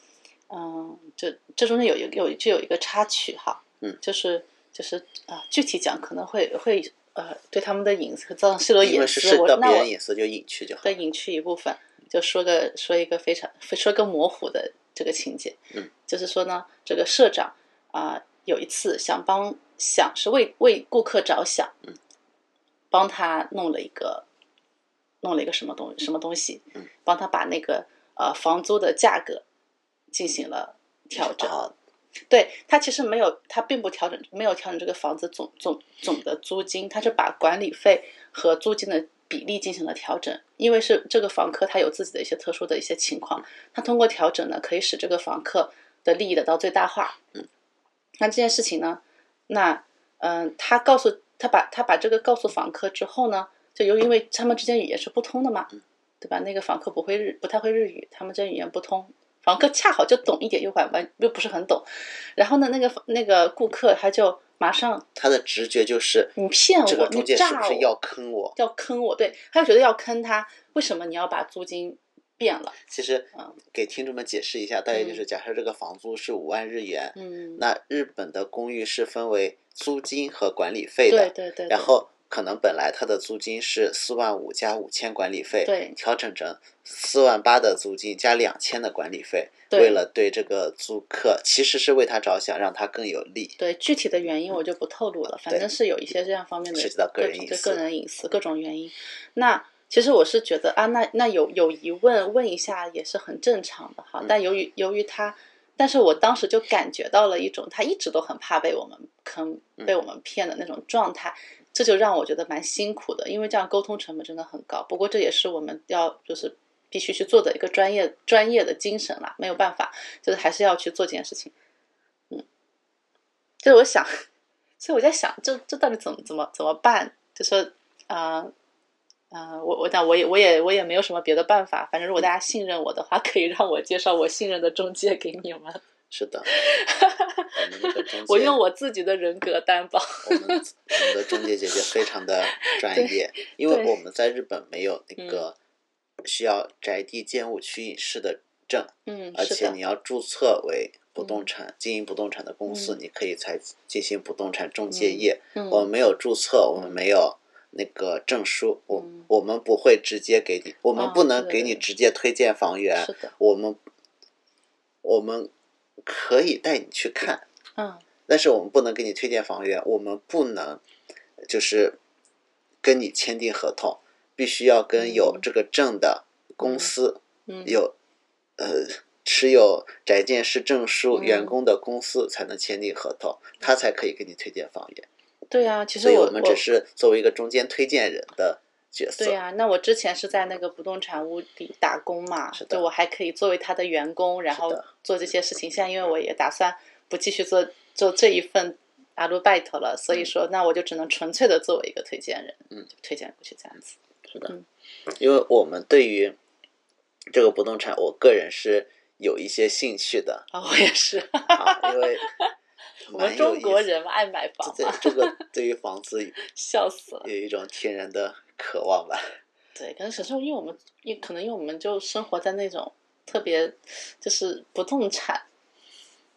B: 嗯，就这中间有一有就有一个插曲哈，
A: 嗯，
B: 就是就是啊、具体讲可能会会呃对他们的隐私造成泄露
A: 因为
B: 隐
A: 是
B: 私，
A: 涉及
B: 我
A: 到
B: 那
A: 别
B: 我
A: 人隐私就隐去就好
B: 再。隐去一部分，就说个说一个非常说一个模糊的这个情节，
A: 嗯，
B: 就是说呢，这个社长啊、有一次想帮想是为为顾客着想，嗯，帮他弄了一个弄了一个什么东什么东西，
A: 嗯，
B: 帮他把那个呃房租的价格进行了调整，
A: 啊，
B: 对他其实没有，他并不调整，没有调整这个房子总总总的租金，他是把管理费和租金的比例进行了调整。因为是这个房客他有自己的一些特殊的一些情况，他通过调整呢，可以使这个房客的利益得到最大化。
A: 嗯，
B: 那这件事情呢，那嗯、他告诉他把他把这个告诉房客之后呢，就由于因为他们之间语言是不通的嘛，对吧？那个房客不会日不太会日语，他们之间语言不通。房客恰好就懂一点，又完完又不是很懂，然后呢，那个那个顾客他就马上
A: 他的直觉就是
B: 你骗
A: 这个
B: 我，你
A: 中介是不
B: 诈
A: 是
B: 我，嗯
A: 要坑我？
B: 要坑我，对，他就觉得要坑他，为什么你要把租金变了？
A: 其实
B: 嗯
A: 给听众们解释一下，大概就是假设这个房租是五万日元，
B: 嗯，
A: 那日本的公寓是分为租金和管理费
B: 对
A: 的。
B: 对对对，
A: 然后可能本来它的租金是四万五加五千管理费，
B: 对
A: 调整成四万八的租金加两千的管理费，
B: 对
A: 为了对这个租客其实是为他着想，让他更有利。
B: 对具体的原因我就不透露了，反正是有一些这样方面的
A: 涉及到个
B: 各
A: 人
B: 种
A: 隐
B: 对
A: 私
B: 个人隐私各种原因。那其实我是觉得啊，那那有有疑问问一下也是很正常的
A: 嗯
B: 哈。但由于由于他，但是我当时就感觉到了一种他一直都很怕被我们坑、
A: 嗯
B: 被我们骗的那种状态，这就让我觉得蛮辛苦的，因为这样沟通成本真的很高。不过这也是我们要就是必须去做的一个专业专业的精神啦，没有办法，就是还是要去做这件事情。就是我想，所以我在想，这这到底怎么怎么怎么办？就说，呃，呃，我我但我也我也我也没有什么别的办法。反正如果大家信任我的话，可以让我介绍我信任的中介给你们。
A: 是 的，我们那个中介，
B: 我用
A: 我
B: 我自己的人格担保。
A: 们我们的中介姐姐非常的专业，因为
B: 对嗯
A: 我们在日本没有那个需要宅地建物取引师的证，
B: 嗯，
A: 而
B: 是
A: 且
B: 的
A: 你，要注册为不动产、经营不动产的公司，
B: 嗯
A: 你可以才进行不动产中介业。我们
B: 嗯，
A: 没有注册，我们没有那个证书，我
B: 嗯
A: 我们不会直接给你，我们
B: 啊
A: 不能
B: 对
A: 给
B: 对
A: 你
B: 对
A: 直接推荐房源
B: 是，的，
A: 我们我们可以带你去看，
B: 嗯
A: 但是我们不能给你推荐房源，我们不能就是跟你签订合同，必须要跟有
B: 嗯
A: 这个证的公司。
B: 嗯，
A: 有呃持有宅建师证书
B: 嗯
A: 员工的公司才能签订合同，他才可以给你推荐房源。
B: 对啊，其实
A: 所以
B: 我
A: 我们只是作为一个中间推荐人的角色。
B: 对呀、那我之前是在那个不动产屋里打工嘛，
A: 是的
B: 对我还可以作为他的员工，然后
A: 是的
B: 做这些事情。现在因为我也打算不继续做做这一份阿鲁拜特了，所以说那我就只能纯粹的作为一个推荐人，
A: 嗯，
B: 就推荐过去这样子。
A: 是的
B: 嗯，
A: 因为我们对于这个不动产，我个人是有一些兴趣的
B: 啊、我也 是，
A: 啊，因为
B: 我
A: 蛮
B: 们
A: 有
B: 中国
A: 意思
B: 人嘛爱买房
A: 对
B: 嘛，
A: 这个对于房子
B: 笑死了。
A: 有一种天然的渴望吧。
B: 对，可能小时候因为我们也可能因为我们就生活在那种特别就是不动产，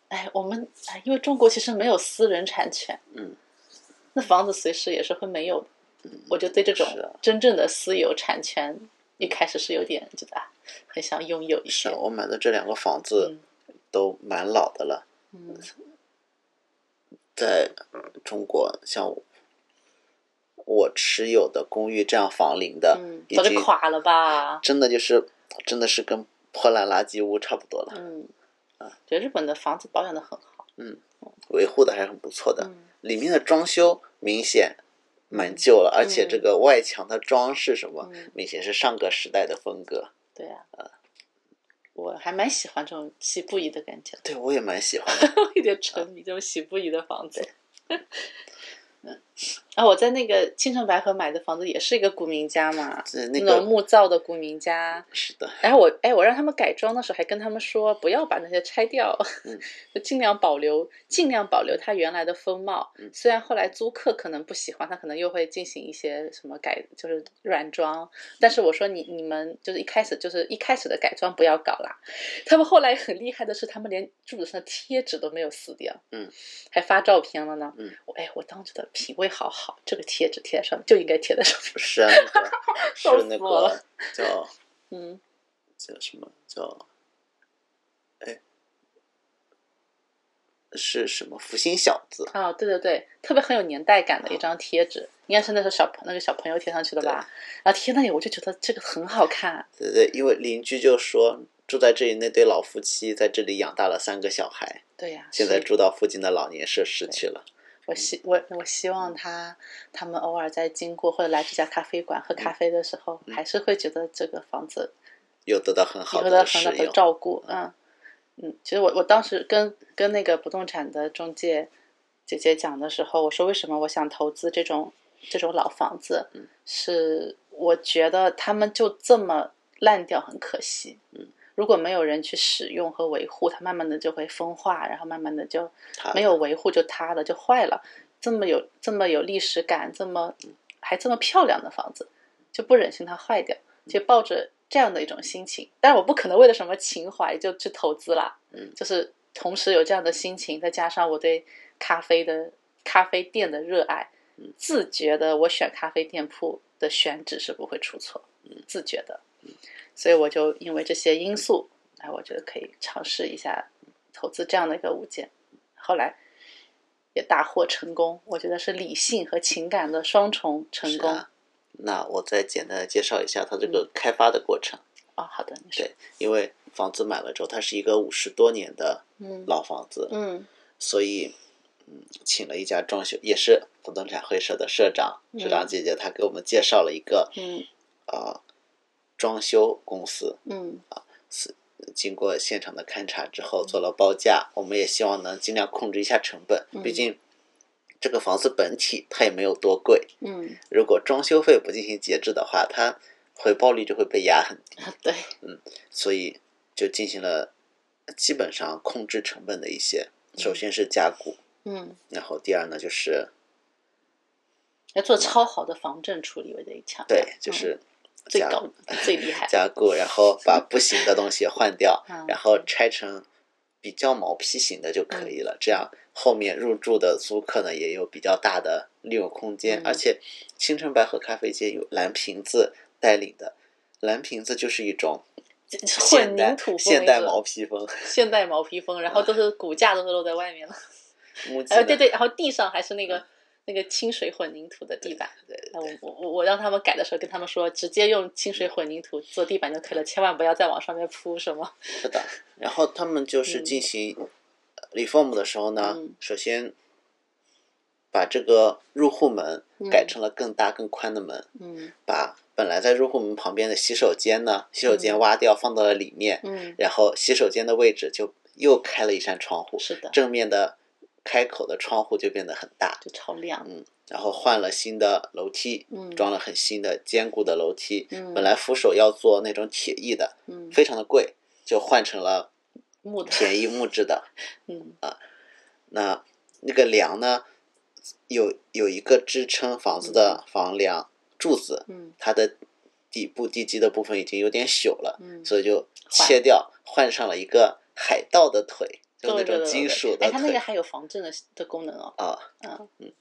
B: 哎，我们哎，因为中国其实没有私人产权，
A: 嗯，
B: 那房子随时也是会没有的。我就对这种
A: 是啊的
B: 真正的私有产权，一开始是有点觉得啊，很想拥有一
A: 是啊
B: 些。
A: 我买的这两个房子
B: 嗯
A: 都蛮老的了，
B: 嗯，
A: 在呃中国像我持有的公寓这样房龄的
B: 嗯，
A: 已
B: 早就
A: 经
B: 垮了吧？
A: 真的就是真的是跟破烂垃圾屋差不多了，
B: 嗯，
A: 啊
B: 觉得日本的房子保养的很好。
A: 维护的还是很不错的。
B: 嗯，
A: 里面的装修明显蛮旧了，而且这个外墙的装饰什么，
B: 嗯
A: 明显是上个时代的风格。
B: 对啊，
A: 呃
B: 我还蛮喜欢这种喜不宜的感觉的。
A: 对我也蛮喜欢的。
B: 有点沉迷这种洗不宜的房子。啊，我在那个青城白河买的房子也是一个古民家嘛，
A: 是那
B: 种
A: 个
B: 木造的古民家。
A: 是的，
B: 然后我哎，我让他们改装的时候还跟他们说，不要把那些拆掉，
A: 嗯
B: 就尽量保留，尽量保留它原来的风貌。
A: 嗯
B: 虽然后来租客可能不喜欢，他可能又会进行一些什么改，就是软装。但是我说你你们就是一开始就是一开始的改装不要搞啦。他们后来很厉害的是，他们连柱子上的贴纸都没有撕掉，
A: 嗯，
B: 还发照片了呢。
A: 嗯，
B: 我哎，我当时觉得品味好好，这个贴纸贴在上面就应该贴在上面。
A: 是啊，那个
B: 笑
A: 是那
B: 死我
A: 个
B: 了
A: 叫
B: 嗯，
A: 叫什么叫哎是什么福星小子。
B: 啊、对对对，特别很有年代感的一张贴纸，应该是那时候小朋那个小朋友贴上去的吧？然后贴那里，我就觉得这个很好看，
A: 对对，因为邻居就说住在这里那对老夫妻在这里养大了三个小孩，
B: 对呀、
A: 现在
B: 所以
A: 住到附近的老年社区去了。
B: 我希我我希望他他们偶尔在经过或者来这家咖啡馆喝咖啡的时候，还是会觉得这个房子
A: 又得到很
B: 以
A: 好
B: 后的
A: 的
B: 很
A: 使
B: 好的
A: 用，
B: 照顾，嗯嗯。其实我我当时跟跟那个不动产的中介姐姐讲的时候，我说为什么我想投资这种这种老房子，
A: 嗯
B: 是我觉得他们就这么烂掉很可惜，
A: 嗯。
B: 如果没有人去使用和维护，它慢慢的就会风化，然后慢慢的就
A: 它
B: 没有维护就塌了，就坏了。这么有这么有历史感，这么还这么漂亮的房子，就不忍心它坏掉，就抱着这样的一种心情。但是我不可能为了什么情怀就去投资啦，
A: 嗯
B: 就是同时有这样的心情，再加上我对咖啡的咖啡店的热爱，
A: 嗯
B: 自觉的我选咖啡店铺的选址是不会出错，
A: 嗯
B: 自觉的，所以我就因为这些因素，哎，我觉得可以尝试一下投资这样的一个物件，后来。也大获成功，我觉得是理性和情感的双重成功。
A: 是啊那我再简单的介绍一下它这
B: 嗯
A: 个开发的过程。
B: 哦，好的，你说
A: 对，因为房子买了之后，它是一个五十多年的
B: 嗯
A: 老房子，
B: 嗯
A: 所以嗯，请了一家装修，也是不动产会社的社长，
B: 嗯
A: 社长姐姐她给我们介绍了一个
B: 嗯
A: 呃装修公司，
B: 嗯
A: 经过现场的勘察之后做了报价，我们也希望能尽量控制一下成本，
B: 嗯
A: 毕竟这个房子本体它也没有多贵，
B: 嗯，
A: 如果装修费不进行节制的话，它回报率就会被压很低，
B: 啊对，
A: 所以就进行了基本上控制成本的一些，首先是加固，
B: 嗯，
A: 然后第二呢就是
B: 要做超好的防震处理，我得强调，
A: 对，就
B: 嗯
A: 是
B: 最
A: 加
B: 高最厉害，
A: 加固，然后把不行的东西换掉
B: 嗯，
A: 然后拆成比较毛坯型的就
B: 嗯
A: 可以了。这样后面入住的租客呢也有比较大的利用空间，
B: 嗯
A: 而且青城白河咖啡街有蓝瓶子带领的，蓝瓶子就是一种
B: 这
A: 现
B: 混
A: 代
B: 凝土风
A: 现代
B: 为主
A: 毛坯风，
B: 现代毛坯风，然后都是骨架都是露在外 面了，
A: 木质
B: 哎
A: 的
B: 对对，然后地上还是那个那个清水混凝土的地板。
A: 对
B: 哎我我我我让他们改的时候跟他们说，直接用清水混凝土做地板就可以了，千万不要再往上面铺什么。
A: 是的。然后
B: 嗯
A: 他们就是进行 reform 的时候呢，
B: 嗯
A: 首先把这个入户门
B: 嗯
A: 改成了更大更宽的门，
B: 嗯
A: 把本来在入户门旁边的洗手间呢，洗手间
B: 嗯
A: 挖掉放到了里面，
B: 嗯，
A: 然后洗手间的位置就又开了一扇窗户，
B: 是的，
A: 正面的开口的窗户就变得很大，
B: 就超亮。
A: 然后换了新的楼梯，
B: 嗯
A: 装了很新的坚固的楼梯，
B: 嗯
A: 本来扶手要做那种铁艺的，
B: 嗯，
A: 非常的贵，就换成了
B: 木 的，
A: 便宜木质的。
B: 嗯
A: 那那个梁呢，有有一个支撑房子的房梁柱子，
B: 嗯
A: 它的底部地基的部分已经有点朽了，
B: 嗯，
A: 所以就切掉，换上了一个海盗的腿，就那
B: 对对
A: 种
B: 对
A: 金
B: 对
A: 属
B: 哎，
A: 的
B: 它那
A: 腿
B: 个还有防震的的功能哦。
A: 啊，
B: 嗯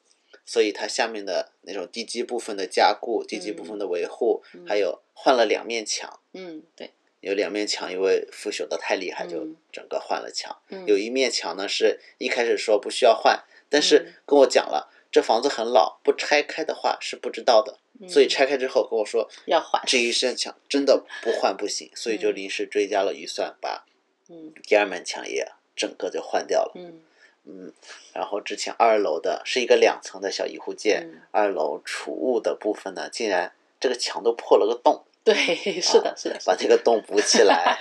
A: 所以它下面的那种地基部分的加固、地基部分的维护，
B: 嗯
A: 还有换了两面墙。
B: 嗯，对，
A: 有两面墙，因为腐朽的太厉害，就
B: 嗯
A: 整个换了墙。
B: 嗯
A: 有一面墙呢是一开始说不需要换，但是
B: 嗯
A: 跟我讲了，这房子很老，不拆开的话是不知道的，所以拆开之后跟我说
B: 嗯要换。
A: 这一扇墙真的不换不行，所以就
B: 嗯
A: 临时追加了预算，把
B: 嗯
A: 第二面墙也整个就换掉了。
B: 嗯
A: 嗯，然后之前二楼的是一个两层的小一户建，
B: 嗯，
A: 二楼储物的部分呢，竟然这个墙都破了个洞。
B: 对，是的，是的，
A: 把这个洞补起 来，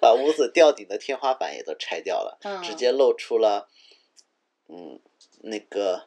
A: 把屋子吊顶的天花板也都拆掉了，
B: 嗯
A: 直接露出了，嗯，那个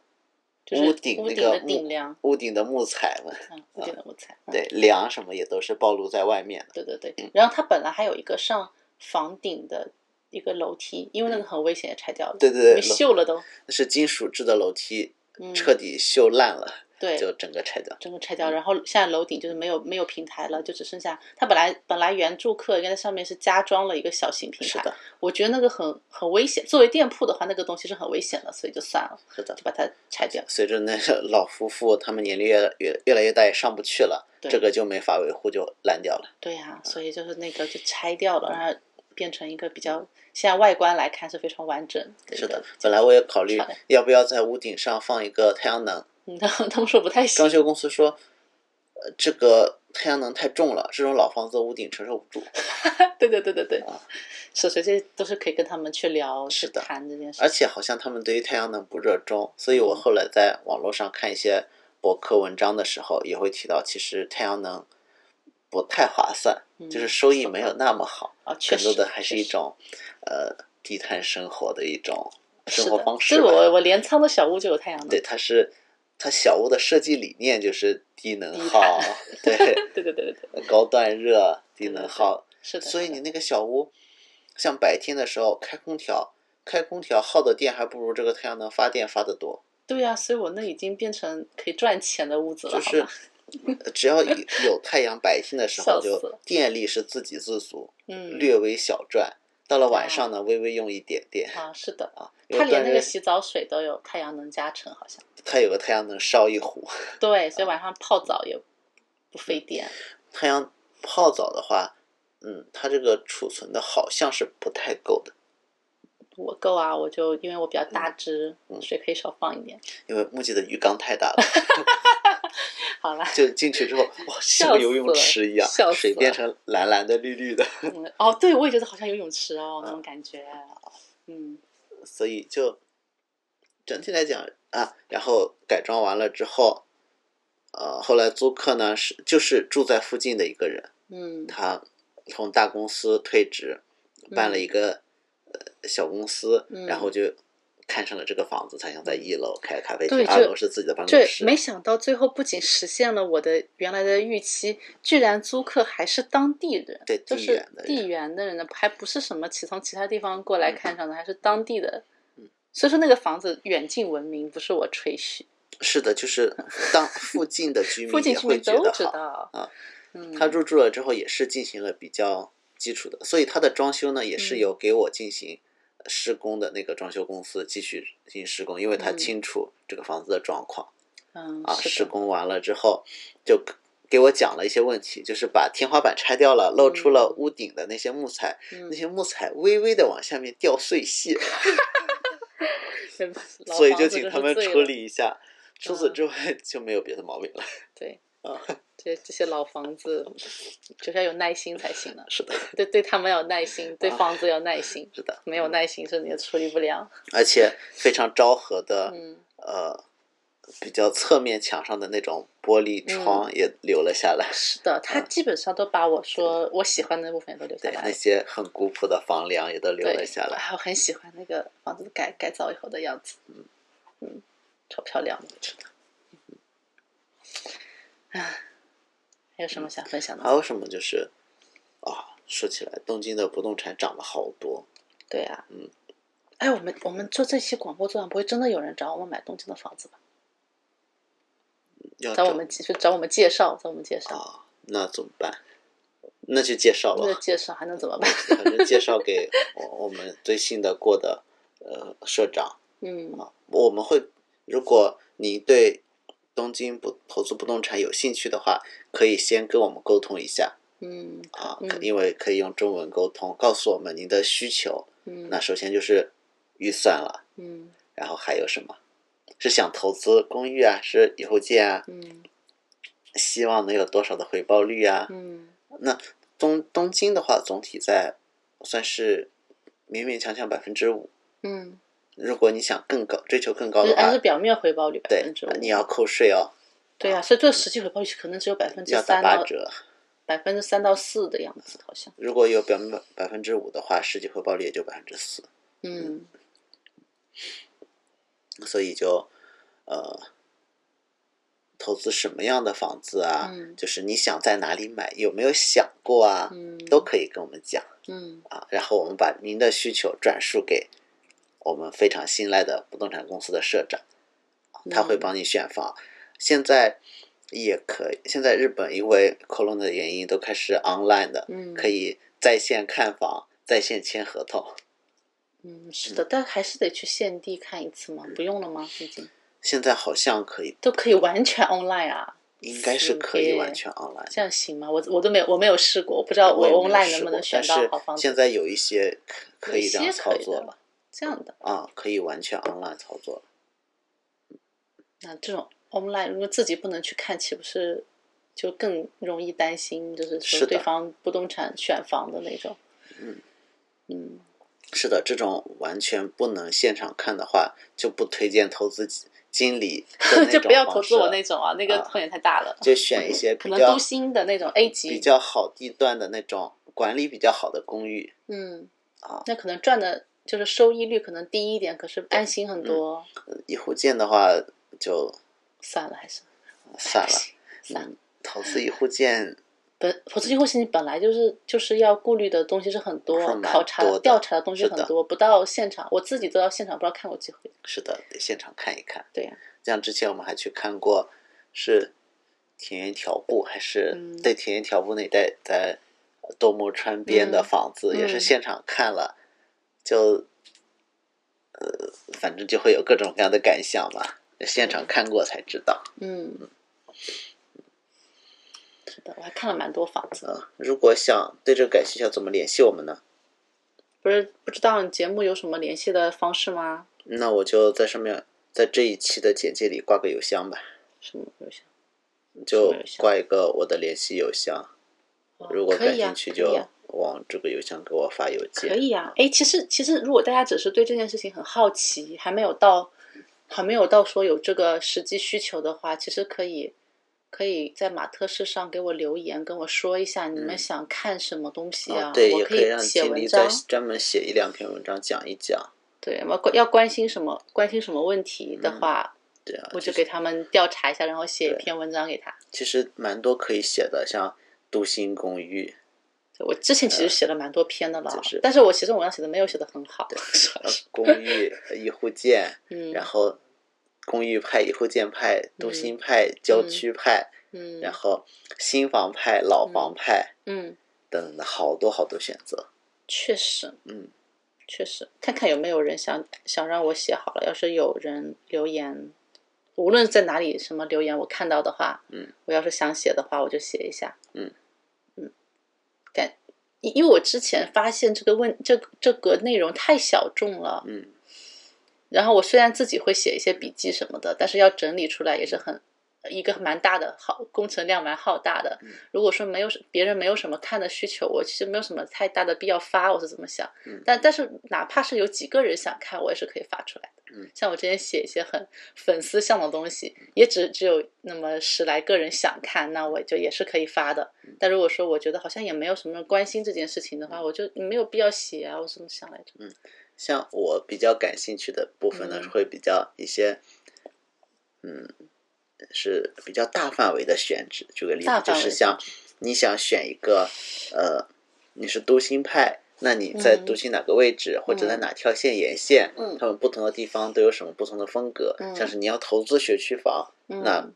B: 就是
A: 屋顶那
B: 的
A: 个
B: 顶
A: 木
B: 梁，
A: 屋顶的木材嘛，
B: 嗯，屋顶的木材。嗯
A: 对，嗯梁什么也都是暴露在外面的，
B: 对对对。然后它本来还有一个上房顶的一个楼梯，因为那个很危险，也拆掉了。
A: 嗯对对对
B: 因为锈了都。
A: 那是金属制的楼梯，
B: 嗯，
A: 彻底锈烂了，
B: 对，
A: 就嗯整个拆掉。
B: 整个拆掉，然后现在楼顶就是没有没有平台了，就只剩下它本来本来原住客应该在上面是加装了一个小型平
A: 是
B: 台，
A: 的，
B: 我觉得那个很很危险。作为店铺的话，那个东西是很危险的，所以就算了，
A: 是的。
B: 就把它拆掉。
A: 随着那个老夫妇他们年龄越来越越来越大，也上不去了，
B: 对
A: 这个就没法维护，就烂掉了。
B: 对呀、所以就是那个就拆掉了，然后变成一个比较现在外观来看是非常完整的。
A: 是的，，本来我也考虑
B: 漂亮
A: 要不要在屋顶上放一个太阳能，
B: 嗯，他 们他们说不太行
A: 装，修公司说，呃，这个太阳能太重了，这种老房子屋顶承受不住。
B: 对对对对对
A: 啊，
B: 是，所以这都是可以跟他们去聊、
A: 是
B: 去
A: 的
B: 谈这件事。
A: 而且好像他们对于太阳能不热衷，所以我
B: 嗯
A: 后来在网络上看一些博客文章的时候，也会提到，其实太阳能不太划算，
B: 嗯
A: 就是收益没有那么好，
B: 啊，确
A: 更
B: 实
A: 多的还是一
B: 确实
A: 种呃低碳生活的一种
B: 呃是
A: 生
B: 的
A: 活方式
B: 对，
A: 吧。
B: 我我镰仓的小屋就有太阳能。
A: 对，它是它小屋的设计理念就是低能
B: 低
A: 耗， 对。
B: 对对对对对，
A: 高断热、低
B: 对
A: 能
B: 对
A: 耗，
B: 是的。
A: 所以
B: 是的
A: 你那个小屋，像白天的时候开空调，开空调耗的电还不如这个太阳能发电发的多。
B: 对呀、所以我那已经变成可以赚钱的屋子了，
A: 就
B: 好
A: 是
B: 吧？
A: 呃只要一有太阳白天的时候，
B: 笑死
A: 就
B: 了
A: 电力是自给自足，
B: 嗯，
A: 略微小赚。到了晚上呢，微微用一点电
B: 啊，是的，
A: 啊。
B: 它连那
A: 因为
B: 个洗澡水都有太阳能加成，好 像
A: 它有个太阳能烧一壶，
B: 对，
A: 啊
B: 所以晚上泡澡也不费电。
A: 太阳泡澡的话，嗯，它这个储存的好像是不太够的，
B: 我够啊，我就因为我比较大只，
A: 嗯
B: 水可以少放一点。
A: 因为木吉的鱼缸太大了。
B: 好啦，
A: 就进去之后，哇，
B: 笑
A: 像
B: 死
A: 游泳
B: 了
A: 池一样
B: 笑，
A: 水
B: 死
A: 变
B: 了
A: 成蓝蓝的、绿绿的，
B: 嗯，哦，对，我也觉得好像游泳池哦，那种感觉。嗯，
A: 所以就整体来讲啊，然后改装完了之后，呃，后来租客呢是就是住在附近的一个人，
B: 嗯
A: 他从大公司退职，办了
B: 嗯
A: 一个、呃小公司，然
B: 嗯
A: 后就看上了这个房子，他想在一楼开咖啡
B: 对
A: 厅，二
B: 这
A: 楼是自己的办公
B: 对，
A: 室，
B: 没想到最后不仅实现了我的原来的预期，居然租客还是当地人，
A: 对
B: 就
A: 地
B: 是
A: 缘的
B: 地
A: 人
B: 缘的人呢，还不是什么其从其他地方过来
A: 嗯
B: 看上的，还是当地的。所以说那个房子远近闻名，不是我吹嘘，是
A: 是的，就是当附近的居
B: 附
A: 民
B: 近
A: 也
B: 居
A: 会
B: 民
A: 觉
B: 都
A: 得
B: 知
A: 好。
B: 道
A: 啊。
B: 嗯，
A: 他入住了之后也是进行了比较基础的，所以他的装修呢也是
B: 嗯
A: 由给我进行呃施工的那个装修公司继续进行施工，因为他
B: 嗯
A: 清楚这个房子的状况、
B: 嗯
A: 啊。
B: 是
A: 施
B: 的，
A: 工完了之后就给我讲了一些问题，就是把天花板拆掉了，露出了屋顶的那些木材，
B: 嗯
A: 那些木材微微的往下面掉碎屑，
B: 老
A: 所以
B: 房
A: 就
B: 子
A: 请
B: 真
A: 他
B: 是
A: 们
B: 醉
A: 处
B: 了嗯
A: 理一下。除此之外就没有别的毛病了。
B: 对，
A: 啊，
B: 这这些老房子就是要有耐心才行了。
A: 是的，
B: 对对，他们要有耐心，对
A: 啊
B: 房子要有耐心，
A: 是的，
B: 没有耐心是你也处理不了。
A: 而且非常昭和的，
B: 嗯，
A: 呃，比较侧面墙上的那种玻璃窗也留了下来，
B: 嗯是的，他基本上都把我说我喜欢的那部分也都留
A: 嗯
B: 下
A: 对，
B: 来
A: 那
B: 了。
A: 些很古朴的房梁也都留
B: 对，
A: 了下来。
B: 啊，我很喜欢那个房子改改造以后的样子，嗯超漂亮的，是的。啊，还有什
A: 嗯
B: 么想分享的
A: 还
B: 吗？
A: 有什么就是，啊、说起来，东京的不动产涨了好多，
B: 对啊，
A: 嗯。
B: 哎，我们我们做这期广播做完，不会真的有人找我们买东京的房子吧？
A: 要
B: 找我
A: 涨
B: 们就找我们介绍，找我们介
A: 啊、
B: 绍，
A: 那怎么办？那就介绍
B: 那个
A: 了，
B: 介绍还能怎么办？
A: 反正介绍给我我们最信得过的呃社长。
B: 嗯，
A: 啊，我们会，如果你对东京不投资不动产有兴趣的话，可以先跟我们沟通一下
B: 嗯，
A: 啊，
B: 嗯
A: 可因为可以用中文沟通，告诉我们您的需求。
B: 嗯，
A: 那首先就是预算了，
B: 嗯，
A: 然后还有什么？是想投资公寓啊，是以后建啊，
B: 嗯，
A: 希望能有多少的回报率啊？
B: 嗯，
A: 那东东京的话，总体在算是勉勉强强百分之五。
B: 嗯，
A: 如果你想更高，追求更高
B: 就是
A: 的
B: 按
A: 话
B: 是，表面回报率百
A: 对
B: 分之五，，
A: 你要扣税哦。
B: 对啊，所以这个实际回报率可能只有百分之
A: 要打
B: 三哦
A: 八
B: 到
A: 折。
B: 百分之三到四的样子，好像。
A: 如果有百分百分之五的话，实际回报率也就百分之四，
B: 嗯
A: 所以就呃，投资什么样的房子啊，
B: 嗯
A: 就是你想在哪里买，有没有想过啊，
B: 嗯，
A: 都可以跟我们讲
B: 嗯
A: 啊，然后我们把您的需求转述给我们非常信赖的不动产公司的社长，啊他会
B: 嗯
A: 帮你选房。现在也可以，现在日本因为 corona 的原因都开始 online 的，
B: 嗯
A: 可以在线看房，在线签合同。
B: 嗯，是的，但还是得去现地看一次吗？不用了吗？已经
A: 现在好像可以，
B: 都可以完全 online 啊，
A: 应该是可以
B: 耶
A: 完全 online。
B: 这样行吗？我我都没有我没有试过，我不知道我
A: 也没有
B: online
A: 试
B: 能不
A: 过
B: 能选
A: 但
B: 到
A: 是
B: 好房
A: 现
B: 子？
A: 在有一些可可
B: 有
A: 以这样
B: 些
A: 操
B: 可以
A: 作
B: 的
A: 了
B: 吧？这样的，
A: 啊、可以完全 online 操作了。
B: 那这种 online 如果自己不能去看，岂不是就更容易担心，就是
A: 是
B: 说
A: 的
B: 对方不动产选房的那种？嗯嗯，
A: 是的，这种完全不能现场看的话，就不推荐投资经 理的那
B: 就
A: 种
B: 不要
A: 方
B: 投资我
A: 式
B: 那
A: 了
B: 种啊，那个
A: 啊
B: 风险太大了。
A: 就选一些
B: 可
A: 比
B: 能
A: 较
B: 都心的那种 A 级，
A: 比较好地段的那种管理比较好的公寓
B: 嗯，
A: 啊。
B: 那可能赚的就是收益率可能低一点，可是安心
A: 嗯
B: 很多。
A: 一户建的话就
B: 算了，还是
A: 算
B: 不
A: 了，嗯
B: 行算了。
A: 投资一户建
B: 本投资机会性本来就是就是要顾虑的东西是很
A: 是
B: 多，
A: 蛮
B: 考察
A: 多的
B: 调查的东西
A: 是的
B: 很多，不到现场，我自己都到现场不知道看过几回。
A: 是的，得现场看一看。
B: 对呀、
A: 像之前我们还去看过，是田园调布还是、
B: 嗯
A: 对田园调布那一带在东木川边的
B: 嗯
A: 房子，也是
B: 嗯
A: 现场看了，就呃，反正就会有各种各样的感想吧。现场看过才知道。
B: 嗯，是的，我还看了蛮多房子，
A: 嗯，如果想对这个感兴趣，要怎么联系我们呢？
B: 不是不知道你节目有什么联系的方式吗？
A: 那我就在上面，在这一期的简介里挂个邮箱吧，
B: 什么邮箱？
A: 就
B: 什么邮箱
A: 挂一个我的联系邮箱。
B: 哦
A: 如果
B: 可
A: 感
B: 以呀
A: 兴趣，
B: 可以呀啊
A: 就往这个邮箱给我发邮件。
B: 可以呀、诶，哎，其实其实如果大家只是对这件事情很好奇，还没有到还没有到说有这个实际需求的话，其实可以可以在马特市上给我留言，跟我说一下你们想看什么东西啊，
A: 啊，嗯对，
B: 我
A: 也
B: 可
A: 以让
B: 写
A: 经
B: 文
A: 理
B: 章
A: 再，专门写一两篇文章讲一讲。
B: 对，我关要关心什么关心什么问题的话，
A: 对啊，
B: 我
A: 其
B: 就
A: 实
B: 给他们调查一下，然后写一
A: 对
B: 篇文章给他。
A: 其实蛮多可以写的，像独行公寓，
B: 对我之前其实写了蛮多篇的了，
A: 呃就是
B: 但是我其实文章写的没有写的很好，
A: 呃公寓呃一户建，
B: 嗯
A: 然后公寓派、一户建派、独
B: 嗯
A: 行派、郊区派，
B: 嗯
A: 然后新房派、老房派
B: 嗯，
A: 等等的好多好多选择。
B: 确实，
A: 嗯，
B: 确实，看看有没有人想想让我写好了。要是有人留言，无论在哪里什么留言，我看到的话，
A: 嗯，
B: 我要是想写的话，我就写一下。
A: 嗯
B: 嗯，感，因因为我之前发现这个问这个这个内容太小众了，
A: 嗯，
B: 然后我虽然自己会写一些笔记什么的，但是要整理出来也是很一个蛮大的好工程量蛮浩大的
A: 嗯。
B: 如果说没有什别人没有什么看的需求，我其实没有什么太大的必要发，我是这么想
A: 嗯。
B: 但但是哪怕是有几个人想看，我也是可以发出来的
A: 嗯。
B: 像我之前写一些很粉丝向的东西，也只只有那么十来个人想看，那我就也是可以发的。
A: 嗯
B: 但如果说我觉得好像也没有什么人关心这件事情的话，我就没有必要写啊，我是这么想来着。
A: 像我比较感兴趣的部分呢，
B: 嗯
A: 会比较一些，嗯，是比较大范围的选址。举个例子
B: 大，
A: 就
B: 范围
A: 是像你想选一个，呃，你是都心派，那你在
B: 嗯
A: 都心哪个位置，或者在
B: 嗯
A: 哪条线沿线，
B: 嗯
A: 他们不同的地方都有什么不同的风格？
B: 嗯
A: 像是你要投资学区房，
B: 嗯
A: 那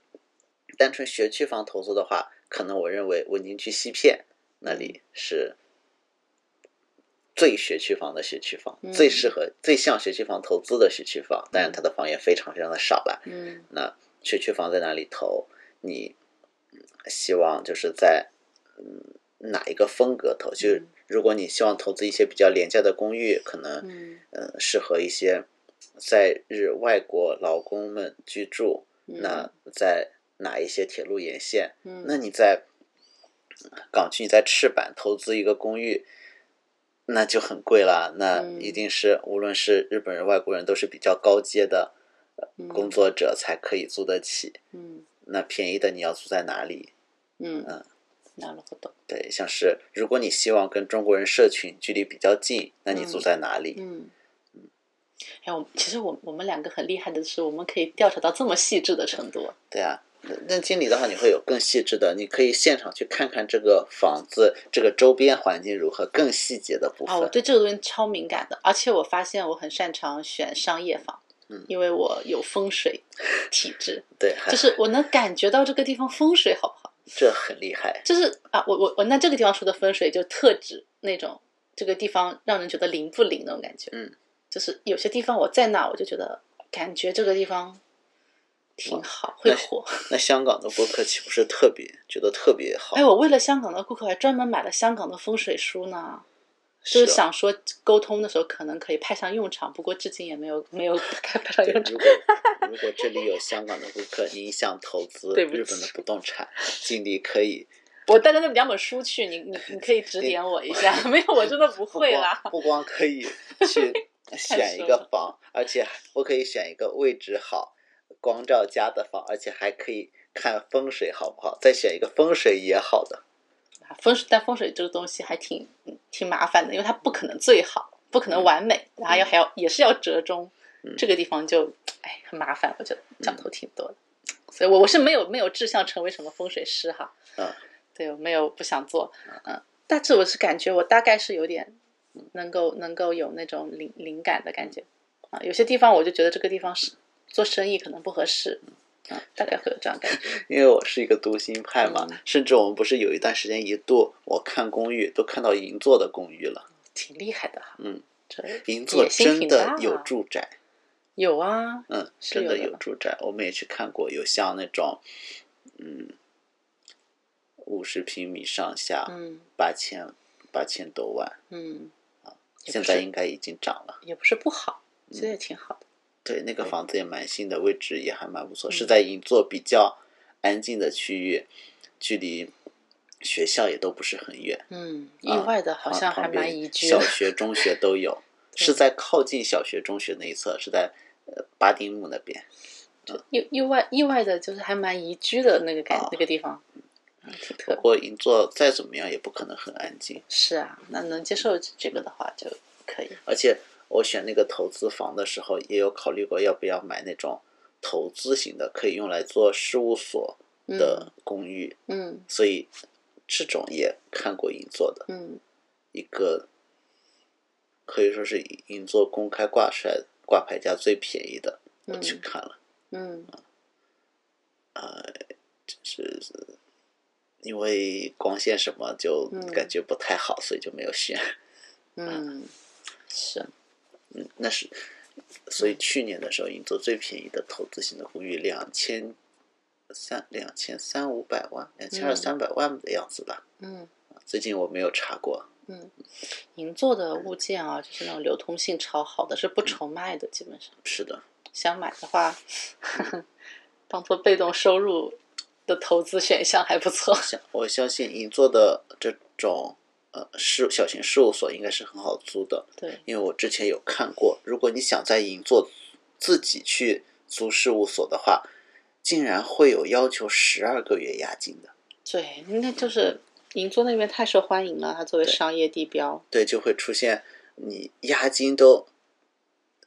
A: 单纯学区房投资的话，可能我认为文津区西片那里是最学区房的学区房，
B: 嗯
A: 最适合、最像学区房投资的学区房。但是它的房源非常非常的少了。
B: 嗯
A: 那学区房在哪里投？你嗯希望就是在嗯哪一个风格投？就是
B: 嗯
A: 如果你希望投资一些比较廉价的公寓，可能
B: 嗯
A: 嗯，适合一些在日外国劳工们居住。
B: 嗯
A: 那在哪一些铁路沿线？
B: 嗯，
A: 那你在港区，你在赤坂投资一个公寓，那就很贵啦。那
B: 嗯
A: 一定是无论是日本人、外国人，都是比较高阶的呃
B: 嗯
A: 工作者才可以租得起。
B: 嗯
A: 那便宜的你要租在哪里？
B: 嗯嗯，なるほど。
A: 对，像是如果你希望跟中国人社群距离比较近，那你租
B: 嗯
A: 在哪里？
B: 嗯，哎，我其实我我们两个很厉害的是，我们可以调查到这么细致的程度。
A: 对啊，那那经理的话，你会有更细致的，你可以现场去看看这个房子、这个周边环境如何，更细节的部分。
B: 啊，我对这个东西超敏感的，而且我发现我很擅长选商业房，
A: 嗯
B: 因为我有风水体质，
A: 对，还
B: 就是我能感觉到这个地方风水好不好。
A: 这很厉害。
B: 就是啊，我我我那这个地方说的风水就特指那种这个地方让人觉得灵不灵那种感觉。
A: 嗯，
B: 就是有些地方我在那我就觉得感觉这个地方挺好，会
A: 那
B: 火。
A: 那香港的顾客岂不是特别觉得特别好？
B: 哎，我为了香港的顾客还专门买了香港的风水书呢，
A: 是
B: 就是
A: 啊
B: 想说沟通的时候可能可以派上用场，不过至今也没有 没有派上
A: 对，
B: 用场
A: 如。果如果这里有香港的顾客，您想投资
B: 对不起
A: 日本的不动产，经理可以
B: 我带着那两本书去，你你你可以指点我 一下，没有我真的不
A: 不
B: 会
A: 光
B: 啦。
A: 不光可 以去选一
B: 熟
A: 个
B: 了
A: 房，而且还我可以选一个位置好、光照佳的房，而且还可以看风水好不好，再选一个风水也好的。
B: 啊风水，但风水这个东西还挺挺麻烦的，因为它不可能最好，不可能完美，然后要还要也是要折中，
A: 嗯
B: 这个地方就哎很麻烦，我觉得讲头挺多的，所以我我是没有没有志向成为什么风水师哈，
A: 嗯，
B: 对，我没有不想做，嗯，但是我是感觉我大概是有点
A: 嗯
B: 能够能够有那种灵灵感的感觉啊，有些地方我就觉得这个地方是做生意可能不合适。
A: 嗯
B: 啊，大概会有这样的感觉。
A: 因为我是一个独行派嘛，
B: 嗯
A: 甚至我们不是有一段时间一度我看公寓都看到银座的公寓了，
B: 挺厉害的哈。
A: 嗯，
B: 这
A: 银座
B: 野心
A: 真
B: 挺
A: 的
B: 大
A: 有
B: 啊
A: 住宅。
B: 有啊，
A: 嗯，
B: 是
A: 真
B: 有
A: 的
B: 的
A: 有
B: 吧
A: 住宅，我们也去看过，有像那种，嗯，五十平米上下，
B: 嗯
A: 八千八千多万，
B: 嗯，也
A: 现
B: 不
A: 在
B: 是
A: 应该已经涨了。
B: 也不是不好，其实也挺好的。
A: 对，那个房子也蛮新的，位置也还蛮不错，是
B: 嗯
A: 在银座比较安静的区域，距离学校也都不是很远，
B: 嗯，
A: 啊
B: 意外的好
A: 旁
B: 像
A: 旁
B: 还蛮
A: 边
B: 宜居
A: 小
B: 的。
A: 学、中学都 有，是在靠近小学、中学那一侧，是在呃巴丁木那边。
B: 意意外意外的就是还蛮宜居的那个感
A: 啊
B: 那个地方，嗯挺特
A: 不
B: 别。
A: 过银座再怎么样也不可能很安静。
B: 是啊，那能接受这个的话就可以。
A: 而且我选那个投资房的时候，也有考虑过要不要买那种投资型的，可以用来做事务所
B: 嗯
A: 的公寓，
B: 嗯
A: 所以这种也看过银座的
B: 嗯
A: 一个，可以说是银座公开挂出来挂牌价最便宜的，我去
B: 嗯
A: 看了，
B: 嗯
A: 是因为光线什么就
B: 嗯
A: 感觉不太好，所以就没有选。
B: 嗯，是
A: 嗯，那是，所
B: 嗯
A: 以去年的时候，银座最便宜的投资型的公寓两千三两千三五百万，两千二三百万的样子吧。
B: 嗯
A: 最近我没有查过，
B: 嗯，银座的物件啊，就是那种流通性超好的，是不愁卖的，基本上。
A: 是的，
B: 想买的话， 当做被动收入的投资选项还不错。
A: 我相信银座的这种呃事小型事务所应该是很好租的，
B: 对，
A: 因为我之前有看过，如果你想在银座自己去租事务所的话，竟然会有要求十二个月押金的，
B: 对，那就是银座那边太受欢迎了，它作为
A: 对
B: 商业地标
A: 对，就会出现你押金都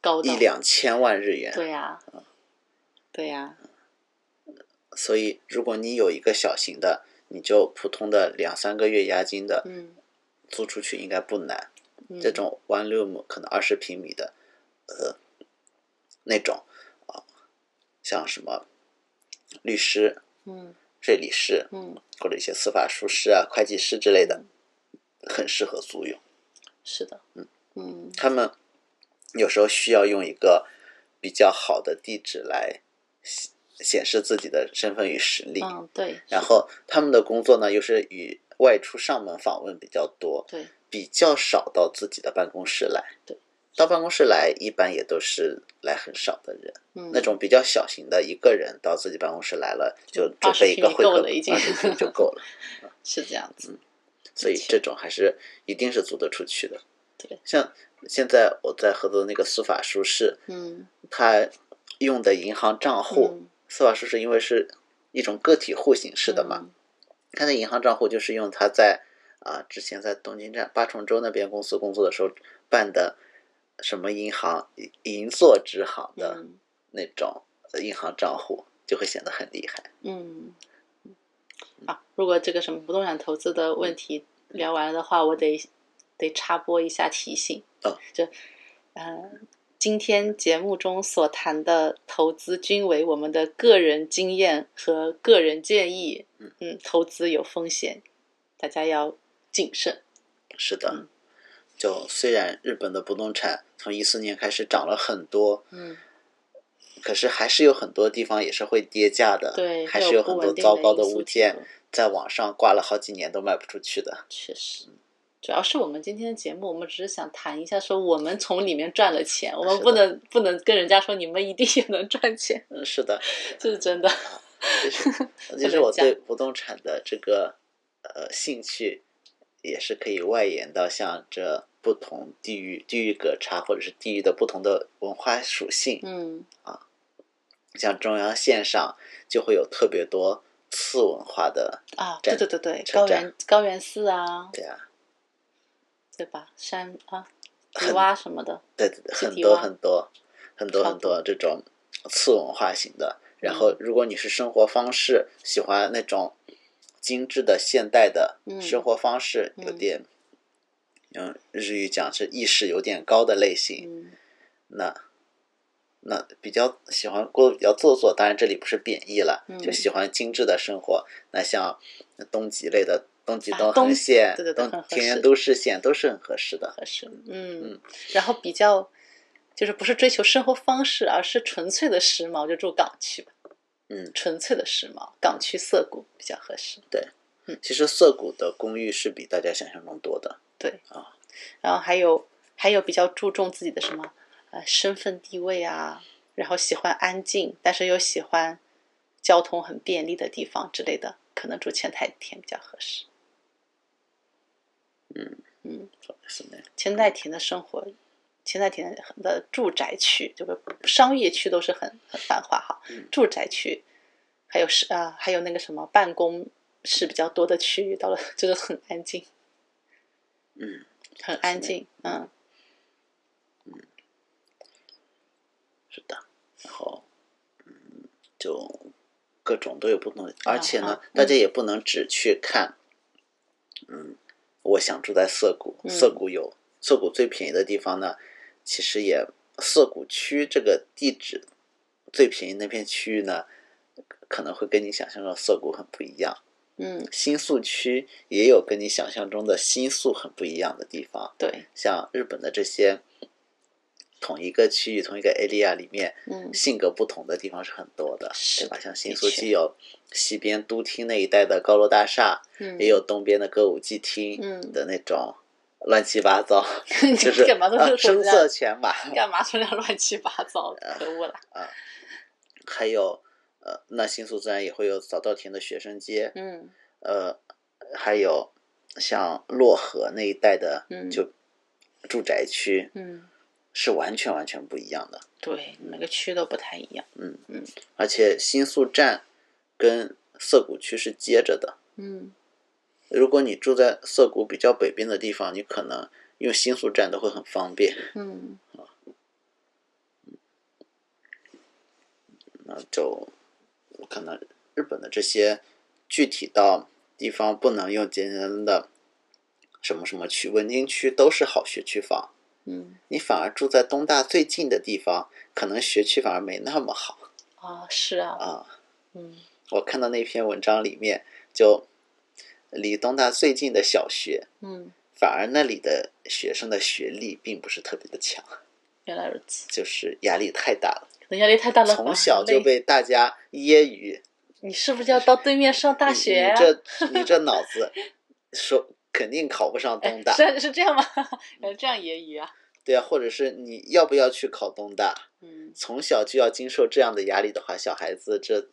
B: 高档
A: 一。两千万日元，
B: 对呀、
A: 嗯
B: 对呀、
A: 所以如果你有一个小型的，你就普通的两三个月押金的
B: 嗯，
A: 租出去应该不难。
B: 嗯
A: 这种 one room 可能二十平米的，呃，那种啊、像什么律师、
B: 嗯
A: 税理师
B: 嗯
A: 或者一些司法书师啊、会计师之类的，很适合租用。
B: 是的，嗯嗯
A: 他们有时候需要用一个比较好的地址来显显示自己的身份与实力。
B: 嗯，对
A: 然后他们的工作呢，又是与外出上门访问比较多，
B: 对
A: 比较少到自己的办公室来。
B: 对，
A: 到办公室来一般也都是来很少的人，
B: 嗯
A: 那种比较小型的，一个人到自己办公室来了，就准
B: 20
A: 备一个
B: 平
A: 会
B: 够
A: 客
B: 了已经
A: 20平就够 了。
B: 嗯是这样子，
A: 所以
B: 的确
A: 这种还是一定是租得出去的。
B: 对，
A: 像现在我在合作的那个司法书室，
B: 嗯
A: 他用的银行账户，
B: 嗯
A: 司法书室因为是一种个体户形式的嘛，
B: 嗯
A: 他的银行账户就是用他在啊、之前在东京站八重洲那边公司工作的时候办的什么银行银银座支行的
B: 嗯
A: 那种呃银行账户，就会显得很厉害。
B: 嗯啊，如果这个什么不动产投资的问题聊完了的话，我得得插播一下提醒，
A: 嗯
B: 就呃，今天节目中所谈的投资均为我们的个人经验和个人建议，
A: 嗯
B: 嗯，投资有风险，大家要谨慎，
A: 是的
B: 嗯，
A: 就虽然日本的不动产从一四年开始涨了很多，
B: 嗯，
A: 可是还是有很多地方也是会跌价的，
B: 对，
A: 还
B: 会
A: 是
B: 有
A: 有
B: 不
A: 很
B: 稳
A: 多
B: 定
A: 糟糕
B: 的因素
A: 物
B: 挺
A: 件
B: 多
A: 在网上挂了好几年都卖不出去的。
B: 确实，主要是我们今天的节目，我们只是想谈一下，说我们从里面赚了钱，我们
A: 是的
B: 不能不能跟人家说你们一定也能赚钱，
A: 嗯，是的，
B: 这是真的。
A: 其实其
B: 能
A: 实我对
B: 讲
A: 不动产的这个呃兴趣，也是可以外延到像这不同地域、地域隔差，或者是地域的不同的文化属性。
B: 嗯，
A: 像中央线上就会有特别多次文化的，
B: 啊，对
A: 站
B: 对对对，
A: 车
B: 高
A: 站
B: 原高原寺啊，
A: 对啊，
B: 对吧？山啊，
A: 很
B: 迪洼什么的，
A: 对对对，
B: 是
A: 很
B: 迪
A: 多
B: 蛙
A: 很多很多
B: 超嗯
A: 很多这种次文化型的。然后，如果你是生活方式喜欢那种精致的现代的
B: 嗯
A: 生活方式，有
B: 嗯
A: 点，嗯，日语讲是意识有点高的类型，
B: 嗯，
A: 那那比较喜欢过得比较做作，当然这里不是贬义了，就
B: 嗯
A: 喜欢精致的生活。那像东极类的东极
B: 啊
A: 东
B: 东
A: 横线、
B: 对对对很
A: 东
B: 合
A: 田园
B: 适
A: 都市线都是很合适的。
B: 合适，嗯
A: 嗯，
B: 然后比较就是不是追求生活方式，而是纯粹的时髦，就住港区吧，
A: 嗯，
B: 纯粹的时髦，港区涩谷比较合适。
A: 其实涩谷的公寓是比大家想象中多的。
B: 对
A: 啊，
B: 然后还有还有比较注重自己的什么呃身份地位啊，然后喜欢安静，但是又喜欢交通很便利的地方之类的，可能住千代田比较合适。
A: 嗯
B: 嗯，
A: 是那样
B: 千代田的生活，千代田的住宅区，就是商业区都是很很繁华哈
A: 嗯，
B: 住宅区还有是啊、还有那个什么办公室比较多的区域，到了就是很安静。
A: 嗯，
B: 很安静，嗯，
A: 是的。然后，嗯，就各种都有不同的，而且呢
B: 啊，
A: 大家也不能只去看，嗯，我想住在涩谷，
B: 嗯
A: 涩谷有涩谷最便宜的地方呢，其实也涩谷区这个地址最便宜那片区域呢，可能会跟你想象中的涩谷很不一样。
B: 嗯，
A: 新宿区也有跟你想象中的新宿很不一样的地方，
B: 对，
A: 像日本的这些同一个区域、同一个 area 里面，
B: 嗯
A: 性格不同的地方是很多的，
B: 是
A: 对吧？
B: 的
A: 像
B: 的
A: 新宿
B: 确
A: 既有西边都厅那一带的高楼大厦，
B: 嗯，
A: 也有东边的歌舞伎町
B: 嗯
A: 的那种乱七八糟，
B: 你
A: 就是
B: 干嘛都
A: 啊
B: 是说
A: 声啊
B: 人家
A: 色犬马，
B: 干嘛说这样乱七八糟的？可恶了！
A: 还有呃，那新宿自然也会有早稻田的学生街，
B: 嗯
A: 呃，还有像漯河那一带的
B: 嗯
A: 就住宅区
B: 嗯，
A: 是完全完全不一样的。
B: 对，每个区都不太一样。
A: 而且新宿站跟涩谷区是接着的。
B: 嗯
A: 如果你住在涩谷比较北边的地方，你可能用新宿站都会很方便。
B: 嗯
A: 那就可能日本的这些具体到地方不能用简单的什么什么区、文京区都是好学区房。
B: 嗯
A: 你反而住在东大最近的地方，可能学区反而没那么好
B: 啊，是啊，
A: 啊。
B: 嗯
A: 我看到那篇文章里面，就离东大最近的小学，
B: 嗯，
A: 反而那里的学生的学历并不是特别的强，
B: 原来如此。
A: 就是压力太大了，
B: 可能压力太大了，
A: 从小就
B: 累
A: 被大家揶揄
B: 你是不是要到对面上大学啊呀、
A: 你这你这脑子，说肯定考不上
B: 哎
A: 东大，
B: 是是这样吗？ 呃，这样也语啊。
A: 对啊，或者是你要不要去考东大？
B: 嗯，
A: 从小就要经受这样的压力的话，小孩子这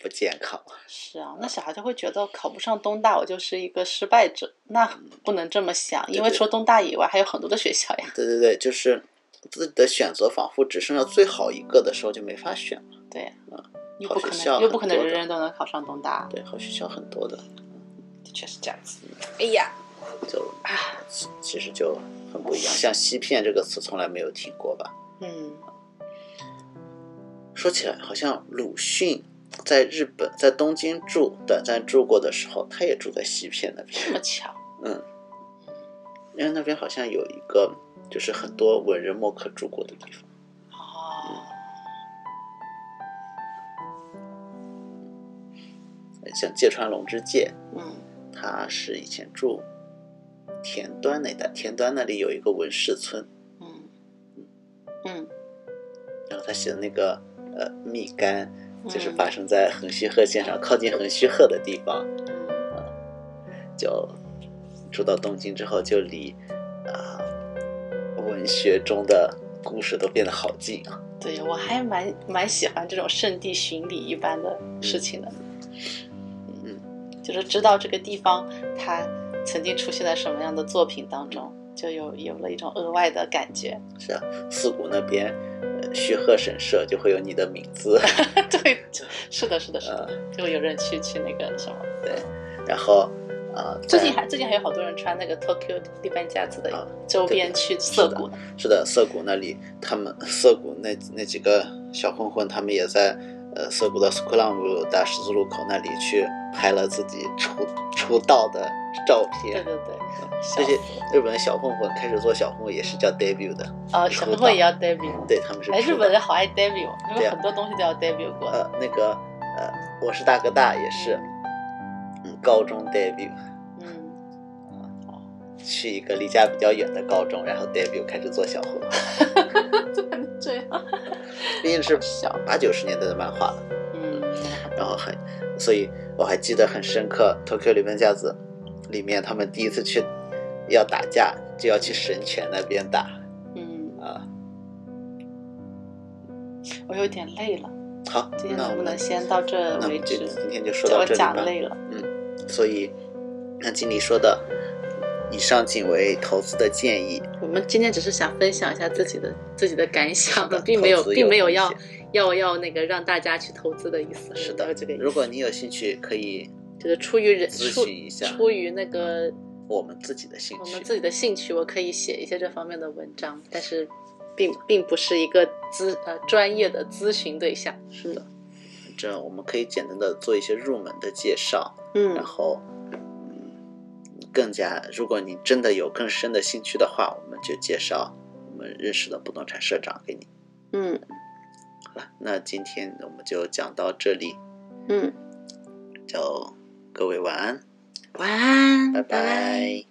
A: 不健康。
B: 是啊，那小孩就会觉得考不上东大，我就是一个失败者。那不能这么想，因为
A: 嗯对
B: 除了东大以外，还有很多的学校呀。
A: 对对对，就是自己的选择仿佛只剩下最好一个的时候就没法选了。
B: 对呀
A: 嗯，
B: 又
A: 好
B: 不可
A: 学校
B: 能，又不可能
A: 很多
B: 人
A: 的
B: 人都能考上东大，
A: 对，好学校很多的
B: 的确是这样子。哎呀，
A: 就
B: 啊，
A: 其实就很不一样，像欺骗这个词从来没有听过吧？
B: 嗯
A: 说起来，好像鲁迅在日本在东京住短暂住过的时候，他也住在西片那边
B: 这。么巧，
A: 嗯，因为那边好像有一个就是很多文人墨客住过的地方。
B: 哦，
A: 像芥川龙之介，
B: 嗯
A: 他是以前住田端那带，田端那里有一个文士村，
B: 嗯嗯
A: 然后他写的那个呃蜜柑，就是
B: 嗯
A: 发生在横须贺线上靠近横须贺的地方，
B: 嗯，
A: 就住到东京之后，就离啊、文学中的故事都变得好近啊。
B: 对我还蛮蛮喜欢这种圣地巡礼一般的事情的。嗯，就是知道这个地方它曾经出现在什么样的作品当中，就有有了一种额外的感觉。
A: 是啊，四谷那边。呃须贺神社就会有你的名字，呃
B: 对，是的，是的，是的，就有人去去那个什么。
A: 然后啊，
B: 最
A: 在
B: 近还最近还有好多人穿那个 Tokyo 一般架子
A: 啊
B: 的周边去涩谷呢。
A: 是的，涩谷那里，他们涩谷那那几个小混混，他们也在呃涩谷的苏克朗姆大十字路口那里去拍了自己出出道的照
B: 对
A: 片。
B: 对对，
A: 嗯这
B: 小
A: 些日本小混混开始做小混混也是叫 debut 的，
B: 呃小混混也要 debut。
A: 对他们是
B: 哎，日
A: 出道
B: 本人好爱 debut，因
A: 对
B: 为
A: 啊
B: 很多东西都要 debut 过的。
A: 呃那个呃我是大哥大也是，嗯高中 debut
B: 嗯，
A: 去一个离家比较远的高中，然后 debut 开始做小混混，
B: 这
A: 啊
B: 样
A: 毕竟是
B: 小。
A: 八九十年代的漫画了。
B: 嗯，
A: 然后很，所以我还记得很深刻，《Tokyo 里面架子》里面他们第一次去要打架，就要去神泉那边打
B: 嗯，
A: 啊。
B: 我有点累了，
A: 好，
B: 今天
A: 那
B: 能
A: 我
B: 不
A: 们
B: 能先到这
A: 那我
B: 为
A: 们就
B: 止？
A: 今天就说
B: 这
A: 到
B: 我
A: 这里
B: 讲
A: 吧。
B: 累了。
A: 所以，那经理说的，以上仅为投资的建议，
B: 我们今天只是想分享一下自己的自己的感想
A: 是的
B: 的，嗯并没有
A: 投资有
B: 并没有
A: 风
B: 要
A: 险
B: 要要那个让大家去投资的意思，
A: 是
B: 没
A: 的
B: 有这个意。思。
A: 如果你有兴趣，可以
B: 就是出于人
A: 咨
B: 出
A: 询一下嗯
B: 出于那个
A: 我们自己的兴
B: 我们
A: 趣。
B: 自己的兴趣，我可以写一些这方面的文章，但是并并不是一个咨呃专业的咨询对象。
A: 是的，这我们可以简单的做一些入门的介绍。然
B: 嗯，
A: 后，嗯，更加，如果你真的有更深的兴趣的话，我们就介绍我们认识的不动产社长给你。
B: 嗯
A: 好了，那今天我们就讲到这里，
B: 嗯，
A: 就各位晚安，
B: 晚安，
A: 拜拜